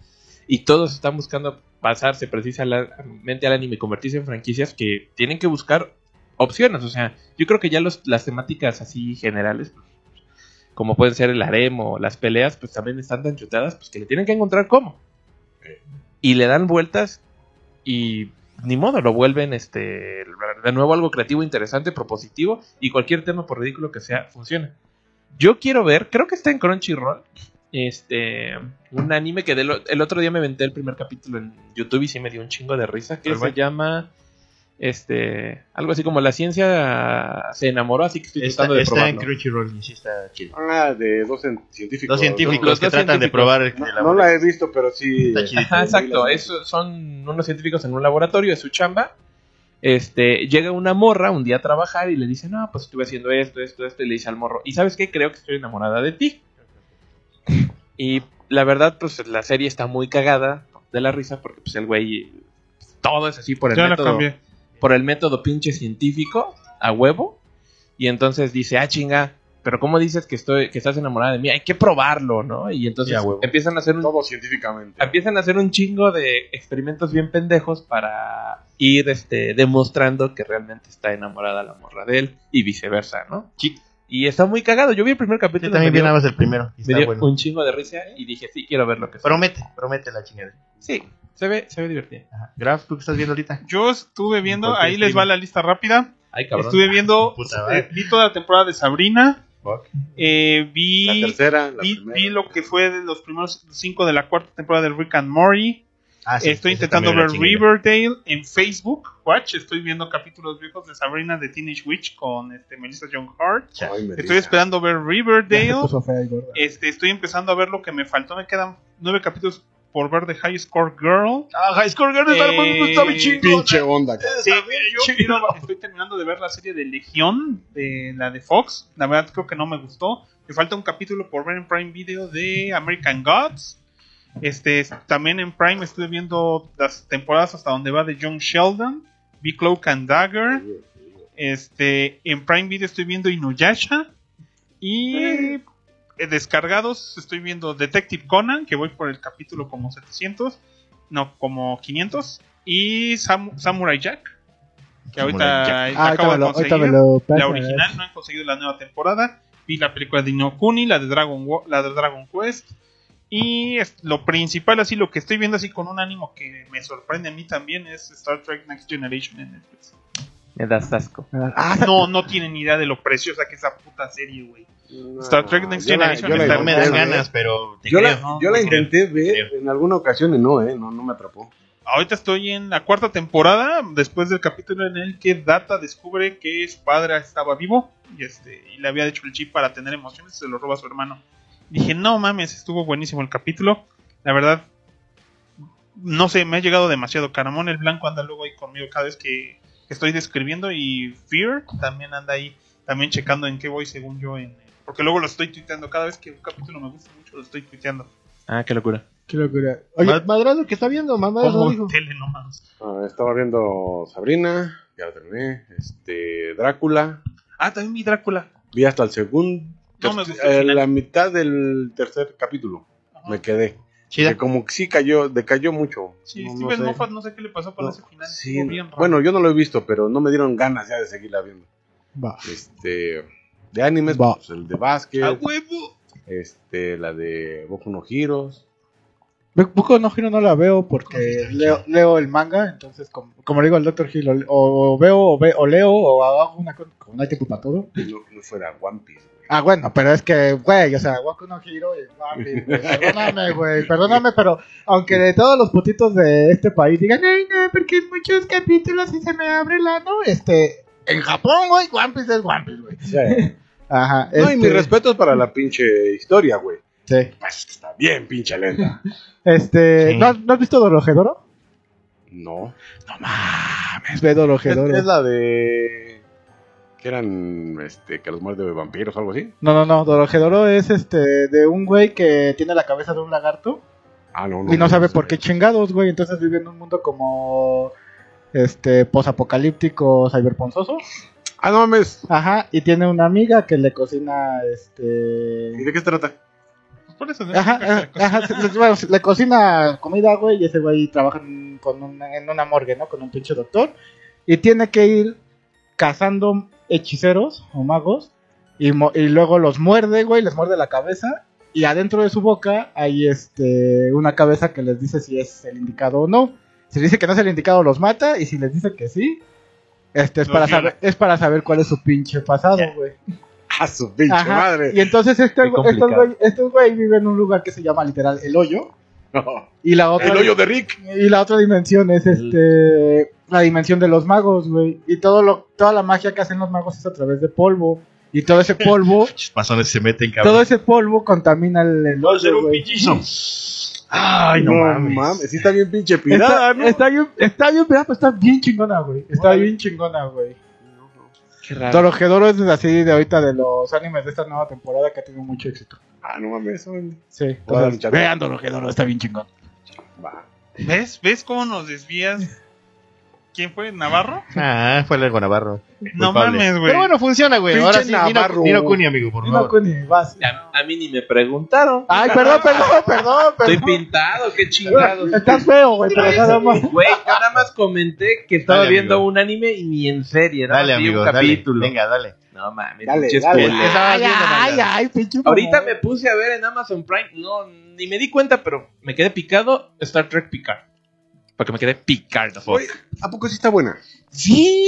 [SPEAKER 2] y todos están buscando pasarse precisamente al anime, convertirse en franquicias que tienen que buscar opciones, o sea, yo creo que ya los, las temáticas así generales, pues, como pueden ser el harem o las peleas, pues también están tan chutadas, pues que le tienen que encontrar cómo. Y le dan vueltas y ni modo, lo vuelven este de nuevo algo creativo, interesante, propositivo y cualquier tema por ridículo que sea funciona. Yo quiero ver, creo que está en Crunchyroll, este un anime que del o- el otro día me venté el primer capítulo en YouTube y sí me dio un chingo de risa que
[SPEAKER 5] ¿Cuál,
[SPEAKER 2] se
[SPEAKER 5] güey?
[SPEAKER 2] llama este algo así como la ciencia se enamoró, así que estoy
[SPEAKER 5] Está,
[SPEAKER 2] tratando de
[SPEAKER 5] está en
[SPEAKER 2] probarlo.
[SPEAKER 5] Crunchyroll y sí está chido.
[SPEAKER 6] Ah, de dos cien- científicos.
[SPEAKER 5] Dos científicos
[SPEAKER 2] los
[SPEAKER 5] que
[SPEAKER 2] dos
[SPEAKER 5] tratan de
[SPEAKER 2] científicos.
[SPEAKER 5] probar el-
[SPEAKER 6] No,
[SPEAKER 5] el
[SPEAKER 6] no la he visto, pero sí.
[SPEAKER 5] Está chidito.
[SPEAKER 2] Ajá, exacto.
[SPEAKER 6] Ahí la-
[SPEAKER 2] eso son unos científicos en un laboratorio, es su chamba. Este, llega una morra un día a trabajar y le dice, no, pues estuve haciendo esto, esto, esto, y le dice al morro, ¿y sabes qué? Creo que estoy enamorada de ti. Y la verdad, pues la serie está muy cagada de la risa porque pues el güey, todo es así por el
[SPEAKER 4] Ya la
[SPEAKER 2] método
[SPEAKER 4] cambié.
[SPEAKER 2] por el método pinche científico a huevo y entonces dice, "Ah, chinga, pero cómo dices que estoy que estás enamorada de mí? Hay que probarlo, ¿no?" Y entonces
[SPEAKER 5] Y a huevo.
[SPEAKER 2] empiezan a hacer un
[SPEAKER 6] Todo científicamente.
[SPEAKER 2] empiezan a hacer un chingo de experimentos bien pendejos para ir este demostrando que realmente está enamorada la morra de él y viceversa, ¿no? Y está muy cagado. Yo vi el primer capítulo
[SPEAKER 5] Yo
[SPEAKER 2] y
[SPEAKER 5] también vi nada
[SPEAKER 2] me
[SPEAKER 5] más el primero. y
[SPEAKER 2] dio, me
[SPEAKER 5] Está
[SPEAKER 2] dio
[SPEAKER 5] bueno.
[SPEAKER 2] un chingo de risa y dije, "Sí, quiero ver lo que sea".
[SPEAKER 5] Promete, promete la chingada.
[SPEAKER 2] Sí, se ve se ve divertido.
[SPEAKER 5] Ajá. Graf, ¿tú qué estás viendo ahorita?
[SPEAKER 4] Yo estuve viendo,
[SPEAKER 5] Cualquier
[SPEAKER 4] ahí les va
[SPEAKER 5] crimen.
[SPEAKER 4] la lista rápida.
[SPEAKER 2] Ay, cabrón.
[SPEAKER 4] Estuve viendo,
[SPEAKER 5] Puta,
[SPEAKER 4] eh, vi toda la temporada de Sabrina.
[SPEAKER 5] Ok.
[SPEAKER 4] Eh, vi
[SPEAKER 6] La tercera, la
[SPEAKER 4] vi,
[SPEAKER 6] primera.
[SPEAKER 4] vi lo que fue de los primeros cinco de la cuarta temporada de Rick and Morty.
[SPEAKER 5] Ah, sí,
[SPEAKER 4] estoy
[SPEAKER 5] ese
[SPEAKER 4] intentando
[SPEAKER 5] también
[SPEAKER 4] ver
[SPEAKER 5] la chingué.
[SPEAKER 4] Riverdale en Facebook. Watch, estoy viendo capítulos viejos de Sabrina de Teenage Witch con este, Melissa John Hart.
[SPEAKER 5] Chale.
[SPEAKER 6] Ay, me
[SPEAKER 4] Estoy
[SPEAKER 6] dice.
[SPEAKER 4] esperando ver
[SPEAKER 3] Ya se
[SPEAKER 4] Riverdale.
[SPEAKER 3] puso fea y gorda.
[SPEAKER 4] Este, estoy empezando a ver lo que me faltó. Me quedan nueve capítulos por ver de High Score Girl.
[SPEAKER 5] Ah, High Score Girl está
[SPEAKER 4] Eh,
[SPEAKER 5] muy- está muy chingón.
[SPEAKER 6] Pinche onda.
[SPEAKER 4] Sí, yo estoy terminando de ver la serie de Legión, de la de Fox. La verdad creo que no me gustó. Me falta un capítulo por ver en Prime Video de American Gods. Este, también en Prime estuve viendo las temporadas hasta donde va de John Sheldon. Vi Cloak and Dagger. Este, en Prime Video estoy viendo Inuyasha. Y eh, descargados estoy viendo Detective Conan, que voy por el capítulo como 700. No, como 500. Y Samu- Samurai Jack. Que ahorita
[SPEAKER 5] Samurai
[SPEAKER 4] la
[SPEAKER 3] Ah, ahorita
[SPEAKER 4] acabo
[SPEAKER 3] me
[SPEAKER 4] de
[SPEAKER 3] lo, ahorita me
[SPEAKER 4] conseguir.
[SPEAKER 3] lo
[SPEAKER 4] La
[SPEAKER 3] pasa.
[SPEAKER 4] original, no han conseguido la nueva temporada. Vi la película de Inokuni, la de Dragon, Wo- la de Dragon Quest. Y es- lo principal, así, lo que estoy viendo así con un ánimo que me sorprende a mí también es Star Trek Next Generation en Netflix.
[SPEAKER 2] Me das asco.
[SPEAKER 3] Ah,
[SPEAKER 4] No, no tienen idea de lo preciosa que es esa puta serie, güey.
[SPEAKER 6] No,
[SPEAKER 4] Star Trek Next
[SPEAKER 6] yo la-
[SPEAKER 4] Generation
[SPEAKER 6] yo la
[SPEAKER 4] está-
[SPEAKER 5] No me dan
[SPEAKER 6] intenté ver.
[SPEAKER 5] ganas, pero te
[SPEAKER 6] Yo
[SPEAKER 5] creo.
[SPEAKER 6] la, yo la intenté ver en alguna ocasión y no, eh, no, no me atrapó.
[SPEAKER 4] Ahorita estoy en la cuarta temporada, después del capítulo en el que Data descubre que su padre estaba vivo y, este, y le había hecho el chip para tener emociones y se lo roba a su hermano. Dije, no mames, estuvo buenísimo el capítulo. La verdad, no sé, me ha llegado demasiado. Caramón el Blanco anda luego ahí conmigo cada vez que estoy describiendo y Fear también anda ahí, también checando en qué voy según yo. En, porque luego lo estoy tuiteando, cada vez que un capítulo me gusta mucho lo estoy tuiteando.
[SPEAKER 2] Ah, qué locura.
[SPEAKER 3] qué locura. Oye,
[SPEAKER 5] Mad-
[SPEAKER 3] Madrazo, ¿qué está viendo? Más Madrazo
[SPEAKER 4] Como
[SPEAKER 3] dijo.
[SPEAKER 4] tele, no mames.
[SPEAKER 6] Ah, estaba viendo Sabrina, ya la terminé. Este, Drácula.
[SPEAKER 4] Ah, también mi Drácula.
[SPEAKER 6] Vi hasta el segundo.
[SPEAKER 4] No me
[SPEAKER 6] terc-
[SPEAKER 4] gustó el
[SPEAKER 6] eh,
[SPEAKER 4] final.
[SPEAKER 6] la mitad del tercer capítulo.
[SPEAKER 4] Ajá.
[SPEAKER 6] Me quedé.
[SPEAKER 5] Chida.
[SPEAKER 6] Que como que sí cayó, decayó mucho.
[SPEAKER 4] Sí,
[SPEAKER 6] No- no
[SPEAKER 4] Steven
[SPEAKER 6] sé.
[SPEAKER 4] Moffat no sé qué le pasó para
[SPEAKER 6] No,
[SPEAKER 4] ese final.
[SPEAKER 6] sí,
[SPEAKER 4] estuvo bien raro.
[SPEAKER 6] bueno, yo no lo he visto, pero no me dieron ganas ya de seguirla viendo.
[SPEAKER 3] Va.
[SPEAKER 6] Este, de animes,
[SPEAKER 3] Va.
[SPEAKER 6] pues, el de básquet,
[SPEAKER 4] a huevo.
[SPEAKER 6] este, la de Boku no Heroes.
[SPEAKER 3] Boku no Hero no la veo porque leo, leo el manga, entonces como, como le digo al Dr. Hill, o- o, veo o, ve- o leo o hago una cosa, como no hay tiempo para todo.
[SPEAKER 6] No, no fuera One Piece. güey.
[SPEAKER 3] Ah, bueno, pero es que, güey, o sea, Boku no Hero y Barbie, güey, perdóname, güey, perdóname, pero aunque de todos los putitos de este país digan, ay, no, porque es muchos capítulos y se me abre la, ¿no? Este, en Japón, güey, One Piece es One Piece, güey. Ajá.
[SPEAKER 6] No, y
[SPEAKER 3] este,
[SPEAKER 6] mis respetos para la pinche historia, güey.
[SPEAKER 3] sí.
[SPEAKER 6] Pues, está bien, pinche lenta.
[SPEAKER 3] Este,
[SPEAKER 5] Sí.
[SPEAKER 3] ¿no, has- ¿no has visto Dorojedoro?
[SPEAKER 6] No.
[SPEAKER 3] Ve
[SPEAKER 6] Es,
[SPEAKER 3] Dorojedoro.
[SPEAKER 6] es la de. Que eran. Este, que los muerde vampiros o algo así.
[SPEAKER 3] No, no, no, Dorojedoro es este de un güey que tiene la cabeza de un lagarto
[SPEAKER 6] Ah, no,
[SPEAKER 3] y no sabe por
[SPEAKER 6] sé.
[SPEAKER 3] qué chingados, güey, entonces vive en un mundo como este posapocalíptico, cyberponzoso.
[SPEAKER 6] Ah, no mames.
[SPEAKER 3] Ajá, y tiene una amiga que le cocina
[SPEAKER 6] ¿Y
[SPEAKER 3] este
[SPEAKER 6] de qué se trata?
[SPEAKER 4] Pues Por eso no
[SPEAKER 3] Ajá, ajá, ajá, se- le, bueno, se- le cocina comida, güey, y ese güey trabaja en, con una- en una morgue, ¿no? Con un pinche doctor. Y tiene que ir cazando hechiceros o magos. Y, mo- y luego los muerde, güey, les muerde la cabeza. Y adentro de su boca hay este, una cabeza que les dice si es el indicado o no. Si dice que no es el indicado, los mata. Y si les dice que sí, este es,
[SPEAKER 4] Los
[SPEAKER 3] para
[SPEAKER 4] viola.
[SPEAKER 3] saber, es para saber cuál es su pinche pasado,
[SPEAKER 5] Ya.
[SPEAKER 3] güey.
[SPEAKER 6] A Ah, su pinche
[SPEAKER 3] Ajá,
[SPEAKER 6] madre.
[SPEAKER 3] Y entonces este,
[SPEAKER 2] Qué
[SPEAKER 3] estos
[SPEAKER 2] complicado.
[SPEAKER 3] güey- estos güey viven en un lugar que se llama literal El Hoyo. Y la otra,
[SPEAKER 6] El hoyo de Rick.
[SPEAKER 3] y la otra dimensión es este la dimensión de los magos, güey. Y todo lo, toda la magia que hacen los magos es a través de polvo. Y todo ese polvo,
[SPEAKER 5] Chis, Pasones se meten, cabrón.
[SPEAKER 3] todo ese polvo contamina el, el
[SPEAKER 5] Va a ser
[SPEAKER 3] hoyo,
[SPEAKER 5] un
[SPEAKER 3] güey.
[SPEAKER 5] pichizo. Ay, no, mames.
[SPEAKER 6] Sí está bien pinche pirada,
[SPEAKER 3] Está,
[SPEAKER 6] ¿no?
[SPEAKER 3] está bien, está bien, pero está bien chingona, güey. Está
[SPEAKER 6] Órale.
[SPEAKER 3] bien chingona, güey.
[SPEAKER 2] Qué raro.
[SPEAKER 3] Dorojedoro es así de ahorita de los animes de esta nueva temporada que ha tenido mucho éxito.
[SPEAKER 6] Ah, no mames. son-
[SPEAKER 3] Sí.
[SPEAKER 6] Órale,
[SPEAKER 3] entonces,
[SPEAKER 6] chato.
[SPEAKER 3] Vean Dorojedoro, está bien chingón.
[SPEAKER 6] Va.
[SPEAKER 4] ¿Ves? ¿Ves cómo nos desvías? ¿Quién fue? ¿Navarro?
[SPEAKER 5] Ah, fue Largo Navarro.
[SPEAKER 4] No
[SPEAKER 5] Culpable.
[SPEAKER 4] mames, güey.
[SPEAKER 5] Pero bueno, funciona, güey.
[SPEAKER 6] Pinche
[SPEAKER 5] Ahora sí, Nino,
[SPEAKER 6] Navarro.
[SPEAKER 5] Nino Cuni, amigo, por
[SPEAKER 3] Dino
[SPEAKER 5] favor.
[SPEAKER 3] Kuni, vas.
[SPEAKER 2] A, a mí ni me preguntaron.
[SPEAKER 3] Ay, perdón, perdón, perdón,
[SPEAKER 2] Estoy
[SPEAKER 3] perdón.
[SPEAKER 2] pintado, qué chingados.
[SPEAKER 3] Estás feo, güey, pero nada más.
[SPEAKER 2] Güey, yo nada más comenté que estaba
[SPEAKER 5] Dale,
[SPEAKER 2] viendo
[SPEAKER 5] amigo.
[SPEAKER 2] un anime y ni en serie, ¿no?
[SPEAKER 5] Dale,
[SPEAKER 2] Vi
[SPEAKER 5] amigo,
[SPEAKER 2] un
[SPEAKER 5] dale.
[SPEAKER 2] capítulo.
[SPEAKER 5] Venga, dale.
[SPEAKER 2] No mames,
[SPEAKER 6] Dale,
[SPEAKER 2] pinches
[SPEAKER 6] dale.
[SPEAKER 2] culeros.
[SPEAKER 5] Estaba
[SPEAKER 3] Ay,
[SPEAKER 5] viendo,
[SPEAKER 3] ay,
[SPEAKER 5] manga.
[SPEAKER 3] ay, pinche.
[SPEAKER 2] Ahorita me
[SPEAKER 3] mamón.
[SPEAKER 2] puse a ver en Amazon Prime, no, ni me di cuenta, pero me quedé picado Star Trek Picard. Porque me quedé picado. fuck.
[SPEAKER 6] Oye, ¿A poco sí está buena?
[SPEAKER 2] Sí.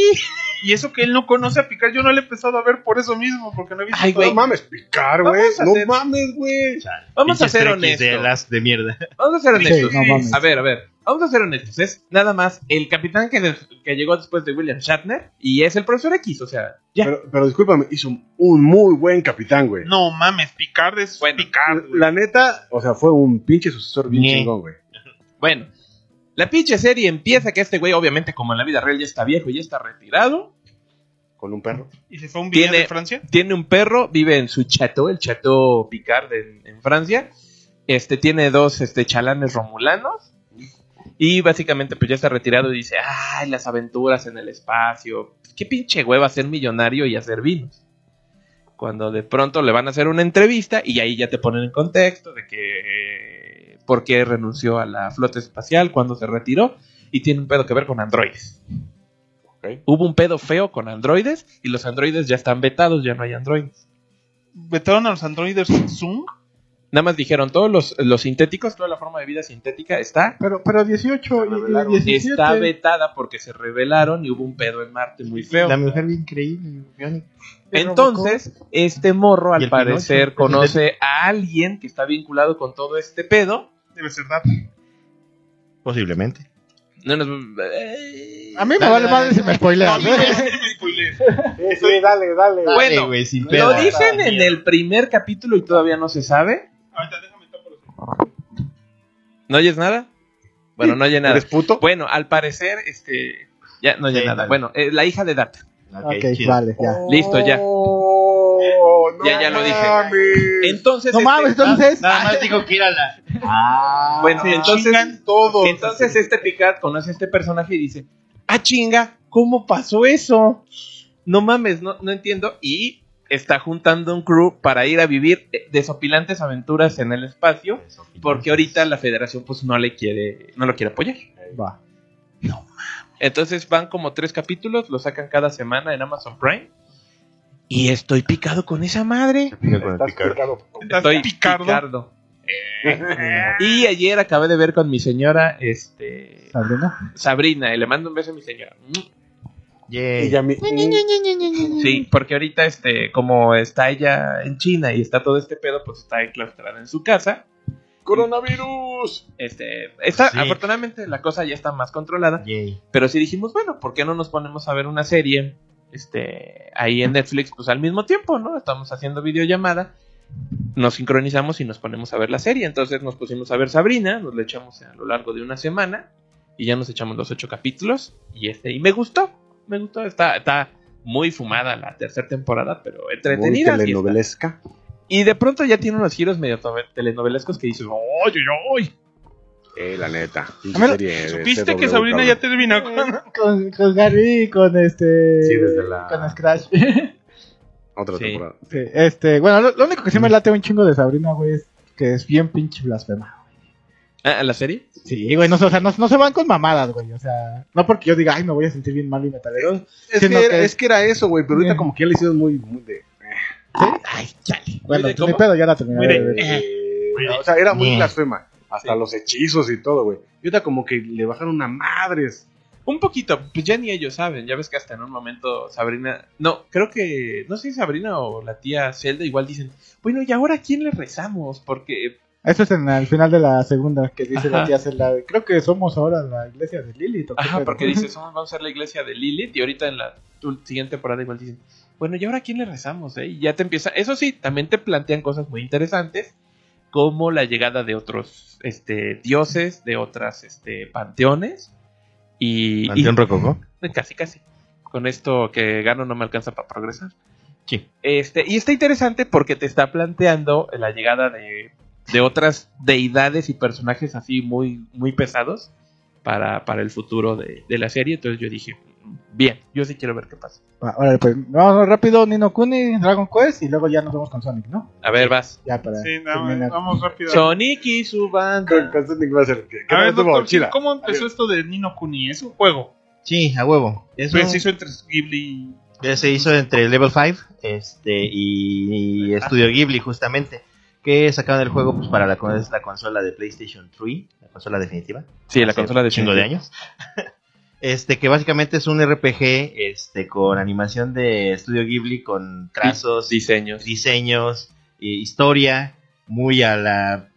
[SPEAKER 4] Y eso que él no conoce a Picard, yo no le he empezado a ver por eso mismo, porque no he visto.
[SPEAKER 2] Ay, güey.
[SPEAKER 6] No mames, picar,
[SPEAKER 2] Vamos
[SPEAKER 6] güey.
[SPEAKER 2] a
[SPEAKER 6] No
[SPEAKER 2] hacer-
[SPEAKER 6] mames, güey.
[SPEAKER 2] Vamos a
[SPEAKER 5] Pinches
[SPEAKER 2] ser
[SPEAKER 5] trekkies
[SPEAKER 2] honestos.
[SPEAKER 5] De las de mierda.
[SPEAKER 2] Vamos a ser
[SPEAKER 3] Sí,
[SPEAKER 2] honestos.
[SPEAKER 3] no mames.
[SPEAKER 2] A ver, a ver. Vamos a ser honestos. Es nada más el capitán que, des- que llegó después de William Shatner y es el profesor X. O sea, ya.
[SPEAKER 6] Pero, pero discúlpame, hizo un muy buen capitán, güey.
[SPEAKER 4] No mames, Picard es
[SPEAKER 2] Bueno.
[SPEAKER 4] Picard, güey.
[SPEAKER 6] La neta, o sea, fue un pinche sucesor bien
[SPEAKER 5] Ñe.
[SPEAKER 6] chingón, güey.
[SPEAKER 2] Bueno, la pinche serie empieza que este güey, obviamente, como en la vida real, ya está viejo y ya está retirado.
[SPEAKER 6] Con un perro.
[SPEAKER 4] ¿Y se fue a un video
[SPEAKER 2] Tiene-
[SPEAKER 4] de Francia?
[SPEAKER 2] Tiene un perro, vive en su chateau, el chateau Picard en, en Francia. Este tiene dos este, chalanes romulanos. Y básicamente, pues ya está retirado y dice: ¡Ay, las aventuras en el espacio! ¡Qué pinche hueva ser millonario y hacer vinos! Cuando de pronto le van a hacer una entrevista y ahí ya te ponen en contexto de que. eh, ¿Por qué renunció a la flota espacial? cuando se retiró? Y tiene un pedo que ver con androides. Hubo un pedo feo con androides y los androides ya están vetados, ya no hay androides.
[SPEAKER 4] ¿Vetaron a los androides en Zoom?
[SPEAKER 2] Nada más dijeron, todos los, los sintéticos, toda la forma de vida sintética está,
[SPEAKER 3] Pero, pero 18 y- y 17.
[SPEAKER 2] está vetada porque se rebelaron y hubo un pedo en Marte muy feo.
[SPEAKER 5] La mujer bien increíble. Bionic.
[SPEAKER 2] Entonces, este morro
[SPEAKER 5] Y
[SPEAKER 2] al
[SPEAKER 5] el
[SPEAKER 2] parecer
[SPEAKER 5] Pinocho.
[SPEAKER 2] conoce a alguien que está vinculado con todo este pedo.
[SPEAKER 4] Debe ser Data.
[SPEAKER 5] Posiblemente.
[SPEAKER 2] No nos- eh,
[SPEAKER 5] Ah,
[SPEAKER 3] A mí me vale madre si me
[SPEAKER 4] No,
[SPEAKER 3] spoileas,
[SPEAKER 4] no,
[SPEAKER 3] ¿eh?
[SPEAKER 4] no, no, spoiler.
[SPEAKER 3] Sí, sí, dale, dale.
[SPEAKER 2] Bueno,
[SPEAKER 5] Dale, güey, sin
[SPEAKER 2] Lo
[SPEAKER 5] pedo.
[SPEAKER 2] dicen en el primer capítulo y todavía no se sabe.
[SPEAKER 4] Ahorita déjame tapar los ojos.
[SPEAKER 2] ¿No oyes nada? Bueno, no oye nada.
[SPEAKER 6] ¿Eres puto?
[SPEAKER 2] Bueno, al parecer, este. Ya, no, ya
[SPEAKER 5] Sí,
[SPEAKER 2] nada.
[SPEAKER 5] dale.
[SPEAKER 2] Bueno, eh, la hija de Data.
[SPEAKER 5] Ok,
[SPEAKER 3] Ok,
[SPEAKER 5] chido.
[SPEAKER 3] vale, ya.
[SPEAKER 2] Listo, ya.
[SPEAKER 6] Oh, no
[SPEAKER 2] Ya, ya lo dije.
[SPEAKER 6] mames.
[SPEAKER 2] Entonces.
[SPEAKER 3] No
[SPEAKER 2] este-
[SPEAKER 3] mames, entonces.
[SPEAKER 5] Nada más digo que ir a la. Ah,
[SPEAKER 2] Bueno,
[SPEAKER 4] Se
[SPEAKER 2] entonces.
[SPEAKER 4] chingan todos.
[SPEAKER 2] Entonces este Picard conoce a este personaje y dice: ¡Ah, chinga! ¿Cómo pasó eso? No mames, no, no entiendo. Y está juntando un crew para ir a vivir eh, desopilantes aventuras en el espacio. Porque ahorita la federación, pues, no le quiere. No lo quiere apoyar.
[SPEAKER 3] Va.
[SPEAKER 2] Entonces van como tres capítulos, lo sacan cada semana en Amazon Prime. Y estoy picado con esa madre.
[SPEAKER 6] Estás picado.
[SPEAKER 2] Estoy
[SPEAKER 4] Picardo.
[SPEAKER 2] picardo. Y ayer acabé de ver con mi señora, este,
[SPEAKER 3] Sabrina.
[SPEAKER 2] Sabrina, y le mando un beso a mi señora.
[SPEAKER 5] Yay.
[SPEAKER 6] Y ya mi-
[SPEAKER 2] Sí, porque ahorita, este, como está ella en China y está todo este pedo, pues está enclaustrada en su casa.
[SPEAKER 6] ¡Coronavirus!
[SPEAKER 2] Este, está,
[SPEAKER 5] Sí.
[SPEAKER 2] afortunadamente la cosa ya está más controlada.
[SPEAKER 5] Yay.
[SPEAKER 2] Pero sí dijimos, bueno, ¿por qué no nos ponemos a ver una serie? Este, ahí en Netflix, pues al mismo tiempo, ¿no? Estamos haciendo videollamada, nos sincronizamos y nos ponemos a ver la serie. Entonces nos pusimos a ver Sabrina, nos la echamos a lo largo de una semana y ya nos echamos los ocho capítulos y este, y me gustó, me gustó, está, está muy fumada la tercera temporada, pero
[SPEAKER 6] Muy
[SPEAKER 2] entretenida. sí está.
[SPEAKER 6] telenovelesca.
[SPEAKER 2] Y de pronto ya tiene unos giros medio to- telenovelescos que dices, "Oh, ¡ay, ay, ay!
[SPEAKER 6] Eh, la neta.
[SPEAKER 3] A mí lo-
[SPEAKER 4] ¿Supiste que Sabrina ya terminó
[SPEAKER 3] Eh,
[SPEAKER 4] con.?
[SPEAKER 3] Con, con Gary y con este.
[SPEAKER 6] Sí, desde la-
[SPEAKER 3] Con Scratch.
[SPEAKER 6] Otra
[SPEAKER 2] Sí.
[SPEAKER 6] temporada.
[SPEAKER 3] Sí, este, bueno, lo, lo único que sí me late un chingo de Sabrina, güey, es que es bien pinche blasfema.
[SPEAKER 2] Ah, ¿La serie?
[SPEAKER 3] Sí, güey, no, sé, o sea, no, no se van con mamadas, güey. O sea, no porque yo diga, ay, me voy a sentir bien mal y metalero.
[SPEAKER 6] Es,
[SPEAKER 3] Siendo
[SPEAKER 6] que era,
[SPEAKER 3] que-
[SPEAKER 6] es que era eso, güey, pero ahorita
[SPEAKER 3] Bien.
[SPEAKER 6] como que ya le hicieron muy, muy de...
[SPEAKER 3] Bueno,
[SPEAKER 2] Mire,
[SPEAKER 3] pues, ni
[SPEAKER 2] ¿cómo?
[SPEAKER 3] pedo, ya la terminé. de
[SPEAKER 4] Mire,
[SPEAKER 3] ver.
[SPEAKER 4] eh,
[SPEAKER 6] O sea, era muy
[SPEAKER 5] Bien.
[SPEAKER 6] blasfema. hasta los hechizos y todo, güey. Y ahorita como que le bajaron a madres.
[SPEAKER 2] Un poquito, pues ya ni ellos saben. Ya ves que hasta en un momento Sabrina. No, creo que. No sé si Sabrina o la tía Zelda igual dicen. Bueno, ¿y ahora a quién le rezamos? Porque.
[SPEAKER 3] Eso es en el final de la segunda que dice la tía Zelda. de, Creo que somos ahora la iglesia de Lilith. ¿o qué
[SPEAKER 2] Ajá,
[SPEAKER 3] pedo?"
[SPEAKER 2] porque dices, "Somos- vamos a ser la iglesia de Lilith. Y ahorita en la ul- siguiente temporada igual dicen. Bueno, ¿y ahora a quién le rezamos? Eh? Y ya te empieza. Eso sí, también te plantean cosas muy interesantes. Como la llegada de otros este, dioses, de otras este, panteones. Y, y-
[SPEAKER 5] Panteón Rococó.
[SPEAKER 2] Casi, casi. Con esto que gano no me alcanza para progresar.
[SPEAKER 5] Sí.
[SPEAKER 2] Este, y está interesante porque te está planteando la llegada de, de otras deidades y personajes así muy, muy pesados para, para el futuro de, de la serie. Entonces yo dije, bien, yo sí quiero ver qué pasa.
[SPEAKER 3] Ah, Órale, pues vamos rápido, Nino Kuni, Dragon Quest y luego ya nos vemos con Sonic, ¿no?
[SPEAKER 2] A ver, vas.
[SPEAKER 3] Ya para
[SPEAKER 4] Sí, nada más,
[SPEAKER 3] terminar.
[SPEAKER 4] vamos rápido.
[SPEAKER 2] Sonic y su
[SPEAKER 6] Con,
[SPEAKER 2] banda.
[SPEAKER 6] con Sonic va a ser. ¿Qué, qué
[SPEAKER 4] a
[SPEAKER 6] tal
[SPEAKER 4] ver,
[SPEAKER 6] estuvo?
[SPEAKER 4] doctor,
[SPEAKER 6] Chila.
[SPEAKER 4] ¿cómo empezó esto de Nino Kuni? Es un juego.
[SPEAKER 5] Sí, a huevo. Es
[SPEAKER 4] Pues
[SPEAKER 5] un-
[SPEAKER 4] se hizo entre Ghibli.
[SPEAKER 5] que se hizo entre Level 5 este, y, y Studio Ghibli, justamente. Que sacaron el juego pues, para la, con- es la consola de PlayStation 3, la consola definitiva.
[SPEAKER 2] Sí, la
[SPEAKER 5] hace
[SPEAKER 2] consola de
[SPEAKER 5] un chingo de años. Este, que básicamente es un RPG este, con animación de Studio Ghibli, con trazos,
[SPEAKER 2] Diseños.
[SPEAKER 5] diseños, eh, historia, muy a la.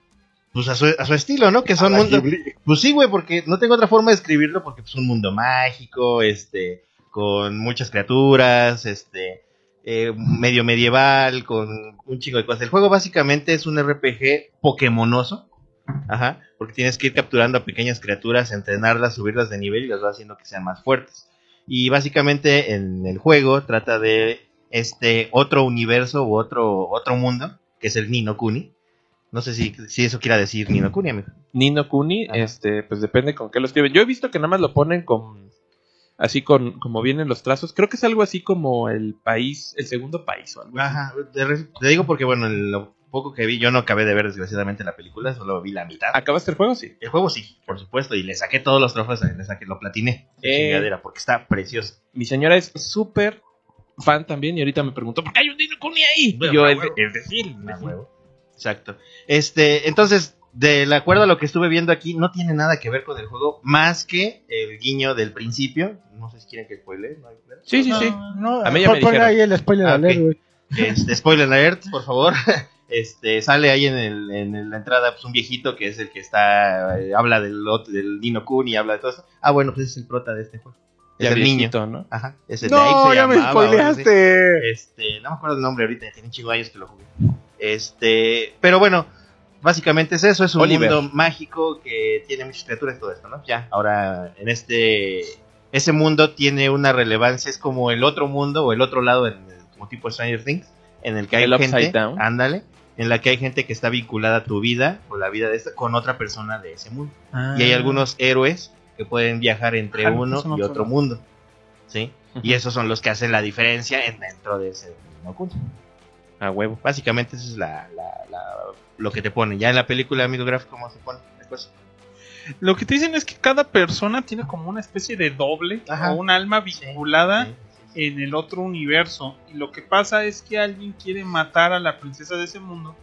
[SPEAKER 5] Pues a su, a su estilo, ¿no? Que son
[SPEAKER 6] Ah,
[SPEAKER 5] mundos-
[SPEAKER 6] Ghibli.
[SPEAKER 5] pues sí, güey, porque no tengo otra forma de escribirlo porque es un mundo mágico, este, con muchas criaturas, este, eh, medio medieval, con un chingo de cosas. El juego básicamente es un RPG pokemonoso, ajá, porque tienes que ir capturando a pequeñas criaturas, entrenarlas, subirlas de nivel y las vas haciendo que sean más fuertes. Y básicamente en el juego trata de este otro universo u otro, otro mundo, que es el Nino Kuni. No sé si, si eso quiera decir Nino Kuni, amigo.
[SPEAKER 2] Nino Kuni,
[SPEAKER 5] Ajá.
[SPEAKER 2] este, pues depende con qué lo escriben. Yo he visto que nada más lo ponen con así con como vienen los trazos. Creo que es algo así como el país, el segundo país o algo. así.
[SPEAKER 5] Ajá, te, re- te digo porque, bueno, en lo poco que vi, yo no acabé de ver desgraciadamente la película, solo vi la mitad.
[SPEAKER 2] ¿Acabaste el juego? Sí.
[SPEAKER 5] El juego sí, por supuesto, y le saqué todos los trofeos, le saqué, lo platiné. Qué
[SPEAKER 2] Eh.
[SPEAKER 5] chingadera, porque está precioso.
[SPEAKER 2] Mi señora es súper fan también y ahorita me preguntó ¿por qué hay un Nino Kuni ahí?
[SPEAKER 5] Bueno,
[SPEAKER 2] Y yo
[SPEAKER 5] a
[SPEAKER 2] es, de-
[SPEAKER 5] huevo.
[SPEAKER 2] es decir, es
[SPEAKER 5] A
[SPEAKER 2] decir.
[SPEAKER 5] huevo. Exacto. Este, entonces, del acuerdo a lo que estuve viendo aquí, no tiene nada que ver con el juego más que el guiño del principio. No sé si quieren que spoile. ¿no? hay problema.
[SPEAKER 2] Sí, sí,
[SPEAKER 3] No,
[SPEAKER 2] sí.
[SPEAKER 3] no,
[SPEAKER 2] A mí ya
[SPEAKER 3] pon-
[SPEAKER 2] me
[SPEAKER 3] pon
[SPEAKER 2] dijeron.
[SPEAKER 3] ahí el spoiler
[SPEAKER 5] Ah,
[SPEAKER 3] alert,
[SPEAKER 5] ok.
[SPEAKER 3] güey.
[SPEAKER 5] Este, spoiler alert, por favor. Este, sale ahí en, el- en el- la entrada pues, un viejito que es el que está eh, habla del, ot- del Dino Kun y habla de todo esto. Ah, bueno, pues es el prota de este juego. Es
[SPEAKER 2] Ya
[SPEAKER 5] el niño.
[SPEAKER 2] viejito, ¿no?
[SPEAKER 5] Ajá, es el de ahí
[SPEAKER 6] No,
[SPEAKER 5] se
[SPEAKER 6] ya me
[SPEAKER 5] llamaba, o algo así.
[SPEAKER 6] spoileaste.
[SPEAKER 5] Este, no me acuerdo el nombre ahorita, tiene un chingo de años que lo jugué. Este, pero bueno, básicamente es eso, es un
[SPEAKER 2] Oliver.
[SPEAKER 5] mundo mágico que tiene muchas criaturas y todo esto, ¿no? Ya, ahora en este ese mundo tiene una relevancia, es como el otro mundo o el otro lado en- como tipo Stranger Things, en el que hay
[SPEAKER 2] El upside
[SPEAKER 5] gente,
[SPEAKER 2] down.
[SPEAKER 5] ándale, en la que hay gente que está vinculada a tu vida o la vida de esta con otra persona de ese mundo. Y
[SPEAKER 3] Ah.
[SPEAKER 5] hay algunos héroes que pueden viajar entre
[SPEAKER 4] Ah, no,
[SPEAKER 5] uno
[SPEAKER 4] Ah. eso no
[SPEAKER 5] y otro
[SPEAKER 4] suena.
[SPEAKER 5] mundo. ¿Sí?
[SPEAKER 2] Ujú.
[SPEAKER 5] Y esos son los que hacen la diferencia en- dentro de ese mundo oculto.
[SPEAKER 2] a huevo.
[SPEAKER 5] Básicamente eso es la, la- la- lo que te ponen. Ya en la película Amigo Graf, ¿cómo se pone? la cosa?
[SPEAKER 4] Lo que te dicen es que cada persona tiene como una especie de doble
[SPEAKER 5] Ajá.
[SPEAKER 4] o un alma vinculada
[SPEAKER 5] Sí, sí, sí.
[SPEAKER 4] en el otro universo. Y lo que pasa es que alguien quiere matar a la princesa de ese mundo.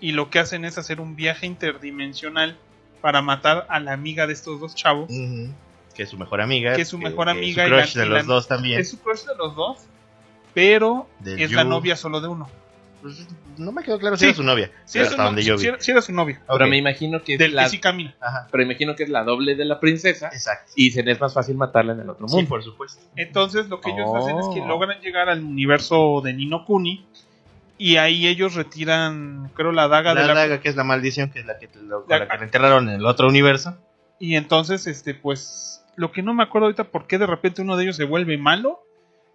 [SPEAKER 4] Y lo que hacen es hacer un viaje interdimensional para matar a la amiga de estos dos chavos.
[SPEAKER 5] Ujú. Que es su mejor amiga.
[SPEAKER 4] eh, Que es su mejor amiga y
[SPEAKER 5] Es su
[SPEAKER 4] la-
[SPEAKER 5] crush de
[SPEAKER 4] y
[SPEAKER 5] los
[SPEAKER 4] la-
[SPEAKER 5] dos también.
[SPEAKER 4] Es su crush de los dos, pero
[SPEAKER 5] Del
[SPEAKER 4] es la
[SPEAKER 5] Yu.
[SPEAKER 4] novia solo de uno.
[SPEAKER 5] Pues, no me quedó claro
[SPEAKER 4] Sí.
[SPEAKER 5] si era su novia.
[SPEAKER 4] Si
[SPEAKER 5] hasta
[SPEAKER 4] era, su
[SPEAKER 5] donde
[SPEAKER 4] novia,
[SPEAKER 5] yo vi.
[SPEAKER 4] si era- si era su novia,
[SPEAKER 2] Pero
[SPEAKER 5] Ok.
[SPEAKER 2] me imagino que es
[SPEAKER 4] del
[SPEAKER 2] la,
[SPEAKER 4] que sí camina.
[SPEAKER 5] Ajá.
[SPEAKER 2] pero imagino que es la doble de la princesa
[SPEAKER 5] Exacto.
[SPEAKER 2] y se le es más fácil matarla en el otro
[SPEAKER 5] Sí,
[SPEAKER 2] mundo.
[SPEAKER 5] por supuesto.
[SPEAKER 4] Entonces lo que ellos
[SPEAKER 2] Oh.
[SPEAKER 4] hacen es que logran llegar al universo de Nino Kuni y ahí ellos retiran, creo, la daga
[SPEAKER 5] La
[SPEAKER 4] de la...
[SPEAKER 5] daga, que es la maldición, que es la que, lo- con
[SPEAKER 4] La-
[SPEAKER 5] la que le enterraron en el otro universo.
[SPEAKER 4] Y entonces, este, pues, lo que no me acuerdo ahorita por qué de repente uno de ellos se vuelve malo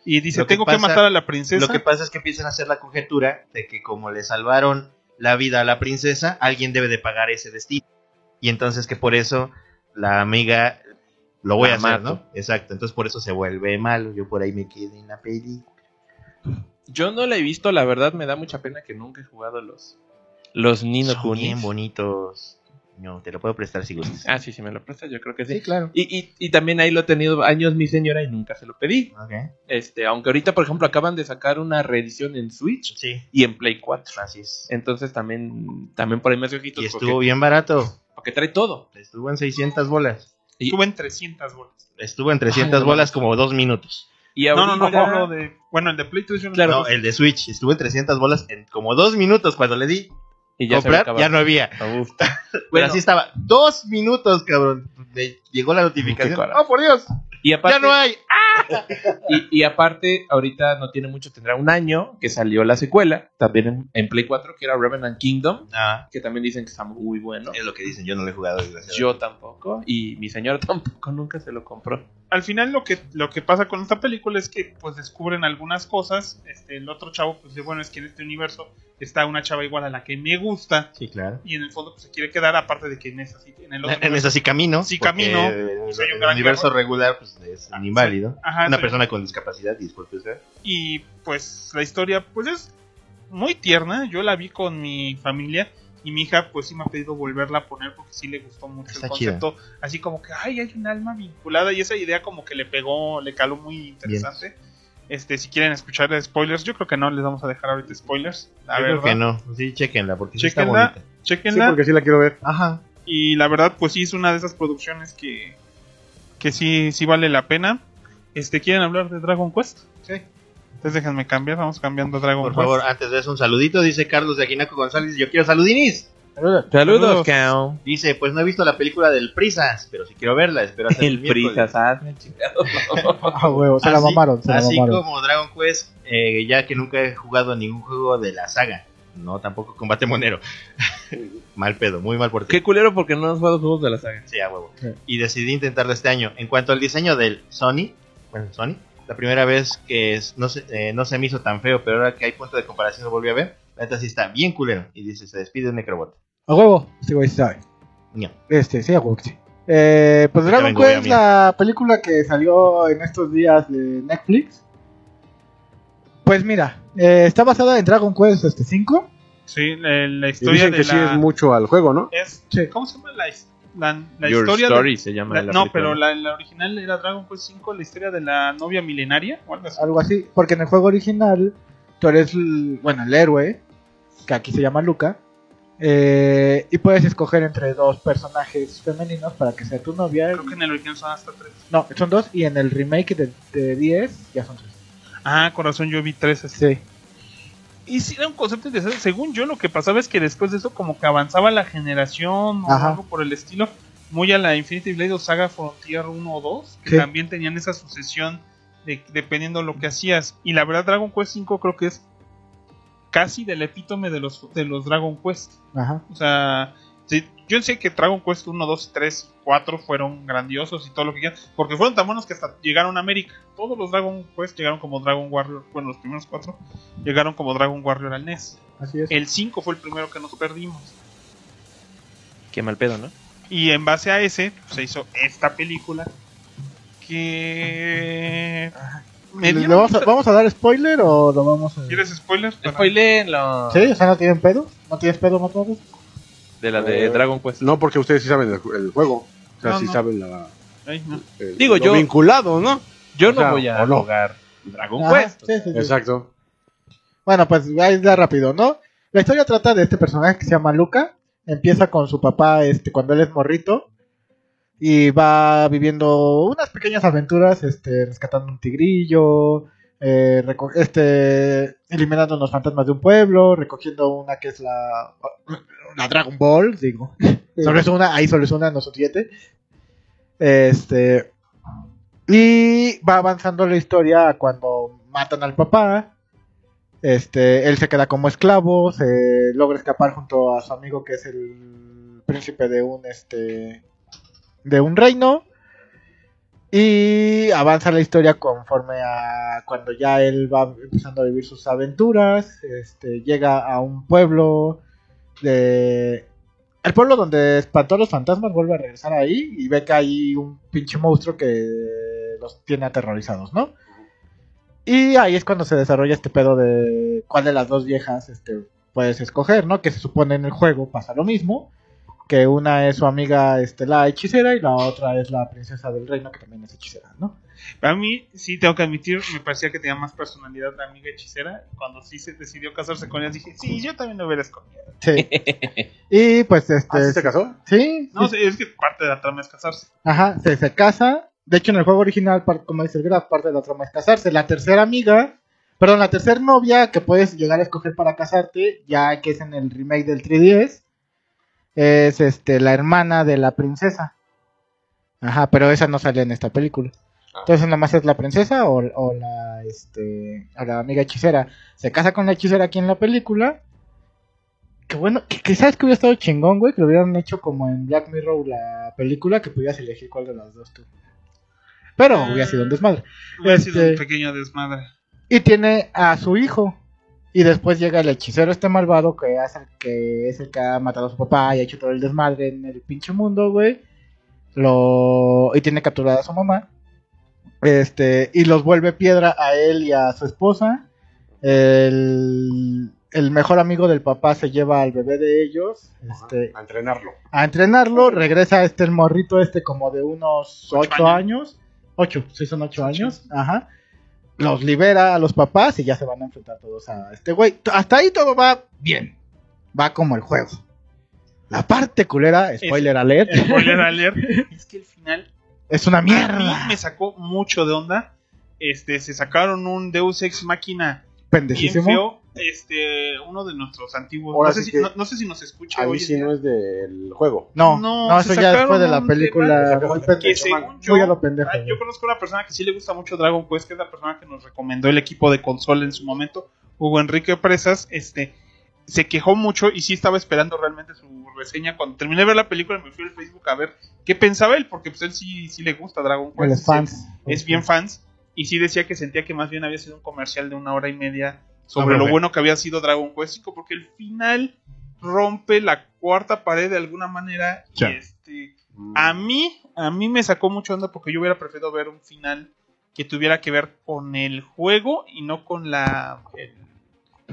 [SPEAKER 4] y dice,
[SPEAKER 5] Lo que
[SPEAKER 4] tengo que
[SPEAKER 5] pasa-
[SPEAKER 4] matar a la princesa.
[SPEAKER 5] Lo que pasa es que empiezan a hacer la conjetura de que como le salvaron la vida a la princesa, alguien debe de pagar ese destino. Y entonces que por eso la amiga lo voy
[SPEAKER 2] La
[SPEAKER 5] a hacer,
[SPEAKER 2] mato.
[SPEAKER 5] ¿no? Exacto, entonces por eso se vuelve malo. Yo por ahí me quedé en la peli.
[SPEAKER 2] Yo no la he visto, la verdad me da mucha pena que nunca he jugado los los Nino
[SPEAKER 5] Son
[SPEAKER 2] Kunis.
[SPEAKER 5] bien bonitos. No, te lo puedo prestar si gustas.
[SPEAKER 2] Ah, sí, sí me lo prestas, yo creo que sí.
[SPEAKER 5] claro.
[SPEAKER 2] Y, y, y también ahí lo he tenido años mi señora y nunca se lo pedí.
[SPEAKER 5] Ok.
[SPEAKER 2] Este, aunque ahorita, por ejemplo, acaban de sacar una reedición en Switch
[SPEAKER 5] Sí,
[SPEAKER 2] y en Play 4.
[SPEAKER 5] así es.
[SPEAKER 2] Entonces también, también por ahí me hace ojitos
[SPEAKER 5] Y
[SPEAKER 2] porque-
[SPEAKER 5] estuvo bien barato.
[SPEAKER 2] porque, porque trae todo.
[SPEAKER 5] Estuvo en 600 bolas.
[SPEAKER 2] Y-
[SPEAKER 4] Estuve en 300 bolas.
[SPEAKER 5] Estuvo en 300
[SPEAKER 2] Ay, no
[SPEAKER 5] bolas como dos minutos.
[SPEAKER 2] Y
[SPEAKER 4] No, no, no,
[SPEAKER 2] ahorita-
[SPEAKER 4] hablo de. Bueno, el de PlayStation.
[SPEAKER 2] Claro.
[SPEAKER 5] No, el de Switch. Estuvo en 300 bolas en como dos minutos cuando le di
[SPEAKER 2] y ya se
[SPEAKER 5] comprar.
[SPEAKER 2] acaba.
[SPEAKER 5] Ya no había.
[SPEAKER 2] Uf.
[SPEAKER 5] Pero
[SPEAKER 2] Bueno,
[SPEAKER 5] así estaba. Dos minutos, cabrón. Me llegó la
[SPEAKER 2] Qué
[SPEAKER 5] notificación.
[SPEAKER 2] coraje.
[SPEAKER 5] ¡Oh, por Dios!
[SPEAKER 2] y aparte,
[SPEAKER 5] ¡Ya no hay!
[SPEAKER 2] y, y aparte, ahorita no tiene mucho, tendrá un año que salió la secuela, también en, en Play 4, que era Revenant Kingdom,
[SPEAKER 5] Ah,
[SPEAKER 2] que también dicen que está muy bueno.
[SPEAKER 5] es lo que dicen. Yo no lo he jugado, desgraciado.
[SPEAKER 2] Yo tampoco, y mi señora tampoco nunca se lo compró.
[SPEAKER 4] Al final lo que, lo que pasa con esta película es que pues descubren algunas cosas. Este, el otro chavo, pues dice, bueno, es que en este universo está una chava igual a la que me gusta.
[SPEAKER 5] Sí, claro.
[SPEAKER 4] Y en el fondo pues, se quiere quedar, aparte de que en esa sí, en el otro.
[SPEAKER 5] En eso sí camino.
[SPEAKER 4] Sí
[SPEAKER 5] porque
[SPEAKER 4] camino.
[SPEAKER 5] el-
[SPEAKER 4] Soy un
[SPEAKER 5] El
[SPEAKER 4] gran
[SPEAKER 5] universo
[SPEAKER 4] guerrero.
[SPEAKER 5] regular pues, es
[SPEAKER 4] Ah,
[SPEAKER 5] un inválido.
[SPEAKER 4] Ajá,
[SPEAKER 5] Una
[SPEAKER 4] soy-
[SPEAKER 5] persona con discapacidad, disculpe usted.
[SPEAKER 4] Y pues la historia pues es muy tierna. Yo la vi con mi familia y mi hija pues sí me ha pedido volverla a poner porque sí le gustó mucho
[SPEAKER 5] Está
[SPEAKER 4] el concepto. Así como que, ay, hay un alma vinculada y esa idea como que le pegó, le caló muy interesante. Este, si quieren escuchar spoilers, yo creo que no les vamos a dejar ahorita spoilers. La
[SPEAKER 5] Yo creo que
[SPEAKER 4] verdad,
[SPEAKER 5] no. Sí, chequenla, porque sí
[SPEAKER 4] Chéquenla.
[SPEAKER 5] está bonita.
[SPEAKER 4] Chéquenla.
[SPEAKER 3] Sí, porque sí la quiero ver.
[SPEAKER 5] Ajá.
[SPEAKER 4] Y la verdad, pues sí, es una de esas producciones que, que sí, sí vale la pena. Este, ¿quieren hablar de Dragon Quest? Sí. Entonces déjenme cambiar, vamos cambiando a Dragon
[SPEAKER 5] Por
[SPEAKER 4] Quest.
[SPEAKER 5] favor, antes de eso, un saludito. Dice Carlos de Aquinaco González. Yo quiero saludinis.
[SPEAKER 3] Saludos.
[SPEAKER 2] Saludos,
[SPEAKER 4] Saludos.
[SPEAKER 2] Kao.
[SPEAKER 5] Dice, pues no he visto la película del Prisas, pero sí quiero verla. Espero hasta el,
[SPEAKER 2] El
[SPEAKER 5] miércoles.
[SPEAKER 2] Prisas, hazme chingado.
[SPEAKER 3] Ah, huevo, se la
[SPEAKER 5] Así-
[SPEAKER 3] mamaron, se la
[SPEAKER 5] así
[SPEAKER 3] mamaron.
[SPEAKER 5] como Dragon Quest, eh, ya que nunca he jugado ningún juego de la saga. No, tampoco Combate Monero. mal pedo, muy mal por ti.
[SPEAKER 2] Qué culero porque no has jugado juegos de la saga.
[SPEAKER 5] Sí, a huevo.
[SPEAKER 3] Sí.
[SPEAKER 5] Y decidí intentarlo este año. En cuanto al diseño del Sony, bueno, Sony, la primera vez que es- no, se, eh, no se me hizo tan feo, pero ahora que hay punto de comparación lo volví a ver, la neta sí está bien culero. Y dice, se despide un Necrobot.
[SPEAKER 3] A huevo, este güey sí sabe.
[SPEAKER 5] No.
[SPEAKER 3] Este, sí, a huevo que sí. Eh, pues
[SPEAKER 5] Ya
[SPEAKER 3] Dragon
[SPEAKER 5] vengo, voy a
[SPEAKER 3] Quest,
[SPEAKER 5] mí.
[SPEAKER 3] la película que salió en estos días de Netflix. Pues mira, eh, está basada en Dragon Quest este 5.
[SPEAKER 4] Sí, la, la
[SPEAKER 6] Y
[SPEAKER 4] historia
[SPEAKER 6] dicen
[SPEAKER 4] de
[SPEAKER 6] que
[SPEAKER 4] la...
[SPEAKER 6] sí es mucho al juego, ¿no?
[SPEAKER 4] es-
[SPEAKER 3] Sí.
[SPEAKER 4] ¿Cómo se llama la, his- la, la
[SPEAKER 2] Your
[SPEAKER 4] historia? de-
[SPEAKER 2] Story se llama.
[SPEAKER 4] la-
[SPEAKER 2] la
[SPEAKER 4] no,
[SPEAKER 2] película.
[SPEAKER 4] pero la, la original era Dragon Quest 5, la historia de la novia milenaria. o algo así.
[SPEAKER 3] algo así, porque en el juego original tú eres, el- bueno, el héroe, que aquí se llama Luca, eh, y puedes escoger entre dos personajes femeninos para que sea tu novia.
[SPEAKER 4] Creo que en el original son hasta tres.
[SPEAKER 3] No, son dos, y en el remake de, de 10 ya son tres.
[SPEAKER 4] Ah, corazón, yo vi tres. así.
[SPEAKER 3] Sí.
[SPEAKER 4] Y sí, era un concepto interesante. Según yo, lo que pasaba es que después de eso, como que avanzaba la generación o
[SPEAKER 3] Ajá.
[SPEAKER 4] algo por el estilo, muy a la Infinity Blade o Saga Frontier 1 o 2, que
[SPEAKER 3] Sí.
[SPEAKER 4] también tenían esa sucesión de, dependiendo lo que hacías. Y la verdad, Dragon Quest 5 creo que es casi del epítome de los, de los Dragon Quest.
[SPEAKER 3] Ajá.
[SPEAKER 4] O sea, sí, yo sé que Dragon Quest 1, 2, 3, 4 fueron grandiosos y todo lo que quieran, porque fueron tan buenos que hasta llegaron a América. Todos los Dragon Quest llegaron como Dragon Warrior, bueno, los primeros cuatro llegaron como Dragon Warrior al NES.
[SPEAKER 3] Así es.
[SPEAKER 4] El 5 fue el primero que nos perdimos.
[SPEAKER 2] Qué mal pedo, ¿no?
[SPEAKER 4] Y en base a ese pues, se hizo esta película que... Me
[SPEAKER 3] ¿Le-
[SPEAKER 4] dieron-
[SPEAKER 3] le vamos, a, vamos a dar spoiler o lo vamos a.?
[SPEAKER 4] ¿Quieres spoilers? Para-
[SPEAKER 2] Spoilenlo.
[SPEAKER 3] Sí, o sea, no tienen pedo. ¿No tienes pedo, no tienes?
[SPEAKER 2] De la de
[SPEAKER 6] Eh,
[SPEAKER 2] Dragon Quest.
[SPEAKER 6] No, porque ustedes sí saben el, ju- el juego. O sea,
[SPEAKER 4] No,
[SPEAKER 6] sí
[SPEAKER 4] no.
[SPEAKER 6] saben la,
[SPEAKER 4] Ay, no.
[SPEAKER 6] el-
[SPEAKER 2] Digo,
[SPEAKER 6] lo
[SPEAKER 2] yo-
[SPEAKER 6] vinculado, ¿no?
[SPEAKER 2] Yo
[SPEAKER 6] o
[SPEAKER 2] no
[SPEAKER 6] sea,
[SPEAKER 2] voy a
[SPEAKER 6] o no.
[SPEAKER 2] jugar Dragon
[SPEAKER 3] Ajá,
[SPEAKER 2] Quest.
[SPEAKER 3] sí, sí, sí.
[SPEAKER 6] Exacto.
[SPEAKER 3] Bueno, pues ahí da rápido, ¿no? La historia trata de este personaje que se llama Luca. Empieza con su papá este, cuando él es morrito. Y va viviendo unas pequeñas aventuras, este, rescatando un tigrillo, eh, reco- este, eliminando unos fantasmas de un pueblo, recogiendo una que es la, la Dragon Ball, digo. Solo es una, ahí solo es una, no son siete. Este, y va avanzando la historia a cuando matan al papá, este, él se queda como esclavo, se logra escapar junto a su amigo que es el príncipe de un este de un reino y avanza la historia conforme a cuando ya él va empezando a vivir sus aventuras, este, llega a un pueblo de el pueblo donde espantó a los fantasmas vuelve a regresar ahí y ve que hay un pinche monstruo que los tiene aterrorizados, ¿no? Y ahí es cuando se desarrolla este pedo de cuál de las dos viejas este, puedes escoger, ¿no? Que se supone en el juego pasa lo mismo. Que una es su amiga este, la hechicera y la otra es la princesa del reino que también es hechicera, ¿no?
[SPEAKER 4] A mí, sí, tengo que admitir, me parecía que tenía más personalidad la amiga hechicera. Cuando sí se decidió casarse con ella, dije, sí, yo también lo hubiera escondido.
[SPEAKER 3] Sí. Y pues este.
[SPEAKER 6] ¿Ah, sí se casó?
[SPEAKER 3] sí,
[SPEAKER 4] No,
[SPEAKER 3] sí,
[SPEAKER 4] sí, es que parte de la trama es casarse.
[SPEAKER 3] Ajá, se, se casa. De hecho, en el juego original, par- como dice el Graf, parte de la trama es casarse. La tercera amiga, perdón, la tercera novia que puedes llegar a escoger para casarte, ya que es en el remake del 3DS, es este, la hermana de la princesa. Ajá, pero esa no sale en esta película. Entonces, nomás es la princesa o, o la, este, o la amiga hechicera. Se casa con la hechicera aquí en la película. Que bueno, que, que sabes que hubiera estado chingón, güey, que lo hubieran hecho como en Black Mirror la película, que pudieras elegir cuál de las dos tú. Pero hubiera sido un desmadre.
[SPEAKER 4] Hubiera sido un
[SPEAKER 3] Este-
[SPEAKER 4] pequeño desmadre.
[SPEAKER 3] Y tiene a su hijo. Y después llega el hechicero este malvado que, hace, que es el que ha matado a su papá y ha hecho todo el desmadre en el pinche mundo, güey. Lo... Y tiene capturada a su mamá. Este, y los vuelve piedra a él y a su esposa. El, el mejor amigo del papá se lleva al bebé de ellos.
[SPEAKER 6] Ajá,
[SPEAKER 3] Este,
[SPEAKER 6] A entrenarlo.
[SPEAKER 3] a entrenarlo, regresa este el morrito este como de unos
[SPEAKER 4] Ocho
[SPEAKER 3] 8 años. 8, sí son 8 años, ajá. Los libera a los papás y ya se van a enfrentar todos a este güey. T- Hasta ahí todo va bien. Va como el juego. La parte culera, spoiler alert,
[SPEAKER 4] Spoiler alert. es que el final
[SPEAKER 3] es una
[SPEAKER 4] a
[SPEAKER 3] mierda.
[SPEAKER 4] mí me sacó mucho de onda. Este, se sacaron un Deus Ex Máquina bien
[SPEAKER 3] Pendejísimo.
[SPEAKER 4] feo. Este, uno de nuestros antiguos.
[SPEAKER 6] Ahora
[SPEAKER 4] No sé, si,
[SPEAKER 6] sí que-
[SPEAKER 4] no, no sé si nos escucha
[SPEAKER 6] A
[SPEAKER 4] hoy.
[SPEAKER 6] mí sí no es del juego.
[SPEAKER 3] No,
[SPEAKER 4] No,
[SPEAKER 3] no,
[SPEAKER 4] se
[SPEAKER 3] eso ya después de
[SPEAKER 4] sacaron
[SPEAKER 3] la
[SPEAKER 4] un
[SPEAKER 3] película.
[SPEAKER 6] tema
[SPEAKER 3] muy
[SPEAKER 6] que
[SPEAKER 3] pendejo,
[SPEAKER 4] según
[SPEAKER 3] man,
[SPEAKER 4] yo-
[SPEAKER 3] muy a lo pendejo,
[SPEAKER 4] Ah, Yo
[SPEAKER 3] güey.
[SPEAKER 4] conozco una persona que sí le gusta mucho Dragon Quest, que es la persona que nos recomendó el equipo de consola en su momento, Hugo Enrique Presas, este se quejó mucho y sí estaba esperando realmente su reseña. Cuando terminé de ver la película me fui al Facebook a ver qué pensaba él, porque pues él sí, sí le gusta Dragon
[SPEAKER 3] A
[SPEAKER 4] Quest.
[SPEAKER 3] los
[SPEAKER 4] sí,
[SPEAKER 3] fans.
[SPEAKER 4] es bien fans. Y sí decía que sentía que más bien había sido un comercial de una hora y media sobre
[SPEAKER 5] Hombre,
[SPEAKER 4] lo
[SPEAKER 5] güey.
[SPEAKER 4] Ah, bueno que había sido Dragon Quest V, porque el final rompe la cuarta pared de alguna manera. Y
[SPEAKER 5] Sí.
[SPEAKER 4] este,
[SPEAKER 6] Mm.
[SPEAKER 4] a mí, a mí me sacó mucho onda porque yo hubiera preferido ver un final que tuviera que ver con el juego y no con la el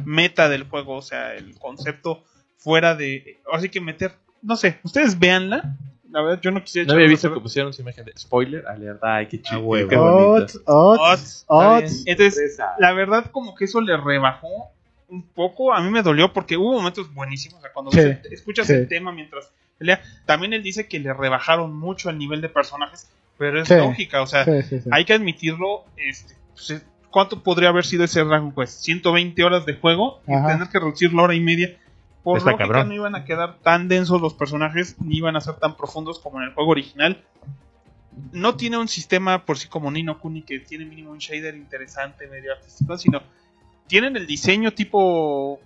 [SPEAKER 4] meta del juego, o sea, el concepto fuera de... Así que meter, no sé, ustedes véanla. La verdad, yo no quisiera...
[SPEAKER 2] No había
[SPEAKER 4] echarles
[SPEAKER 2] visto
[SPEAKER 4] a-
[SPEAKER 2] que pusieron su imagen de spoiler alert. Ay, qué chido.
[SPEAKER 5] huevo.
[SPEAKER 2] qué bonito.
[SPEAKER 3] Ots, ots,
[SPEAKER 4] Ots,
[SPEAKER 3] ots.
[SPEAKER 4] Entonces,
[SPEAKER 6] Esa.
[SPEAKER 4] la verdad como que eso le rebajó un poco, a mí me dolió porque hubo momentos buenísimos, o sea, cuando
[SPEAKER 3] Sí,
[SPEAKER 4] ves el- escuchas
[SPEAKER 3] sí.
[SPEAKER 4] el tema mientras pelea, también él dice que le rebajaron mucho el nivel de personajes, pero es
[SPEAKER 3] Sí,
[SPEAKER 4] lógica, o sea,
[SPEAKER 3] Sí, sí, sí.
[SPEAKER 4] hay que admitirlo, este, pues, eh, ¿cuánto podría haber sido ese Dragon Quest? 120 horas de juego y
[SPEAKER 3] Ajá.
[SPEAKER 4] tener que reducir la hora y media. Por
[SPEAKER 5] Está
[SPEAKER 4] lógica
[SPEAKER 5] cabrón.
[SPEAKER 4] no iban a quedar tan densos los personajes, ni iban a ser tan profundos como en el juego original. No tiene un sistema por sí como Nino Kuni que tiene mínimo un shader interesante, medio artístico, sino tienen el diseño tipo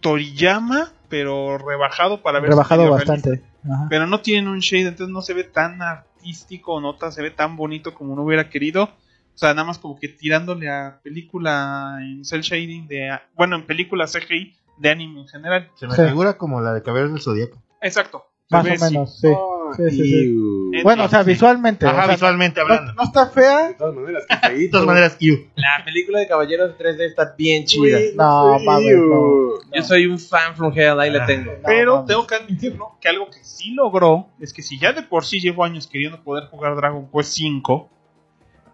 [SPEAKER 4] Toriyama, pero rebajado para ver si
[SPEAKER 3] Rebajado
[SPEAKER 4] medio
[SPEAKER 3] bastante. Ajá.
[SPEAKER 4] pero no tienen un shade, entonces no se ve tan artístico, no ta- se ve tan bonito como uno hubiera querido. O sea, nada más como que tirándole a película en cel shading de. a- Bueno, en película CGI de anime en general.
[SPEAKER 5] Se me
[SPEAKER 3] Sí.
[SPEAKER 5] figura como la de Caballeros del Zodíaco.
[SPEAKER 4] Exacto. se
[SPEAKER 3] Más
[SPEAKER 4] ve
[SPEAKER 3] o
[SPEAKER 4] así.
[SPEAKER 3] menos, sí.
[SPEAKER 6] Ah,
[SPEAKER 3] Sí, sí, sí.
[SPEAKER 6] iu.
[SPEAKER 4] Eh,
[SPEAKER 3] Bueno, o sea, visualmente. o
[SPEAKER 5] Ajá,
[SPEAKER 3] sea,
[SPEAKER 5] visualmente
[SPEAKER 3] no,
[SPEAKER 5] hablando.
[SPEAKER 3] no está fea.
[SPEAKER 6] De todas maneras,
[SPEAKER 5] De todas maneras, you.
[SPEAKER 2] La película de Caballeros 3D está bien chida.
[SPEAKER 3] No, mames, no.
[SPEAKER 2] Yo soy un fan from hell, ahí
[SPEAKER 5] Ah.
[SPEAKER 2] la tengo.
[SPEAKER 4] Pero
[SPEAKER 3] mames.
[SPEAKER 4] tengo que admitirlo que algo que sí logró es que si ya de por sí llevo años queriendo poder jugar Dragon Quest V,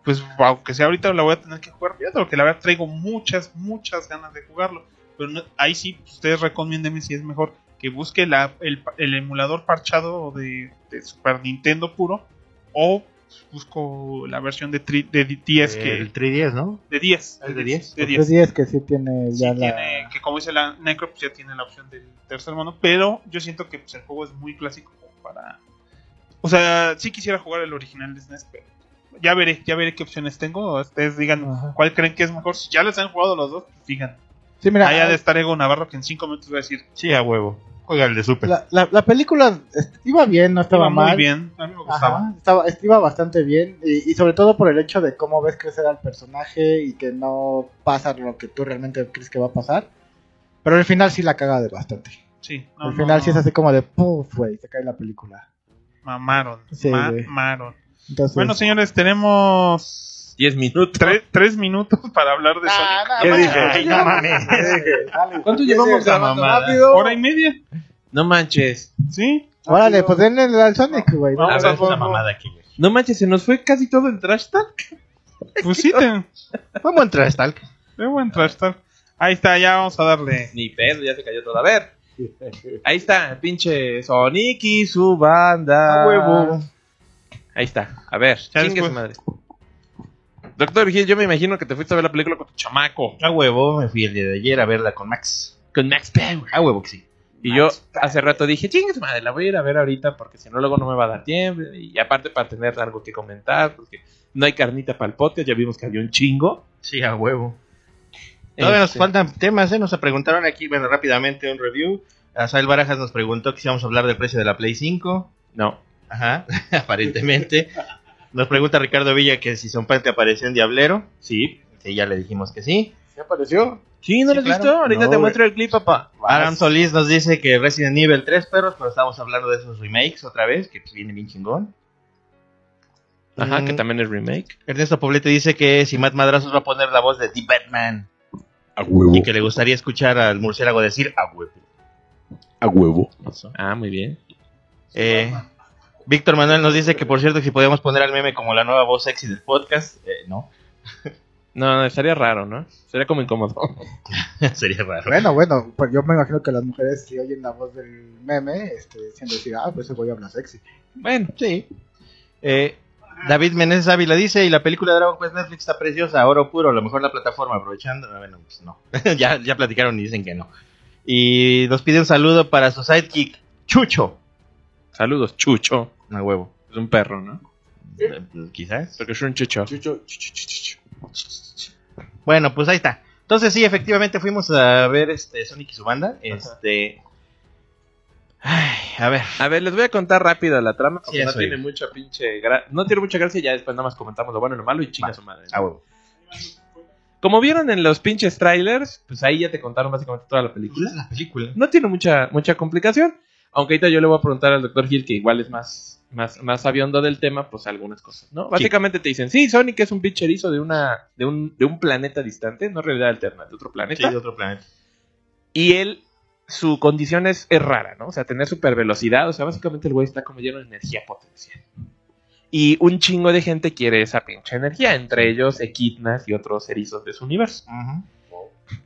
[SPEAKER 4] pues aunque sea ahorita la voy a tener que jugar pirata, porque la verdad traigo muchas, muchas ganas de jugarlo. Pero no- ahí sí, pues, ustedes recomiéndenme si es mejor que busque la- el, pa- el emulador parchado de, de Super Nintendo puro o busco la versión de, tri- de 10 que...
[SPEAKER 5] El 3DS, ¿no?
[SPEAKER 4] De 10.
[SPEAKER 5] ¿El de 10?
[SPEAKER 4] De 10.
[SPEAKER 3] Pues sí, es que sí tiene
[SPEAKER 4] Sí
[SPEAKER 3] ya la.
[SPEAKER 4] tiene, que como dice la Necro, pues ya tiene la opción del tercer mono, pero yo siento que pues, el juego es muy clásico como para... O sea, sí quisiera jugar el original de SNES, pero ya veré, ya veré qué opciones tengo. Ustedes digan
[SPEAKER 3] Ajá.
[SPEAKER 4] cuál creen que es mejor. Si ya les han jugado los dos, pues digan.
[SPEAKER 3] Sí, mira, eh,
[SPEAKER 4] Allá de estar Ego Navarro que en 5 minutos va a decir,
[SPEAKER 5] Sí, a huevo. Juega el de Super.
[SPEAKER 3] la, la, la película este, iba bien, no estaba
[SPEAKER 4] estaba muy
[SPEAKER 3] mal.
[SPEAKER 4] bien, a mí me gustaba.
[SPEAKER 3] Ajá, estaba, est- iba bastante bien y, y sobre todo por el hecho de cómo ves crecer al personaje y que no pasa lo que tú realmente crees que va a pasar. Pero al final sí la caga de bastante.
[SPEAKER 4] Sí,
[SPEAKER 3] al final sí es así como de puff, güey, se cae la película.
[SPEAKER 4] Mamaron,
[SPEAKER 3] Sí, güey.
[SPEAKER 4] mamaron.
[SPEAKER 3] Entonces,
[SPEAKER 4] Bueno, señores, tenemos
[SPEAKER 2] 10 minutos.
[SPEAKER 4] tre- tres minutos para hablar de Sonic.
[SPEAKER 6] ¿Qué dije?
[SPEAKER 5] Ay, no mames.
[SPEAKER 2] ¿Cuánto llevamos
[SPEAKER 5] esa
[SPEAKER 2] grabando?
[SPEAKER 5] mamada?
[SPEAKER 2] Rápido.
[SPEAKER 4] Hora y media,
[SPEAKER 2] No manches.
[SPEAKER 4] ¿sí?
[SPEAKER 3] Órale, pues denle al Sonic, güey.
[SPEAKER 4] Vamos
[SPEAKER 2] A ver,
[SPEAKER 4] a
[SPEAKER 2] es una
[SPEAKER 4] mamada.
[SPEAKER 5] Mamada aquí, güey.
[SPEAKER 2] No manches, se nos fue casi todo el trash talk.
[SPEAKER 4] Pues sí, te,
[SPEAKER 5] Fue buen trash talk.
[SPEAKER 4] debo entrar. tal. Ahí está, ya vamos a darle.
[SPEAKER 2] Ni pedo, ya se cayó todo. A ver. Ahí está, pinche Sonic y su
[SPEAKER 5] Ah,
[SPEAKER 2] banda. Ahí está, a ver,
[SPEAKER 4] Ya
[SPEAKER 2] chingue su
[SPEAKER 4] después.
[SPEAKER 2] madre. Doctor Gil, yo me imagino que te fuiste a ver la película con tu chamaco.
[SPEAKER 5] A huevo, me fui el día de ayer a verla con Max.
[SPEAKER 2] Con Max Power.
[SPEAKER 5] A huevo que sí.
[SPEAKER 2] Y yo hace rato dije, chingue su madre, la voy a ir a ver ahorita porque si no luego no me va a dar tiempo. Y aparte para tener algo que comentar, porque no hay carnita para el podcast, ya vimos que había un chingo.
[SPEAKER 5] Sí, a huevo. Todavía nos
[SPEAKER 2] Este,
[SPEAKER 5] faltan temas, ¿eh? Nos preguntaron aquí, bueno, rápidamente un review. Asael Barajas nos preguntó que si vamos a hablar del precio de la Play 5.
[SPEAKER 2] No.
[SPEAKER 5] Ajá, aparentemente. Nos pregunta Ricardo Villa que si son parte apareció en Diablero.
[SPEAKER 2] Sí.
[SPEAKER 5] Sí, ya le dijimos que sí.
[SPEAKER 6] ¿Se apareció?
[SPEAKER 2] Sí, ¿no
[SPEAKER 5] Sí,
[SPEAKER 2] lo has
[SPEAKER 5] claro.
[SPEAKER 2] visto? Ahorita
[SPEAKER 6] No,
[SPEAKER 2] te
[SPEAKER 6] güey.
[SPEAKER 2] muestro el clip, papá.
[SPEAKER 5] Adam Solís nos dice que Resident Evil 3 perros, pero estamos hablando de esos remakes otra vez, que pues, viene bien chingón.
[SPEAKER 2] Ajá, que
[SPEAKER 5] Mm,
[SPEAKER 2] también es remake.
[SPEAKER 5] Ernesto Poblete dice que si Matt Madrazos va a poner la voz de The Batman
[SPEAKER 6] A huevo.
[SPEAKER 5] y que le gustaría escuchar al murciélago decir "Ah, a huevo.
[SPEAKER 6] A huevo.
[SPEAKER 2] Ah, muy bien.
[SPEAKER 5] Eh, Víctor Manuel nos dice que por cierto que si podíamos poner al meme como la nueva voz sexy del podcast, eh, no,
[SPEAKER 2] No, no, estaría raro, ¿no? Sería como incómodo.
[SPEAKER 5] sería raro.
[SPEAKER 3] Bueno, bueno, pues yo me imagino que las mujeres si oyen la voz del meme, este, siendo decir, ah, pues se voy a hablar sexy.
[SPEAKER 2] Bueno,
[SPEAKER 5] Sí. Eh, David Meneses Ávila dice, y la película de Dragon Quest Netflix está preciosa, oro puro, a lo mejor la plataforma, aprovechando, Ah, bueno, pues no, ya, ya platicaron y dicen que no. Y nos pide un saludo para su sidekick, Chucho.
[SPEAKER 2] saludos, Chucho.
[SPEAKER 5] No huevo.
[SPEAKER 2] Es un perro, ¿no?
[SPEAKER 5] Eh, Quizás.
[SPEAKER 2] Porque es un chucho.
[SPEAKER 6] Chucho, chucho, chucho.
[SPEAKER 5] Bueno, pues ahí está. Entonces sí, efectivamente fuimos a ver este Sonic y su banda. Este. Ay, a ver.
[SPEAKER 2] A ver, les voy a contar rápido la trama porque
[SPEAKER 5] Sí,
[SPEAKER 2] no
[SPEAKER 5] eso
[SPEAKER 2] tiene
[SPEAKER 5] es.
[SPEAKER 2] mucha pinche gra- no tiene mucha gracia y ya después nada más comentamos lo bueno y lo malo y chinga
[SPEAKER 5] Va.
[SPEAKER 2] su madre.
[SPEAKER 5] A Ah, huevo.
[SPEAKER 2] Como vieron en los pinches trailers, pues ahí ya te contaron básicamente toda la película.
[SPEAKER 5] La película.
[SPEAKER 2] No tiene mucha mucha complicación, aunque ahorita yo le voy a preguntar al doctor Gil que igual es más más más sabiondo del tema, pues algunas cosas, ¿no? Básicamente te dicen, "Sí, Sonic es un pinche erizo de una de un de un planeta distante, no realidad alterna, de otro
[SPEAKER 5] Sí,
[SPEAKER 2] planeta."
[SPEAKER 5] de otro planeta.
[SPEAKER 2] Y él, su condición es, es rara, ¿no? O sea, tener super velocidad. O sea, básicamente el güey está como lleno de energía potencial. Y un chingo de gente quiere esa pinche energía, entre ellos equidnas y otros erizos de su universo.
[SPEAKER 5] Ujú.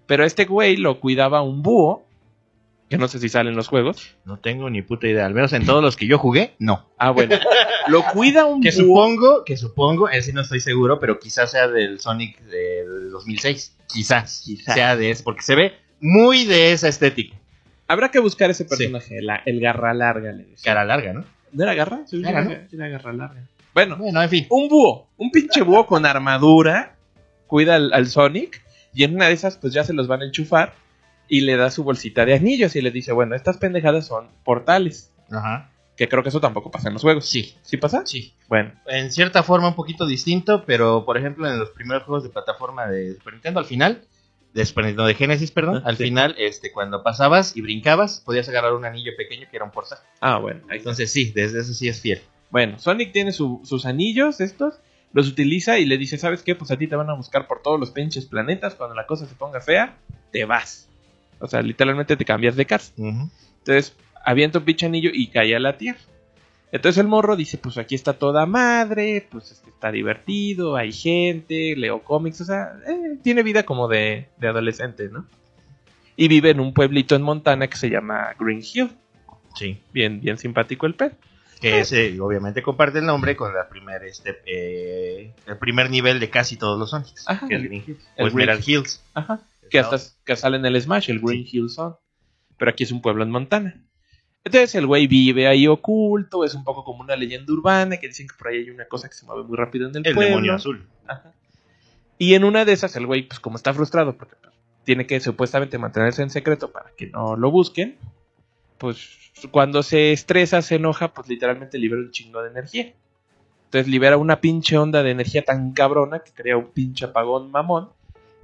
[SPEAKER 2] Pero este güey lo cuidaba un búho, que no sé si sale en los juegos.
[SPEAKER 5] No tengo ni puta idea. Al menos en todos los que yo jugué, no.
[SPEAKER 2] Ah, bueno. lo cuida un
[SPEAKER 5] Que
[SPEAKER 2] búho.
[SPEAKER 5] supongo, que supongo, ese no estoy seguro, pero quizás sea del Sonic de 2006. Quizás, sea de ese, porque se ve muy de esa estética.
[SPEAKER 2] Habrá que buscar ese personaje, la- el garra larga. Le decía.
[SPEAKER 5] Cara larga, ¿no?
[SPEAKER 2] ¿No era garra? Sí,
[SPEAKER 5] Era, ¿no?
[SPEAKER 2] era garra larga. Bueno,
[SPEAKER 5] Bueno, en fin.
[SPEAKER 2] un búho, un pinche búho con armadura, cuida al, al Sonic y en una de esas pues ya se los van a enchufar y le da su bolsita de anillos y les dice, bueno, estas pendejadas son portales,
[SPEAKER 5] Ajá.
[SPEAKER 2] que creo que eso tampoco pasa en los juegos.
[SPEAKER 5] Sí,
[SPEAKER 2] ¿Sí pasa?
[SPEAKER 5] sí.
[SPEAKER 2] Bueno,
[SPEAKER 5] en cierta forma un poquito distinto, pero por ejemplo en los primeros juegos de plataforma de Super Nintendo al final, de Super Nintendo de Genesis, perdón,
[SPEAKER 2] Ah,
[SPEAKER 5] al
[SPEAKER 2] sí.
[SPEAKER 5] final este cuando pasabas y brincabas, podías agarrar un anillo pequeño que era un portal.
[SPEAKER 2] ah, bueno. ahí está.
[SPEAKER 5] Entonces sí, desde eso sí es fiel.
[SPEAKER 2] Bueno, Sonic tiene su- sus anillos estos, los utiliza y le dice, ¿sabes qué? Pues a ti te van a buscar por todos los pinches planetas, cuando la cosa se ponga fea, te vas. O sea, literalmente te cambias de casa. Entonces avienta un pinche anillo y cae a la tierra. Entonces el morro dice, pues aquí está toda madre, pues este, está divertido, hay gente, leo cómics, o sea, eh, tiene vida como de, de adolescente, ¿no? Y vive en un pueblito en Montana que se llama Green Hill.
[SPEAKER 5] Sí,
[SPEAKER 2] Bien, bien simpático el pez.
[SPEAKER 5] que ese obviamente comparte el nombre con la primer, este, eh, el primer nivel de casi todos los Sonics,
[SPEAKER 2] Ajá,
[SPEAKER 5] que es
[SPEAKER 2] el-
[SPEAKER 5] Green Hills,
[SPEAKER 2] el
[SPEAKER 5] o Emerald Hills.
[SPEAKER 2] Ajá. que hasta que sale en el Smash, el Green Hill Zone. Pero aquí es un pueblo en Montana. Entonces el güey vive ahí oculto, es un poco como una leyenda urbana que dicen que por ahí hay una cosa que se mueve muy rápido en el,
[SPEAKER 5] el
[SPEAKER 2] pueblo.
[SPEAKER 5] demonio azul.
[SPEAKER 2] Ajá. Y en una de esas, el güey, pues como está frustrado porque pues, tiene que supuestamente mantenerse en secreto para que no lo busquen, pues cuando se estresa, se enoja, pues literalmente libera un chingo de energía. Entonces libera una pinche onda de energía tan cabrona que crea un pinche apagón mamón.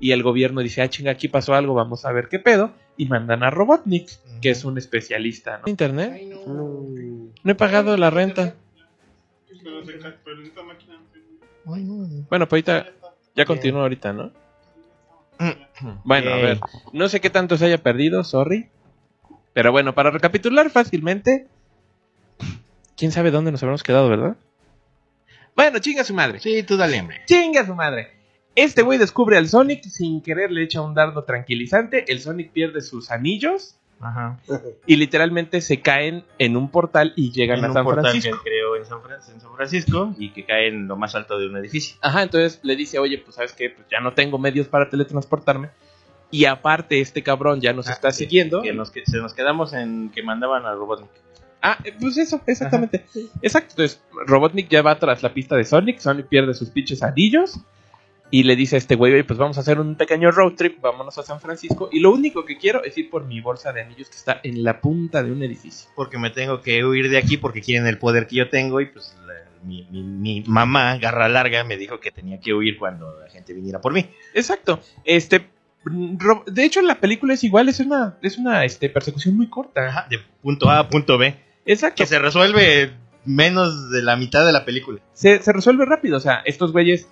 [SPEAKER 2] Y el gobierno dice, ah, chinga, aquí pasó algo, vamos a ver qué pedo. Y mandan a Robotnik, que es un especialista, ¿no? Internet. No he pagado la renta.
[SPEAKER 4] Pero se ca- pero esta máquina-
[SPEAKER 2] Bueno, pues ahorita, ya continúo ahorita, ¿no? Bueno, a
[SPEAKER 5] Ey.
[SPEAKER 2] ver. No sé qué tanto se haya perdido, sorry. Pero bueno, para recapitular fácilmente. ¿Quién sabe dónde nos habremos quedado, verdad? Bueno, chinga su madre.
[SPEAKER 5] Sí, tú dale, hombre.
[SPEAKER 2] Chinga su madre. Este güey descubre al Sonic, sin querer le echa un dardo tranquilizante, el Sonic pierde sus anillos
[SPEAKER 5] Ajá.
[SPEAKER 2] y literalmente se caen en un portal y llegan
[SPEAKER 5] En
[SPEAKER 2] a
[SPEAKER 5] un
[SPEAKER 2] San
[SPEAKER 5] portal
[SPEAKER 2] Francisco.
[SPEAKER 5] que creó en San, Fran- en San Francisco y que cae en lo más alto de un edificio.
[SPEAKER 2] Ajá, entonces le dice, oye, pues sabes que ya no tengo medios para teletransportarme. Y aparte, este cabrón ya nos
[SPEAKER 5] Ah,
[SPEAKER 2] está
[SPEAKER 5] sí,
[SPEAKER 2] siguiendo.
[SPEAKER 5] Que nos, que- se nos quedamos en que mandaban a Robotnik.
[SPEAKER 2] Ah, eh, pues eso, exactamente. Exacto. Entonces, Robotnik ya va tras la pista de Sonic. Sonic pierde sus pinches anillos. Y le dice a este güey, "Oye, pues vamos a hacer un pequeño road trip, vámonos a San Francisco. Y lo único que quiero es ir por mi bolsa de anillos que está en la punta de un edificio.
[SPEAKER 5] Porque me tengo que huir de aquí porque quieren el poder que yo tengo. Y pues la- mi, mi- mi mamá, garra larga, me dijo que tenía que huir cuando la gente viniera por mí.
[SPEAKER 2] Exacto. Este, mm, Ro- de hecho, la película es igual, es una, es una este, persecución muy corta.
[SPEAKER 5] Ajá, Ah, de punto A a punto B.
[SPEAKER 2] Exacto.
[SPEAKER 5] Que se resuelve menos de la mitad de la película.
[SPEAKER 2] se, se resuelve rápido. O sea, estos güeyes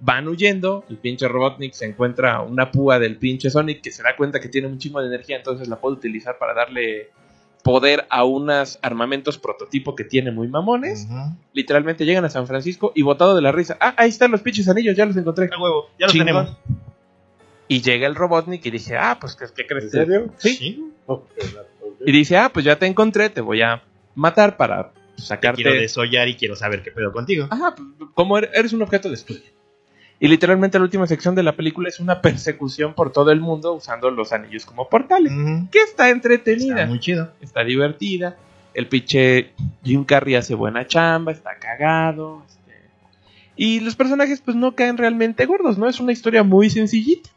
[SPEAKER 2] van huyendo. El pinche Robotnik se encuentra una púa del pinche Sonic que se da cuenta que tiene un chingo de energía, entonces la puede utilizar para darle poder a unos armamentos prototipo que tiene muy mamones.
[SPEAKER 5] Ujú.
[SPEAKER 2] Literalmente llegan a San Francisco y botado de la risa. Ah, ahí están los pinches anillos, ya los encontré.
[SPEAKER 5] A huevo, Ah, ya lo
[SPEAKER 2] Chingón.
[SPEAKER 5] tenemos.
[SPEAKER 2] Y llega el Robotnik y dice, ah, pues, ¿qué, qué crees?
[SPEAKER 5] Sí.
[SPEAKER 2] Y dice, ah, pues ya te encontré, te voy a matar para pues,
[SPEAKER 5] Te
[SPEAKER 2] sacarte...
[SPEAKER 5] quiero desollar y quiero saber qué pedo contigo.
[SPEAKER 2] Ajá, como er- eres un objeto de estudio. Y literalmente la última sección de la película es una persecución por todo el mundo usando los anillos como portales.
[SPEAKER 5] Ujú.
[SPEAKER 2] Que está
[SPEAKER 5] Está
[SPEAKER 2] entretenida, está,
[SPEAKER 5] muy chido.
[SPEAKER 2] divertida. El pinche Jim Carrey hace buena chamba, está cagado. este. Y los personajes pues no caen realmente gordos, ¿no? Es una historia muy sencillita.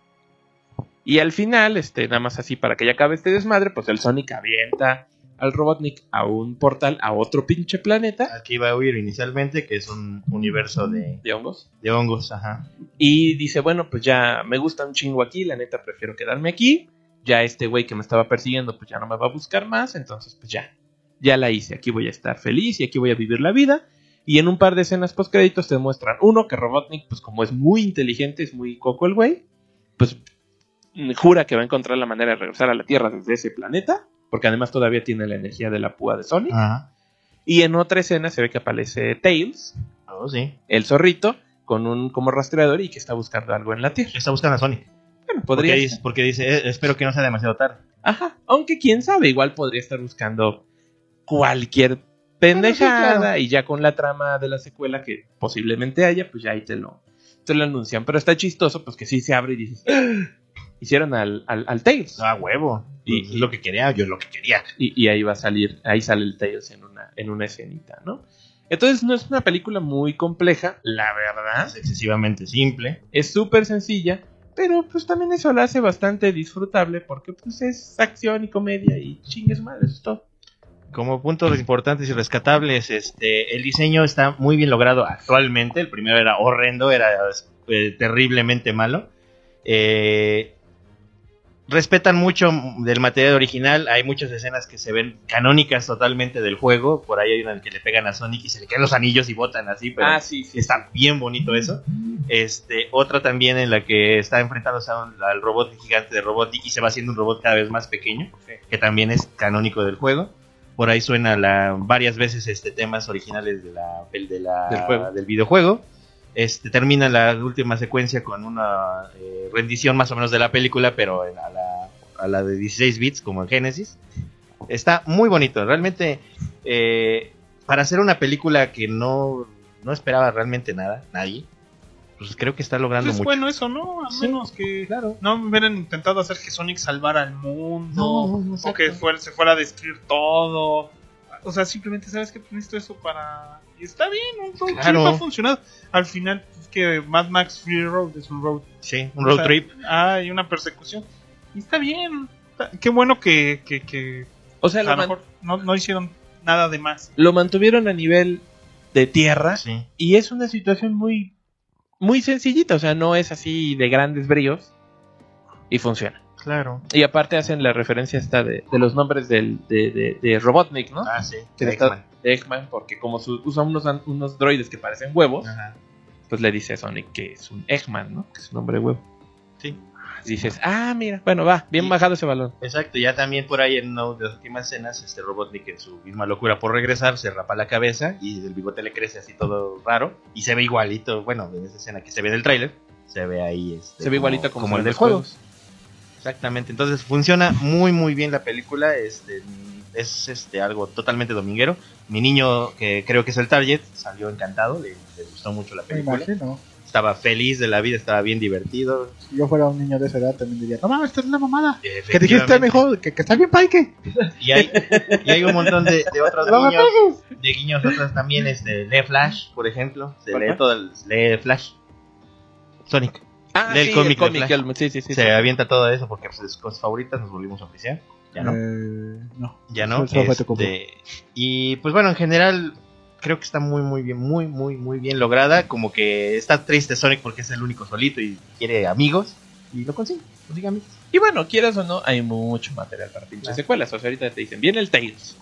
[SPEAKER 2] Y al final, este, nada más así para que ya acabe este desmadre, pues el Sonic avienta al Robotnik a un portal, a otro pinche planeta
[SPEAKER 5] Al que iba a huir inicialmente, que es un universo de,
[SPEAKER 2] de hongos.
[SPEAKER 5] de hongos. Ajá.
[SPEAKER 2] Y dice, bueno, pues ya me gusta un chingo aquí, la neta prefiero quedarme aquí. Ya este güey que me estaba persiguiendo, pues ya no me va a buscar más, entonces pues ya, ya la hice, aquí voy a estar feliz y aquí voy a vivir la vida. Y en un par de escenas post créditos te muestran, uno, que Robotnik, pues como es muy inteligente, es muy coco el güey, pues mm, jura que va a encontrar la manera de regresar a la Tierra desde ese planeta, porque además todavía tiene la energía de la púa de Sonic.
[SPEAKER 5] Ajá.
[SPEAKER 2] Y en otra escena se ve que aparece Tails,
[SPEAKER 5] Oh, sí.
[SPEAKER 2] el zorrito, con un como rastreador y que está buscando algo en la Tierra.
[SPEAKER 5] Está buscando a Sonic.
[SPEAKER 2] Bueno,
[SPEAKER 5] Porque
[SPEAKER 2] podría.
[SPEAKER 5] dice, porque dice "Eh, espero que no sea demasiado tarde.
[SPEAKER 2] Ajá. Aunque quién sabe, igual podría estar buscando cualquier pendejada. Y ya con la trama de la secuela que posiblemente haya, pues ya ahí te lo, te lo anuncian. Pero está chistoso, pues que sí se abre y dices. "Ah". Hicieron al, al, al Tails.
[SPEAKER 5] Ah, huevo.
[SPEAKER 2] Y-
[SPEAKER 5] Y, lo que quería, yo lo que quería.
[SPEAKER 2] Y, y ahí va a salir, ahí sale el Tails en una, en una escenita, ¿no? Entonces no es una película muy compleja, la verdad.
[SPEAKER 5] Es excesivamente simple.
[SPEAKER 2] Es súper sencilla, pero pues también eso la hace bastante disfrutable porque pues es acción y comedia y chingues madre, eso es todo.
[SPEAKER 5] Como puntos importantes y rescatables, este, el diseño está muy bien logrado actualmente. El primero era horrendo, era eh, terriblemente malo. Eh, respetan mucho del material original. Hay muchas escenas que se ven canónicas totalmente del juego. Por ahí hay una en que le pegan a Sonic y se le caen los anillos y botan así. Pero
[SPEAKER 2] Ah, sí, sí.
[SPEAKER 5] está bien bonito eso. Este, otra también en la que está enfrentándose a un- al robot gigante de Robotnik y se va haciendo un robot cada vez más pequeño, que también es canónico del juego. Por ahí suena la, varias veces este temas originales de la, pel- de la-
[SPEAKER 2] Del juego.
[SPEAKER 5] del videojuego. Este, termina la última secuencia con una eh, rendición más o menos de la película, pero en- a, la, a la de 16 bits, como en Genesis. Está muy bonito, realmente eh, para hacer una película que no, no esperaba realmente nada, nadie, pues creo que está logrando
[SPEAKER 4] Es
[SPEAKER 5] mucho.
[SPEAKER 4] bueno eso, ¿no? A menos que
[SPEAKER 5] claro.
[SPEAKER 4] no hubieran intentado hacer que Sonic salvara al mundo. o
[SPEAKER 5] exacto.
[SPEAKER 4] que fuera- se fuera a destruir todo. O sea, simplemente sabes que necesito eso para. Y está bien, un road
[SPEAKER 5] Claro.
[SPEAKER 4] trip ha funcionado. Al final, es que Mad Max Free Road es un road
[SPEAKER 5] Sí, un
[SPEAKER 4] o
[SPEAKER 5] road
[SPEAKER 4] sea,
[SPEAKER 5] trip.
[SPEAKER 4] Hay una persecución. Y está bien. Está- Qué bueno que, que, que
[SPEAKER 2] O sea,
[SPEAKER 4] a
[SPEAKER 2] lo,
[SPEAKER 4] lo
[SPEAKER 2] man-
[SPEAKER 4] mejor no, no hicieron nada de más.
[SPEAKER 2] lo mantuvieron a nivel de tierra
[SPEAKER 5] Sí.
[SPEAKER 2] y es una situación muy, muy sencillita. O sea, no es así de grandes bríos y funciona.
[SPEAKER 5] Claro.
[SPEAKER 2] Y aparte hacen la referencia esta de, de los nombres del, de, de- de Robotnik, ¿no?
[SPEAKER 5] Ah, sí.
[SPEAKER 2] Que está- de Eggman, porque como su- usa unos, an- unos droides que parecen huevos,
[SPEAKER 5] Ajá.
[SPEAKER 2] pues le dice a Sonic que es un Eggman, ¿no? Que es un hombre huevo.
[SPEAKER 5] Sí.
[SPEAKER 2] Ah, Dices, ah, mira, bueno, va, bien
[SPEAKER 5] Y-
[SPEAKER 2] bajado ese balón.
[SPEAKER 5] Exacto, ya también por ahí en una de las últimas escenas, este Robotnik en su misma locura por regresar se rapa la cabeza y el bigote le crece así todo raro y se ve igualito, bueno, en esa escena que se ve del tráiler, se ve ahí este,
[SPEAKER 2] Se ve igualito como
[SPEAKER 5] como
[SPEAKER 2] se
[SPEAKER 5] el
[SPEAKER 2] ven
[SPEAKER 5] del
[SPEAKER 2] los
[SPEAKER 5] juego.
[SPEAKER 2] juegos.
[SPEAKER 5] Exactamente, entonces funciona muy muy bien la película, este es este algo totalmente dominguero. Mi niño que creo que es el target salió encantado, le, le gustó mucho la
[SPEAKER 3] Me
[SPEAKER 5] película.
[SPEAKER 3] imagino.
[SPEAKER 5] Estaba feliz de la vida, estaba bien divertido.
[SPEAKER 3] Si yo fuera un niño de esa edad también diría, no mames, esta es la mamada. Que dijiste, mijo, que, que está bien Paike.
[SPEAKER 5] Y hay, y hay un montón de, de otros
[SPEAKER 3] No me
[SPEAKER 5] niños
[SPEAKER 3] pegues.
[SPEAKER 5] de guiños otras también, este, lee Flash, por ejemplo, se lee
[SPEAKER 2] Ajá.
[SPEAKER 5] todo, el- lee Flash, Sonic,
[SPEAKER 2] Ah,
[SPEAKER 5] Del
[SPEAKER 2] sí, el
[SPEAKER 5] cómic de
[SPEAKER 2] cómic,
[SPEAKER 5] Flash.
[SPEAKER 2] el- sí, sí, sí.
[SPEAKER 5] se
[SPEAKER 2] sí.
[SPEAKER 5] avienta todo eso porque pues, es cosas favoritas, nos volvimos a oficiar, ya no,
[SPEAKER 3] Eh, no.
[SPEAKER 5] ya no,
[SPEAKER 3] Solo fue tu compu.
[SPEAKER 5] este, y pues bueno, en general, creo que está muy, muy bien, muy, muy, muy bien lograda, como que está triste Sonic porque es el único solito y quiere amigos, y lo consigue, consigue amigos.
[SPEAKER 2] Y bueno, quieras o no, hay mucho material para pinches
[SPEAKER 5] Claro.
[SPEAKER 2] secuelas. O sea, ahorita te dicen, viene el Tails.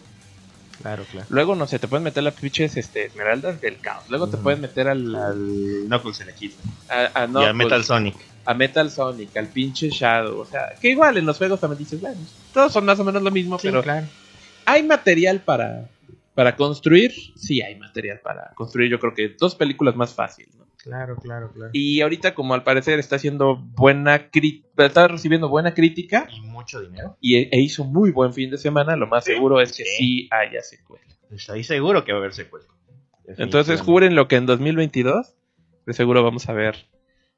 [SPEAKER 5] Claro, claro.
[SPEAKER 2] Luego, no sé, te pueden meter las pinches este, esmeraldas del caos. Luego te
[SPEAKER 5] Ujú.
[SPEAKER 2] pueden meter al.
[SPEAKER 5] Al Knuckles se le quita,
[SPEAKER 2] a, a- no,
[SPEAKER 5] y al
[SPEAKER 2] pues,
[SPEAKER 5] Metal Sonic.
[SPEAKER 2] a Metal Sonic, al pinche Shadow. O sea, que igual en los juegos también dices, bueno, todos son más o menos lo mismo, pero
[SPEAKER 5] claro.
[SPEAKER 2] hay material para, para construir. Sí, hay material para construir. Yo creo que dos películas más fácil. ¿no?
[SPEAKER 5] Claro, claro, claro.
[SPEAKER 2] Y ahorita, como al parecer está haciendo buena crítica, está recibiendo buena crítica
[SPEAKER 5] Y mucho dinero.
[SPEAKER 2] y, e hizo muy buen fin de semana, lo más seguro es que
[SPEAKER 5] Sí.
[SPEAKER 2] sí haya secuela.
[SPEAKER 5] Pues ahí seguro que va a haber secuela.
[SPEAKER 2] Entonces, juren lo que en 2022 de seguro vamos a ver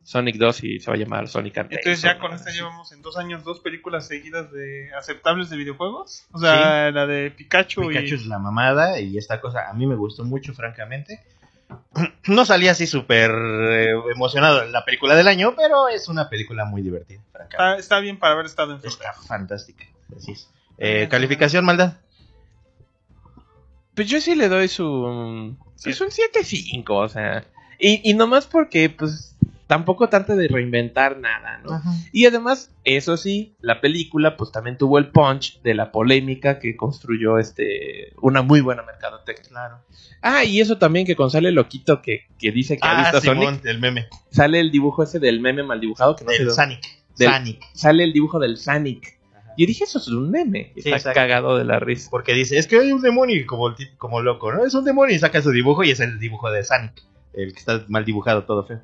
[SPEAKER 2] Sonic 2 y se va a llamar Sonic and
[SPEAKER 4] Entonces
[SPEAKER 2] Tails,
[SPEAKER 4] ya
[SPEAKER 2] o
[SPEAKER 4] con este
[SPEAKER 2] algo
[SPEAKER 4] esta
[SPEAKER 2] así.
[SPEAKER 4] llevamos en dos años dos películas seguidas de aceptables de videojuegos. O sea, la de Pikachu,
[SPEAKER 5] Pikachu
[SPEAKER 4] y...
[SPEAKER 5] es la mamada y esta cosa a mí me gustó mucho, francamente. No salí así súper eh, emocionado en la película del año, pero es una película muy divertida,
[SPEAKER 4] Está,
[SPEAKER 5] francamente.
[SPEAKER 4] está bien para haber estado en febrero.
[SPEAKER 5] Está fantástica. ah, Así es. Eh, Calificación, maldad.
[SPEAKER 2] Pues yo sí le doy su. Pues un 7-5, o sea. Y, y nomás porque, pues, tampoco trata de reinventar nada, ¿no? Y además, eso sí, la película, pues también tuvo el punch de la polémica que construyó este. Una muy buena mercadotecnia.
[SPEAKER 5] Claro.
[SPEAKER 2] Ah, y eso también que con sale Loquito que, que dice que ha
[SPEAKER 5] Ah,
[SPEAKER 2] visto a
[SPEAKER 5] Simón,
[SPEAKER 2] Sonic.
[SPEAKER 5] el meme.
[SPEAKER 2] Sale el dibujo ese del meme mal dibujado que no sé
[SPEAKER 5] Del
[SPEAKER 2] dónde-
[SPEAKER 5] Sonic.
[SPEAKER 2] Del-
[SPEAKER 5] Sonic.
[SPEAKER 2] Sale el dibujo del Sonic.
[SPEAKER 5] Ajá.
[SPEAKER 2] Yo dije, eso es un meme. Y
[SPEAKER 5] Sí,
[SPEAKER 2] está
[SPEAKER 5] exacto.
[SPEAKER 2] cagado de la risa.
[SPEAKER 5] Porque dice, es que hay un demonio y como, el tip- como loco, ¿no? Es un demonio y saca su dibujo y es el dibujo de Sonic. El que está mal dibujado, todo feo.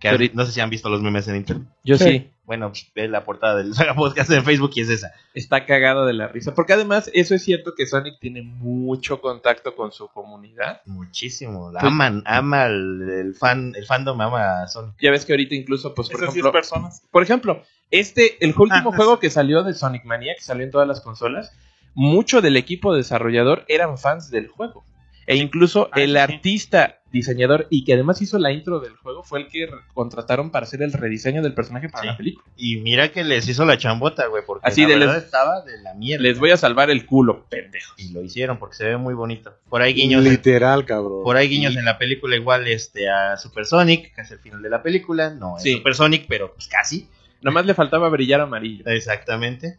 [SPEAKER 5] Que han-
[SPEAKER 2] Pero-
[SPEAKER 5] no sé si han visto los memes en internet.
[SPEAKER 2] Yo
[SPEAKER 3] Sí.
[SPEAKER 2] sí.
[SPEAKER 5] Bueno, es la portada del Saga Podcast en Facebook y es esa.
[SPEAKER 2] está cagado de la risa. Porque además, eso es cierto que Sonic tiene mucho contacto con su comunidad.
[SPEAKER 5] Muchísimo. La
[SPEAKER 2] Pues-
[SPEAKER 5] aman, ama el, el fan, el fandom ama a Sonic.
[SPEAKER 2] Ya ves que ahorita incluso, pues, por
[SPEAKER 4] Esas 10
[SPEAKER 2] ejemplo,
[SPEAKER 4] personas.
[SPEAKER 2] por ejemplo, este, el último
[SPEAKER 4] Ah,
[SPEAKER 2] juego que salió de Sonic Mania, que salió en todas las consolas, mucho del equipo desarrollador eran fans del juego. E incluso
[SPEAKER 4] Ah,
[SPEAKER 2] el
[SPEAKER 4] sí.
[SPEAKER 2] artista, diseñador, y que además hizo la intro del juego, fue el que re- contrataron para hacer el rediseño del personaje para
[SPEAKER 5] Sí.
[SPEAKER 2] la película.
[SPEAKER 5] Y mira que les hizo la chambota, güey, porque
[SPEAKER 2] Así
[SPEAKER 5] la
[SPEAKER 2] de
[SPEAKER 5] verdad
[SPEAKER 2] les-
[SPEAKER 5] estaba de la mierda.
[SPEAKER 2] Les voy a salvar el culo, pendejo.
[SPEAKER 5] Y lo hicieron porque se ve muy bonito. Por ahí guiños,
[SPEAKER 6] Literal, cabrón.
[SPEAKER 5] por ahí guiños en la película igual este a Super Sonic, que es el final de la película. No, es
[SPEAKER 2] Sí.
[SPEAKER 5] Super Sonic, pero pues casi.
[SPEAKER 2] Nomás le faltaba brillar amarillo.
[SPEAKER 5] Exactamente.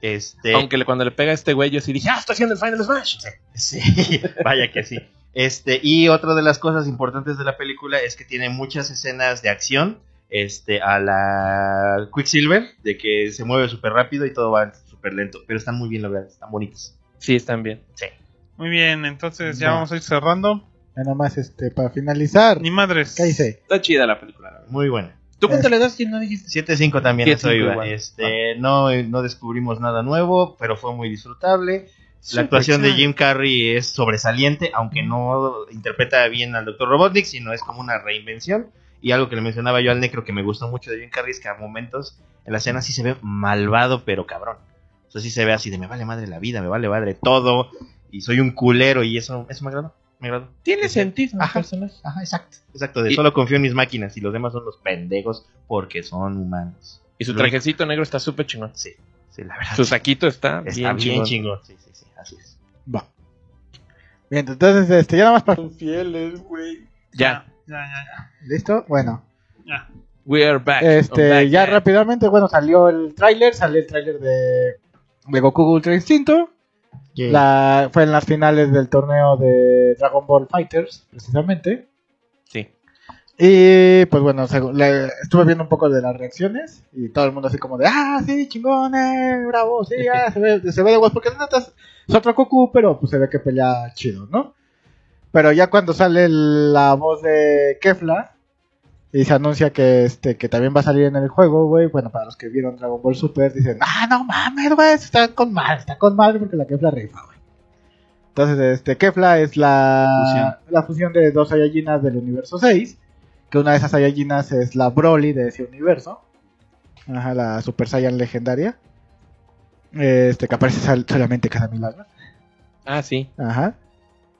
[SPEAKER 5] Este,
[SPEAKER 2] Aunque le- cuando le pega a este güey, yo sí dije, ah, está haciendo el Final Smash.
[SPEAKER 5] Sí, vaya que sí. Este, y otra de las cosas importantes de la película es que tiene muchas escenas de acción este, a la Quicksilver, de que se mueve súper rápido y todo va súper lento, pero están muy bien logradas, están bonitas.
[SPEAKER 2] Sí, están bien.
[SPEAKER 4] Muy bien, entonces ya
[SPEAKER 5] No.
[SPEAKER 4] vamos a ir cerrando.
[SPEAKER 3] Ya nomás, este, para finalizar.
[SPEAKER 4] Ni madres.
[SPEAKER 3] ¿Qué dice?
[SPEAKER 2] Está chida la película, la verdad.
[SPEAKER 5] Muy buena.
[SPEAKER 2] ¿Tú cuánto le das? ¿Quién no dijiste?
[SPEAKER 5] 7-5 también, eso
[SPEAKER 2] 7.5
[SPEAKER 5] iba.
[SPEAKER 2] igual.
[SPEAKER 5] Este, no, no descubrimos nada nuevo, pero fue muy disfrutable. La actuación de Jim Carrey es sobresaliente, aunque no interpreta bien al Dr. Robotnik, sino es como una reinvención. Y algo que le mencionaba yo al Necro que me gustó mucho de Jim Carrey es que a momentos en la escena sí se ve malvado, pero cabrón. O sea, sí se ve así de me vale madre la vida, me vale madre todo, y soy un culero, y eso, eso me agradó. Me agradó.
[SPEAKER 2] Tiene
[SPEAKER 5] Ese-
[SPEAKER 2] sentido el
[SPEAKER 5] Ajá.
[SPEAKER 2] personaje.
[SPEAKER 5] Ajá, exacto. Exacto, de
[SPEAKER 2] Y-
[SPEAKER 5] solo confío en mis máquinas y los demás son los pendejos porque son humanos.
[SPEAKER 2] Y su
[SPEAKER 5] Lo
[SPEAKER 2] trajecito negro está súper chingón.
[SPEAKER 5] Sí, Ah, sí, la verdad.
[SPEAKER 2] Su saquito está,
[SPEAKER 5] está
[SPEAKER 2] bien,
[SPEAKER 5] Pues, bien
[SPEAKER 2] chingón.
[SPEAKER 5] chingón. Sí, sí, sí, así es.
[SPEAKER 3] Va. Bien, entonces, este, ya nada más para.
[SPEAKER 4] Infieles, güey.
[SPEAKER 2] Ya,
[SPEAKER 4] Ya, ya,
[SPEAKER 3] ¿Listo? Bueno.
[SPEAKER 4] ya. ya.
[SPEAKER 2] we are back.
[SPEAKER 3] Este,
[SPEAKER 2] I'm back,
[SPEAKER 3] ya
[SPEAKER 2] yeah.
[SPEAKER 3] rápidamente, bueno, salió el tráiler, salió el tráiler de, de Goku Ultra Instinto. La, fue en las finales del torneo de Dragon Ball Fighters, precisamente.
[SPEAKER 2] Sí.
[SPEAKER 3] Y pues bueno, seg- la- estuve viendo un poco de las reacciones y todo el mundo así como de, ah, sí, chingón, eh, bravo, sí, ah, se, ve, se ve de guas, porque la neta es, es otro cucú, pero pues se ve que pelea chido, ¿no? Pero ya cuando sale la voz de Kefla y se anuncia que este que también va a salir en el juego, güey, bueno, para los que vieron Dragon Ball Super dicen, ah, no mames, güey, está con mal, está con mal porque la Kefla rifa, güey. Entonces, este, Kefla es la fusión, la fusión de dos Saiyajines del universo 6 que una de esas Saiyajines es la Broly de ese universo. Ajá, la Super Saiyan legendaria. Este, que aparece sol- solamente cada mil años.
[SPEAKER 2] Ah, sí.
[SPEAKER 3] Ajá.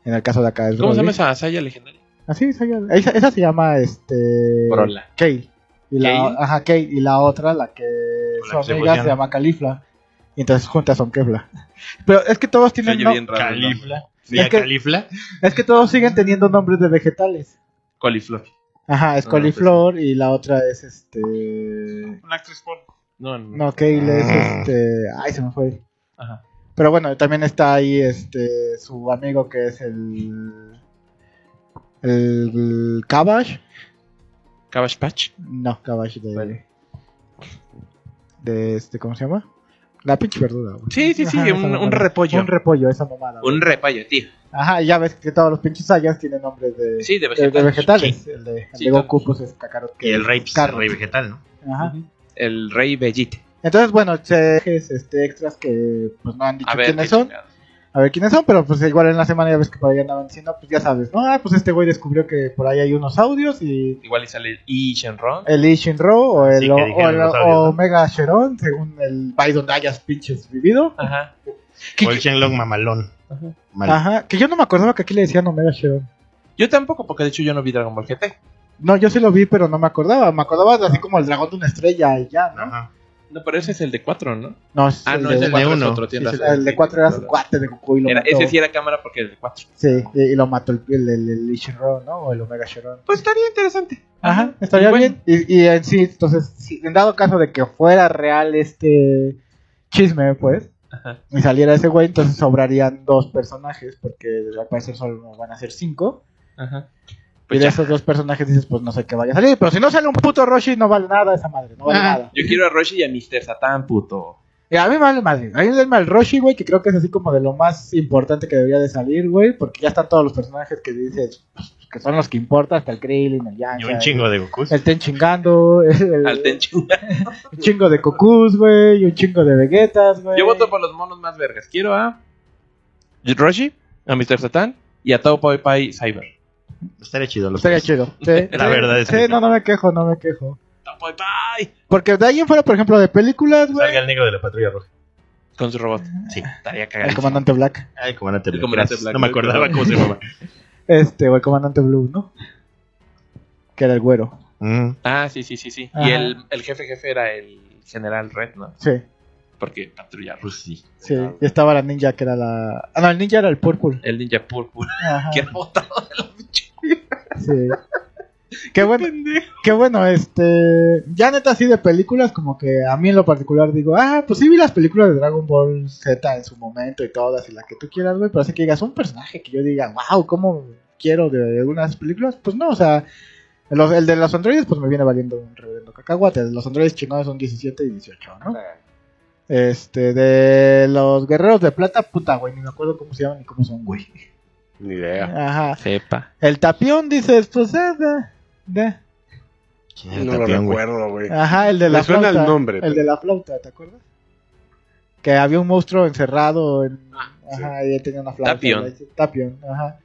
[SPEAKER 3] En el caso de acá es
[SPEAKER 2] ¿Cómo se llama
[SPEAKER 3] Broly.
[SPEAKER 2] esa Saya legendaria?
[SPEAKER 3] Así, Saiyan- esa, esa se llama este.
[SPEAKER 2] Brola.
[SPEAKER 3] Kale. Y la,
[SPEAKER 2] Kale.
[SPEAKER 3] Ajá, Kale. Y la otra, la que
[SPEAKER 5] Con la
[SPEAKER 3] su
[SPEAKER 5] que se
[SPEAKER 3] amiga se
[SPEAKER 5] voltean.
[SPEAKER 3] llama Califla. Y entonces juntas son Kefla. Pero es que todos tienen.
[SPEAKER 6] oye
[SPEAKER 3] no-
[SPEAKER 6] bien raro. ¿no?
[SPEAKER 5] Califla.
[SPEAKER 3] Sí, es que-
[SPEAKER 5] Califla.
[SPEAKER 3] Es que todos siguen teniendo nombres de vegetales.
[SPEAKER 2] Coliflor.
[SPEAKER 3] Ajá, es
[SPEAKER 5] pues
[SPEAKER 6] Ah,
[SPEAKER 3] coliflor y la otra es este.
[SPEAKER 4] Una actriz porno.
[SPEAKER 2] No, no.
[SPEAKER 3] No, Kale es este. Ay, se me fue.
[SPEAKER 2] Ajá.
[SPEAKER 3] Pero bueno, también está ahí este su amigo que es el. El. Kabash.
[SPEAKER 2] Cabbage Patch.
[SPEAKER 3] No, Kabash de.
[SPEAKER 2] Vale.
[SPEAKER 3] De este, ¿cómo se llama? La pinche verdura, güey.
[SPEAKER 2] Sí, sí, sí,
[SPEAKER 3] Ajá, esa
[SPEAKER 2] un, un
[SPEAKER 3] mamada.
[SPEAKER 2] repollo.
[SPEAKER 3] Un repollo, esa mamada. güey.
[SPEAKER 2] Un repollo, tío.
[SPEAKER 3] Ajá, y ya ves que todos los pinches sayas tienen nombres de.
[SPEAKER 2] Sí,
[SPEAKER 3] de-
[SPEAKER 2] de vegetales.
[SPEAKER 3] de vegetales. El de, el
[SPEAKER 2] Sí,
[SPEAKER 3] de
[SPEAKER 2] claro.
[SPEAKER 3] Goku, pues es Kakarot. que
[SPEAKER 5] Y el
[SPEAKER 3] es
[SPEAKER 5] rey, pues, el
[SPEAKER 3] Carrot.
[SPEAKER 5] rey vegetal, ¿no?
[SPEAKER 3] Ajá.
[SPEAKER 2] Ujú. El rey Bellite.
[SPEAKER 3] Entonces, bueno, cheques este, extras que pues no han dicho
[SPEAKER 2] A ver,
[SPEAKER 3] quiénes
[SPEAKER 2] qué
[SPEAKER 3] son.
[SPEAKER 2] chingados.
[SPEAKER 3] A ver quiénes son, pero pues igual en la semana ya ves que por ahí andaban diciendo, pues ya sabes, ¿no? Ah, pues este güey descubrió que por ahí hay unos audios y
[SPEAKER 2] Igual y sale el I Shenron.
[SPEAKER 3] el Lee Shinro o el,
[SPEAKER 5] Sí, que
[SPEAKER 3] o,
[SPEAKER 5] dijeron
[SPEAKER 3] o el
[SPEAKER 5] los audios, ¿no?
[SPEAKER 3] Omega Sheron, según el país donde hayas pinches vivido.
[SPEAKER 2] Ajá.
[SPEAKER 3] Que,
[SPEAKER 5] O el Shenlong mamalón.
[SPEAKER 2] Ajá.
[SPEAKER 5] Mal.
[SPEAKER 3] ajá, Ah, que yo no me acordaba que aquí le decían Omega Sheron.
[SPEAKER 2] Yo tampoco, porque de hecho yo no vi Dragon Ball GT.
[SPEAKER 3] No, yo sí lo vi, pero no me acordaba. Me acordaba de así como el dragón de una estrella y ya, ¿no?
[SPEAKER 5] Ajá.
[SPEAKER 2] No, pero ese es el de 4, ¿no?
[SPEAKER 3] No, es
[SPEAKER 2] Ah,
[SPEAKER 3] el
[SPEAKER 2] no,
[SPEAKER 3] de
[SPEAKER 2] es el
[SPEAKER 3] cuatro.
[SPEAKER 2] de 1.
[SPEAKER 5] uno.
[SPEAKER 2] otro,
[SPEAKER 3] Sí,
[SPEAKER 2] tienes
[SPEAKER 3] sí,
[SPEAKER 2] razón.
[SPEAKER 3] el de cuatro era su
[SPEAKER 2] Era-
[SPEAKER 3] cuate de Goku y lo mató.
[SPEAKER 2] ese sí era cámara porque el de 4.
[SPEAKER 3] Sí, y, y lo mató el, el, el, el Lee Shinron, ¿no? O el Omega Sheron.
[SPEAKER 2] Pues estaría interesante.
[SPEAKER 3] Ajá, estaría
[SPEAKER 2] Y bueno,
[SPEAKER 3] bien. Y, y en sí, entonces, si- en dado caso de que fuera real este chisme, pues,
[SPEAKER 2] Ajá.
[SPEAKER 3] y saliera ese güey, entonces sobrarían dos personajes, porque al parecer solo van a ser cinco.
[SPEAKER 2] Ajá.
[SPEAKER 3] y
[SPEAKER 2] Pues
[SPEAKER 3] de
[SPEAKER 2] ya.
[SPEAKER 3] esos dos personajes dices, pues no sé qué vaya a salir. Pero si no sale un puto Roshi, no vale nada esa madre, no vale
[SPEAKER 5] Ah.
[SPEAKER 3] nada.
[SPEAKER 2] Yo quiero a Roshi y a Mr. Satan, puto.
[SPEAKER 3] Y a mí me vale madre. A mí me vale el Roshi, güey, que creo que es así como de lo más importante que debería de salir, güey, porque ya están todos los personajes que dices pues, que son los que importan, hasta el Krillin, el
[SPEAKER 5] Y
[SPEAKER 3] Yamcha.
[SPEAKER 5] un chingo de Goku.
[SPEAKER 3] El Ten chingando, el,
[SPEAKER 2] Al Tenchu.
[SPEAKER 3] Un chingo de cocús, güey. y Un chingo de veguetas, güey.
[SPEAKER 2] Yo voto por los monos más vergas. Quiero a Roshi, a Mr. Satan y a Tao Pai Pai Cyber.
[SPEAKER 5] Estaría chido. los
[SPEAKER 3] Estaría
[SPEAKER 5] tres.
[SPEAKER 3] chido. Sí,
[SPEAKER 5] La
[SPEAKER 3] sí,
[SPEAKER 5] verdad es
[SPEAKER 3] sí,
[SPEAKER 5] que
[SPEAKER 3] no, no me quejo, no me quejo.
[SPEAKER 2] Tao Pai Pai.
[SPEAKER 3] Porque de ahí en fuera, por ejemplo, de películas,
[SPEAKER 5] Salga
[SPEAKER 3] güey.
[SPEAKER 5] el negro de la patrulla roja.
[SPEAKER 2] Con su robot.
[SPEAKER 5] Sí.
[SPEAKER 2] Estaría
[SPEAKER 3] El
[SPEAKER 2] cagado.
[SPEAKER 3] comandante Black.
[SPEAKER 5] Ah, el comandante
[SPEAKER 2] El
[SPEAKER 5] Black,
[SPEAKER 2] comandante
[SPEAKER 5] gracias.
[SPEAKER 2] Black,
[SPEAKER 5] No me acordaba
[SPEAKER 2] claro.
[SPEAKER 5] cómo se llamaba.
[SPEAKER 3] Este, o el comandante Blue, ¿no? Que era el güero.
[SPEAKER 5] Mm.
[SPEAKER 2] Ah, sí, sí, sí, sí.
[SPEAKER 3] Ajá.
[SPEAKER 2] Y el, el jefe jefe era el general Red, ¿no?
[SPEAKER 3] Sí,
[SPEAKER 2] Porque patrulla rusa.
[SPEAKER 5] Pues sí.
[SPEAKER 3] sí. Y estaba la ninja, que era la. Ah, no, el ninja era el Purple.
[SPEAKER 2] El ninja púrpura.
[SPEAKER 3] Ajá.
[SPEAKER 2] Que era botado de la pinche
[SPEAKER 3] Sí. Qué bueno,
[SPEAKER 2] pendejo.
[SPEAKER 3] qué bueno, este. Ya neta, así de películas, como que a mí en lo particular digo, ah, pues sí vi las películas de Dragon Ball Z en su momento y todas y la que tú quieras, güey, pero así que digas, un personaje que yo diga, wow, ¿cómo quiero de algunas películas? Pues no, o sea, los- el de los androides, pues me viene valiendo un reverendo cacahuate. Los androides chingados son 17 y 18, ¿no? Este, de los guerreros de plata, puta, güey, ni me acuerdo cómo se llaman ni cómo son, güey.
[SPEAKER 6] Ni idea.
[SPEAKER 3] Ajá.
[SPEAKER 2] Sepa.
[SPEAKER 3] El tapión, dices, pues, eh, de- de-
[SPEAKER 5] ¿Quién era
[SPEAKER 6] No lo
[SPEAKER 5] Tapión, güey?
[SPEAKER 6] recuerdo, güey.
[SPEAKER 5] Ah,
[SPEAKER 3] Ajá, el de la
[SPEAKER 6] Me suena el
[SPEAKER 3] flauta.
[SPEAKER 6] nombre,
[SPEAKER 3] El
[SPEAKER 6] pero-
[SPEAKER 3] de la flauta, ¿te acuerdas? Que había un monstruo encerrado en... ajá, y él tenía una flauta.
[SPEAKER 2] Tapión.
[SPEAKER 3] ¿verdad? Tapión, ajá.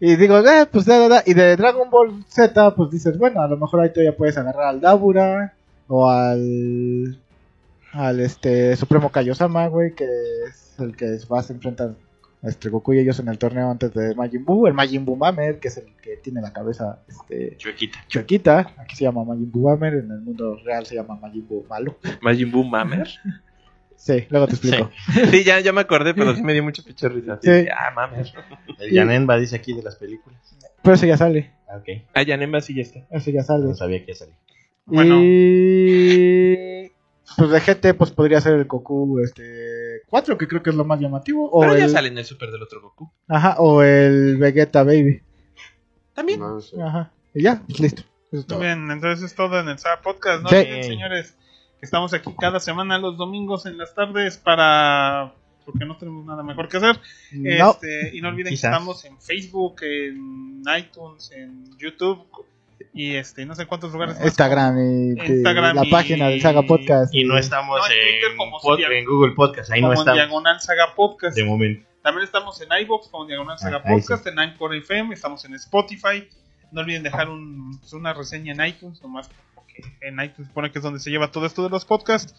[SPEAKER 3] Y digo, eh, pues da, da, da. Y de Dragon Ball Z, pues dices, bueno, a lo mejor ahí todavía puedes agarrar al Dabura o al... Al este Supremo Kaiosama, güey, que es el que vas a enfrentar a este Goku y ellos en el torneo antes de Majin Buu. El Majin Buu Mamer, que es el que tiene la cabeza este,
[SPEAKER 5] Chuequita.
[SPEAKER 3] Chuequita, aquí se llama Majin Buu Hammer, en el mundo real se llama Majin Buu Malo.
[SPEAKER 2] Majin Buu Mamer.
[SPEAKER 3] Sí, luego te explico.
[SPEAKER 2] Sí, ya, ya me acordé, pero sí me dio mucha pinche risa.
[SPEAKER 3] Sí.
[SPEAKER 2] Sí. Ah, Mamer.
[SPEAKER 5] El Yanenba dice aquí de las películas.
[SPEAKER 3] Pero ese ya sale,
[SPEAKER 5] Ah, ok.
[SPEAKER 2] Ah, Yanema sí ya está.
[SPEAKER 3] ese ya sale.
[SPEAKER 5] No sabía que salía.
[SPEAKER 4] Bueno.
[SPEAKER 3] Y... Pues de GT, pues podría ser el Goku este 4, que creo que es lo más llamativo. O
[SPEAKER 2] Pero ya
[SPEAKER 3] el,
[SPEAKER 2] sale en el super del otro Goku.
[SPEAKER 3] Ajá, o el Vegeta Baby.
[SPEAKER 2] También.
[SPEAKER 6] No sé.
[SPEAKER 3] Ajá. Y ya, pues, listo. Eso es todo.
[SPEAKER 4] Muy bien, entonces es todo en el Saba Podcast, ¿no?
[SPEAKER 3] Sí.
[SPEAKER 4] Bien, señores, estamos aquí cada semana los domingos en las tardes para... porque no tenemos nada mejor que hacer.
[SPEAKER 3] No.
[SPEAKER 4] Este, y no olviden
[SPEAKER 5] Quizás.
[SPEAKER 4] que estamos en Facebook, en iTunes, en YouTube y este, no sé cuántos lugares. más.
[SPEAKER 3] Instagram y y
[SPEAKER 4] Instagram
[SPEAKER 3] este, la
[SPEAKER 4] y-
[SPEAKER 3] página de Saga Podcast.
[SPEAKER 5] Y no estamos
[SPEAKER 4] No, en Twitter
[SPEAKER 5] en,
[SPEAKER 4] como
[SPEAKER 5] pod-
[SPEAKER 4] Zodiac.
[SPEAKER 5] en Google Podcast, ahí
[SPEAKER 4] como en
[SPEAKER 5] no estamos
[SPEAKER 4] Diagonal Saga Podcast.
[SPEAKER 5] de momento.
[SPEAKER 4] También estamos en iBox como Diagonal Saga
[SPEAKER 5] Ah, ahí
[SPEAKER 4] Podcast, en Anchor FM, estamos en Spotify. No olviden dejar un- pues, una reseña en iTunes, nomás porque en iTunes supone que es donde se lleva todo esto de los podcasts.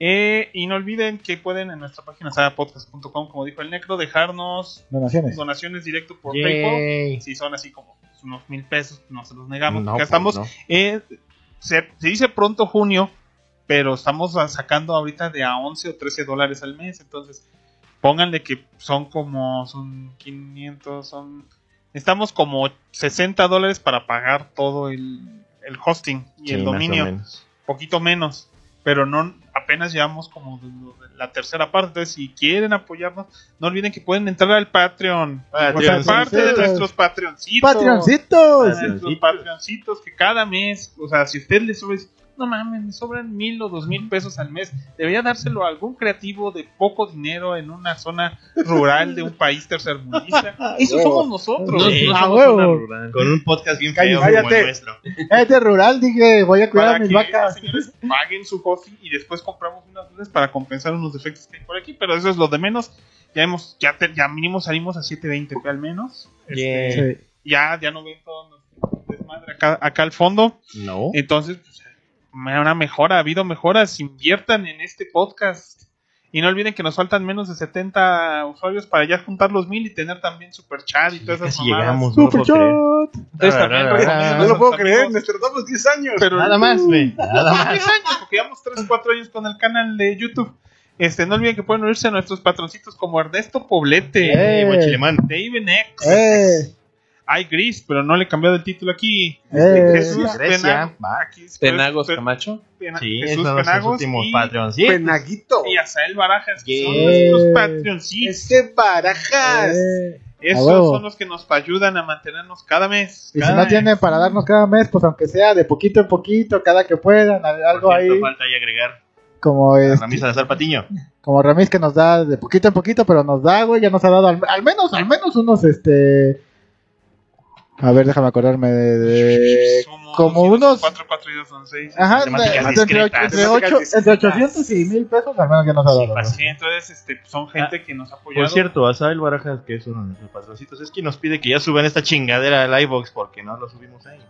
[SPEAKER 4] Eh, y no olviden que pueden en nuestra página sagapodcast.com, como dijo el Necro, dejarnos
[SPEAKER 3] Donaciones.
[SPEAKER 4] donaciones directo por PayPal.
[SPEAKER 5] Yay.
[SPEAKER 4] Si son así como pues, unos mil pesos, no se los negamos.
[SPEAKER 5] No,
[SPEAKER 4] porque
[SPEAKER 5] pues,
[SPEAKER 4] estamos
[SPEAKER 5] no.
[SPEAKER 4] eh, se, se dice pronto junio, pero estamos a- sacando ahorita de a 11 o 13 dólares al mes. Entonces, pónganle que son como, son 500, son... Estamos como 60 dólares para pagar todo el, el hosting y
[SPEAKER 5] Sí,
[SPEAKER 4] el
[SPEAKER 5] más o
[SPEAKER 4] dominio.
[SPEAKER 5] menos.
[SPEAKER 4] Poquito menos, pero no apenas llevamos como de- de la tercera parte. Entonces, si quieren apoyarnos, no olviden que pueden entrar al Patreon.
[SPEAKER 5] Patreon.
[SPEAKER 4] O sea, parte de
[SPEAKER 3] Sí.
[SPEAKER 4] nuestros Patreoncitos.
[SPEAKER 3] Patreoncitos.
[SPEAKER 4] Ah, los
[SPEAKER 5] Patreoncitos.
[SPEAKER 4] Patreoncitos que cada mes, o sea, si usted le sube, no mames, me sobran mil o dos mil pesos al mes, debería dárselo a algún creativo de poco dinero en una zona rural de un país tercermundista. Eso
[SPEAKER 3] Huevo.
[SPEAKER 4] somos nosotros.
[SPEAKER 2] No,
[SPEAKER 5] Sí.
[SPEAKER 2] no
[SPEAKER 3] Ah,
[SPEAKER 2] somos
[SPEAKER 3] huevo.
[SPEAKER 2] zona rural.
[SPEAKER 5] Con un podcast bien
[SPEAKER 3] Cállate.
[SPEAKER 5] feo como el
[SPEAKER 3] Cállate.
[SPEAKER 5] nuestro.
[SPEAKER 3] Este rural, dije, voy a cuidar
[SPEAKER 4] Para
[SPEAKER 3] a mis
[SPEAKER 4] que
[SPEAKER 3] vacas.
[SPEAKER 4] señores paguen su hosting y después compramos unas luces para compensar unos defectos que hay por aquí, pero eso es lo de menos. Ya hemos, ya, te- ya mínimo salimos a 720 al menos. Este,
[SPEAKER 5] Yay.
[SPEAKER 3] Sí.
[SPEAKER 4] ya, ya no ven todo nuestro desmadre acá, acá al fondo.
[SPEAKER 5] No.
[SPEAKER 4] Entonces, pues, me- una mejora, ha habido mejoras, inviertan en este podcast. Y no olviden que nos faltan menos de 70 usuarios para ya juntar los mil y tener también super chat y todas esas
[SPEAKER 5] Casi
[SPEAKER 4] mamadas.
[SPEAKER 5] llegamos, no lo
[SPEAKER 3] Super
[SPEAKER 5] puedo creer.
[SPEAKER 3] shot.
[SPEAKER 4] Entonces,
[SPEAKER 5] Ah,
[SPEAKER 4] también
[SPEAKER 5] ah,
[SPEAKER 4] recomiendan
[SPEAKER 3] ah.
[SPEAKER 4] a
[SPEAKER 6] No lo
[SPEAKER 4] sus
[SPEAKER 6] puedo creer,
[SPEAKER 4] amigos.
[SPEAKER 6] nos tratamos 10 años.
[SPEAKER 4] Pero
[SPEAKER 5] Nada más, güey. Nada más.
[SPEAKER 4] 10 años, porque llevamos 3, 4 años con el canal de YouTube. Este, no olviden que pueden unirse a nuestros patroncitos como Ernesto Poblete,
[SPEAKER 5] Ey, buen chilemán.
[SPEAKER 4] David X,
[SPEAKER 3] Eh,
[SPEAKER 4] Ay Gris, pero no le he cambiado el título aquí.
[SPEAKER 3] eh.
[SPEAKER 4] Jesús
[SPEAKER 5] Grecia.
[SPEAKER 4] Penago-
[SPEAKER 5] va.
[SPEAKER 4] aquí es-
[SPEAKER 2] Tenagos
[SPEAKER 4] Pe-
[SPEAKER 2] Camacho.
[SPEAKER 4] Pena-
[SPEAKER 5] Sí, esos
[SPEAKER 4] Jesús
[SPEAKER 5] son nuestros
[SPEAKER 4] Penagos
[SPEAKER 5] últimos
[SPEAKER 4] y-
[SPEAKER 5] Patreons. pues, Sí.
[SPEAKER 6] Penaguito.
[SPEAKER 4] y Azael Barajas, que son
[SPEAKER 5] Yeah.
[SPEAKER 4] nuestros Patreons. sí.
[SPEAKER 6] Ese barajas.
[SPEAKER 3] eh.
[SPEAKER 4] esos
[SPEAKER 3] A huevo.
[SPEAKER 4] son los que nos ayudan a mantenernos cada mes.
[SPEAKER 3] Y si
[SPEAKER 4] cada
[SPEAKER 3] no
[SPEAKER 4] mes.
[SPEAKER 3] tienen para darnos cada mes, pues aunque sea de poquito en poquito, cada que puedan, al- algo
[SPEAKER 5] Por cierto,
[SPEAKER 3] ahí,
[SPEAKER 5] falta ahí Este. agregar
[SPEAKER 3] como
[SPEAKER 5] a
[SPEAKER 3] es,
[SPEAKER 5] Ramírez Salazar Patiño.
[SPEAKER 3] como Ramiz que nos da de poquito en poquito, pero nos da, güey, ya nos ha dado al, al menos, al menos unos, este, a ver, déjame acordarme de, de-
[SPEAKER 4] Somos
[SPEAKER 3] eh,
[SPEAKER 4] 204,
[SPEAKER 3] como unos,
[SPEAKER 4] 442, 206.
[SPEAKER 3] ajá,
[SPEAKER 5] Matemáticas
[SPEAKER 3] de- entre,
[SPEAKER 5] discretas.
[SPEAKER 3] entre ocho-
[SPEAKER 6] Matemáticas
[SPEAKER 3] entre 800 y 1000 pesos, al menos ya nos ha dado. güey.
[SPEAKER 4] Así, entonces este, son gente que nos ha apoyado.
[SPEAKER 5] Por cierto, Asael Barajas, que es uno de nuestros patroncitos, es quien nos pide que ya suban esta chingadera al iBox porque no lo subimos ahí.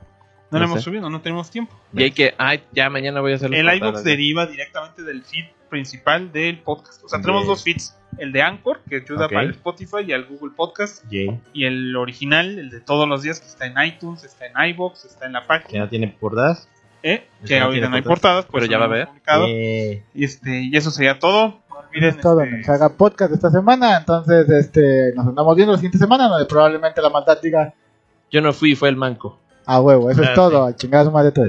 [SPEAKER 4] no lo
[SPEAKER 2] no
[SPEAKER 4] hemos
[SPEAKER 2] sé.
[SPEAKER 4] subido, no tenemos tiempo.
[SPEAKER 2] Y hay que, ay, ya mañana voy a hacer
[SPEAKER 4] El
[SPEAKER 2] las
[SPEAKER 4] iBox
[SPEAKER 2] portadas.
[SPEAKER 4] deriva directamente del feed principal del podcast. O sea, tenemos
[SPEAKER 5] Bien.
[SPEAKER 4] dos feeds. El de Anchor, que ayuda
[SPEAKER 5] Ok.
[SPEAKER 4] para el Spotify y al Google Podcast.
[SPEAKER 5] Yay,
[SPEAKER 4] Y el original, el de todos los días, que está en iTunes, está en iBox, está en la
[SPEAKER 5] que
[SPEAKER 4] página.
[SPEAKER 5] no tiene portadas.
[SPEAKER 4] ¿eh?
[SPEAKER 5] Eso
[SPEAKER 4] Que
[SPEAKER 5] no
[SPEAKER 4] ahorita
[SPEAKER 5] tiene
[SPEAKER 4] no hay
[SPEAKER 5] portadas,
[SPEAKER 4] portadas, pues
[SPEAKER 2] pero ya va a haber.
[SPEAKER 4] publicado.
[SPEAKER 5] Yay.
[SPEAKER 4] Y, este, y eso sería todo. No
[SPEAKER 3] Eso
[SPEAKER 4] olviden,
[SPEAKER 3] es todo en
[SPEAKER 4] este,
[SPEAKER 3] el Saga Podcast de esta semana. Entonces, este, nos andamos viendo la siguiente semana, donde probablemente la maldad diga
[SPEAKER 2] Yo no fui, fue el manco.
[SPEAKER 3] a huevo. Eso es
[SPEAKER 5] Ah,
[SPEAKER 3] todo. A chingar a su madre todos.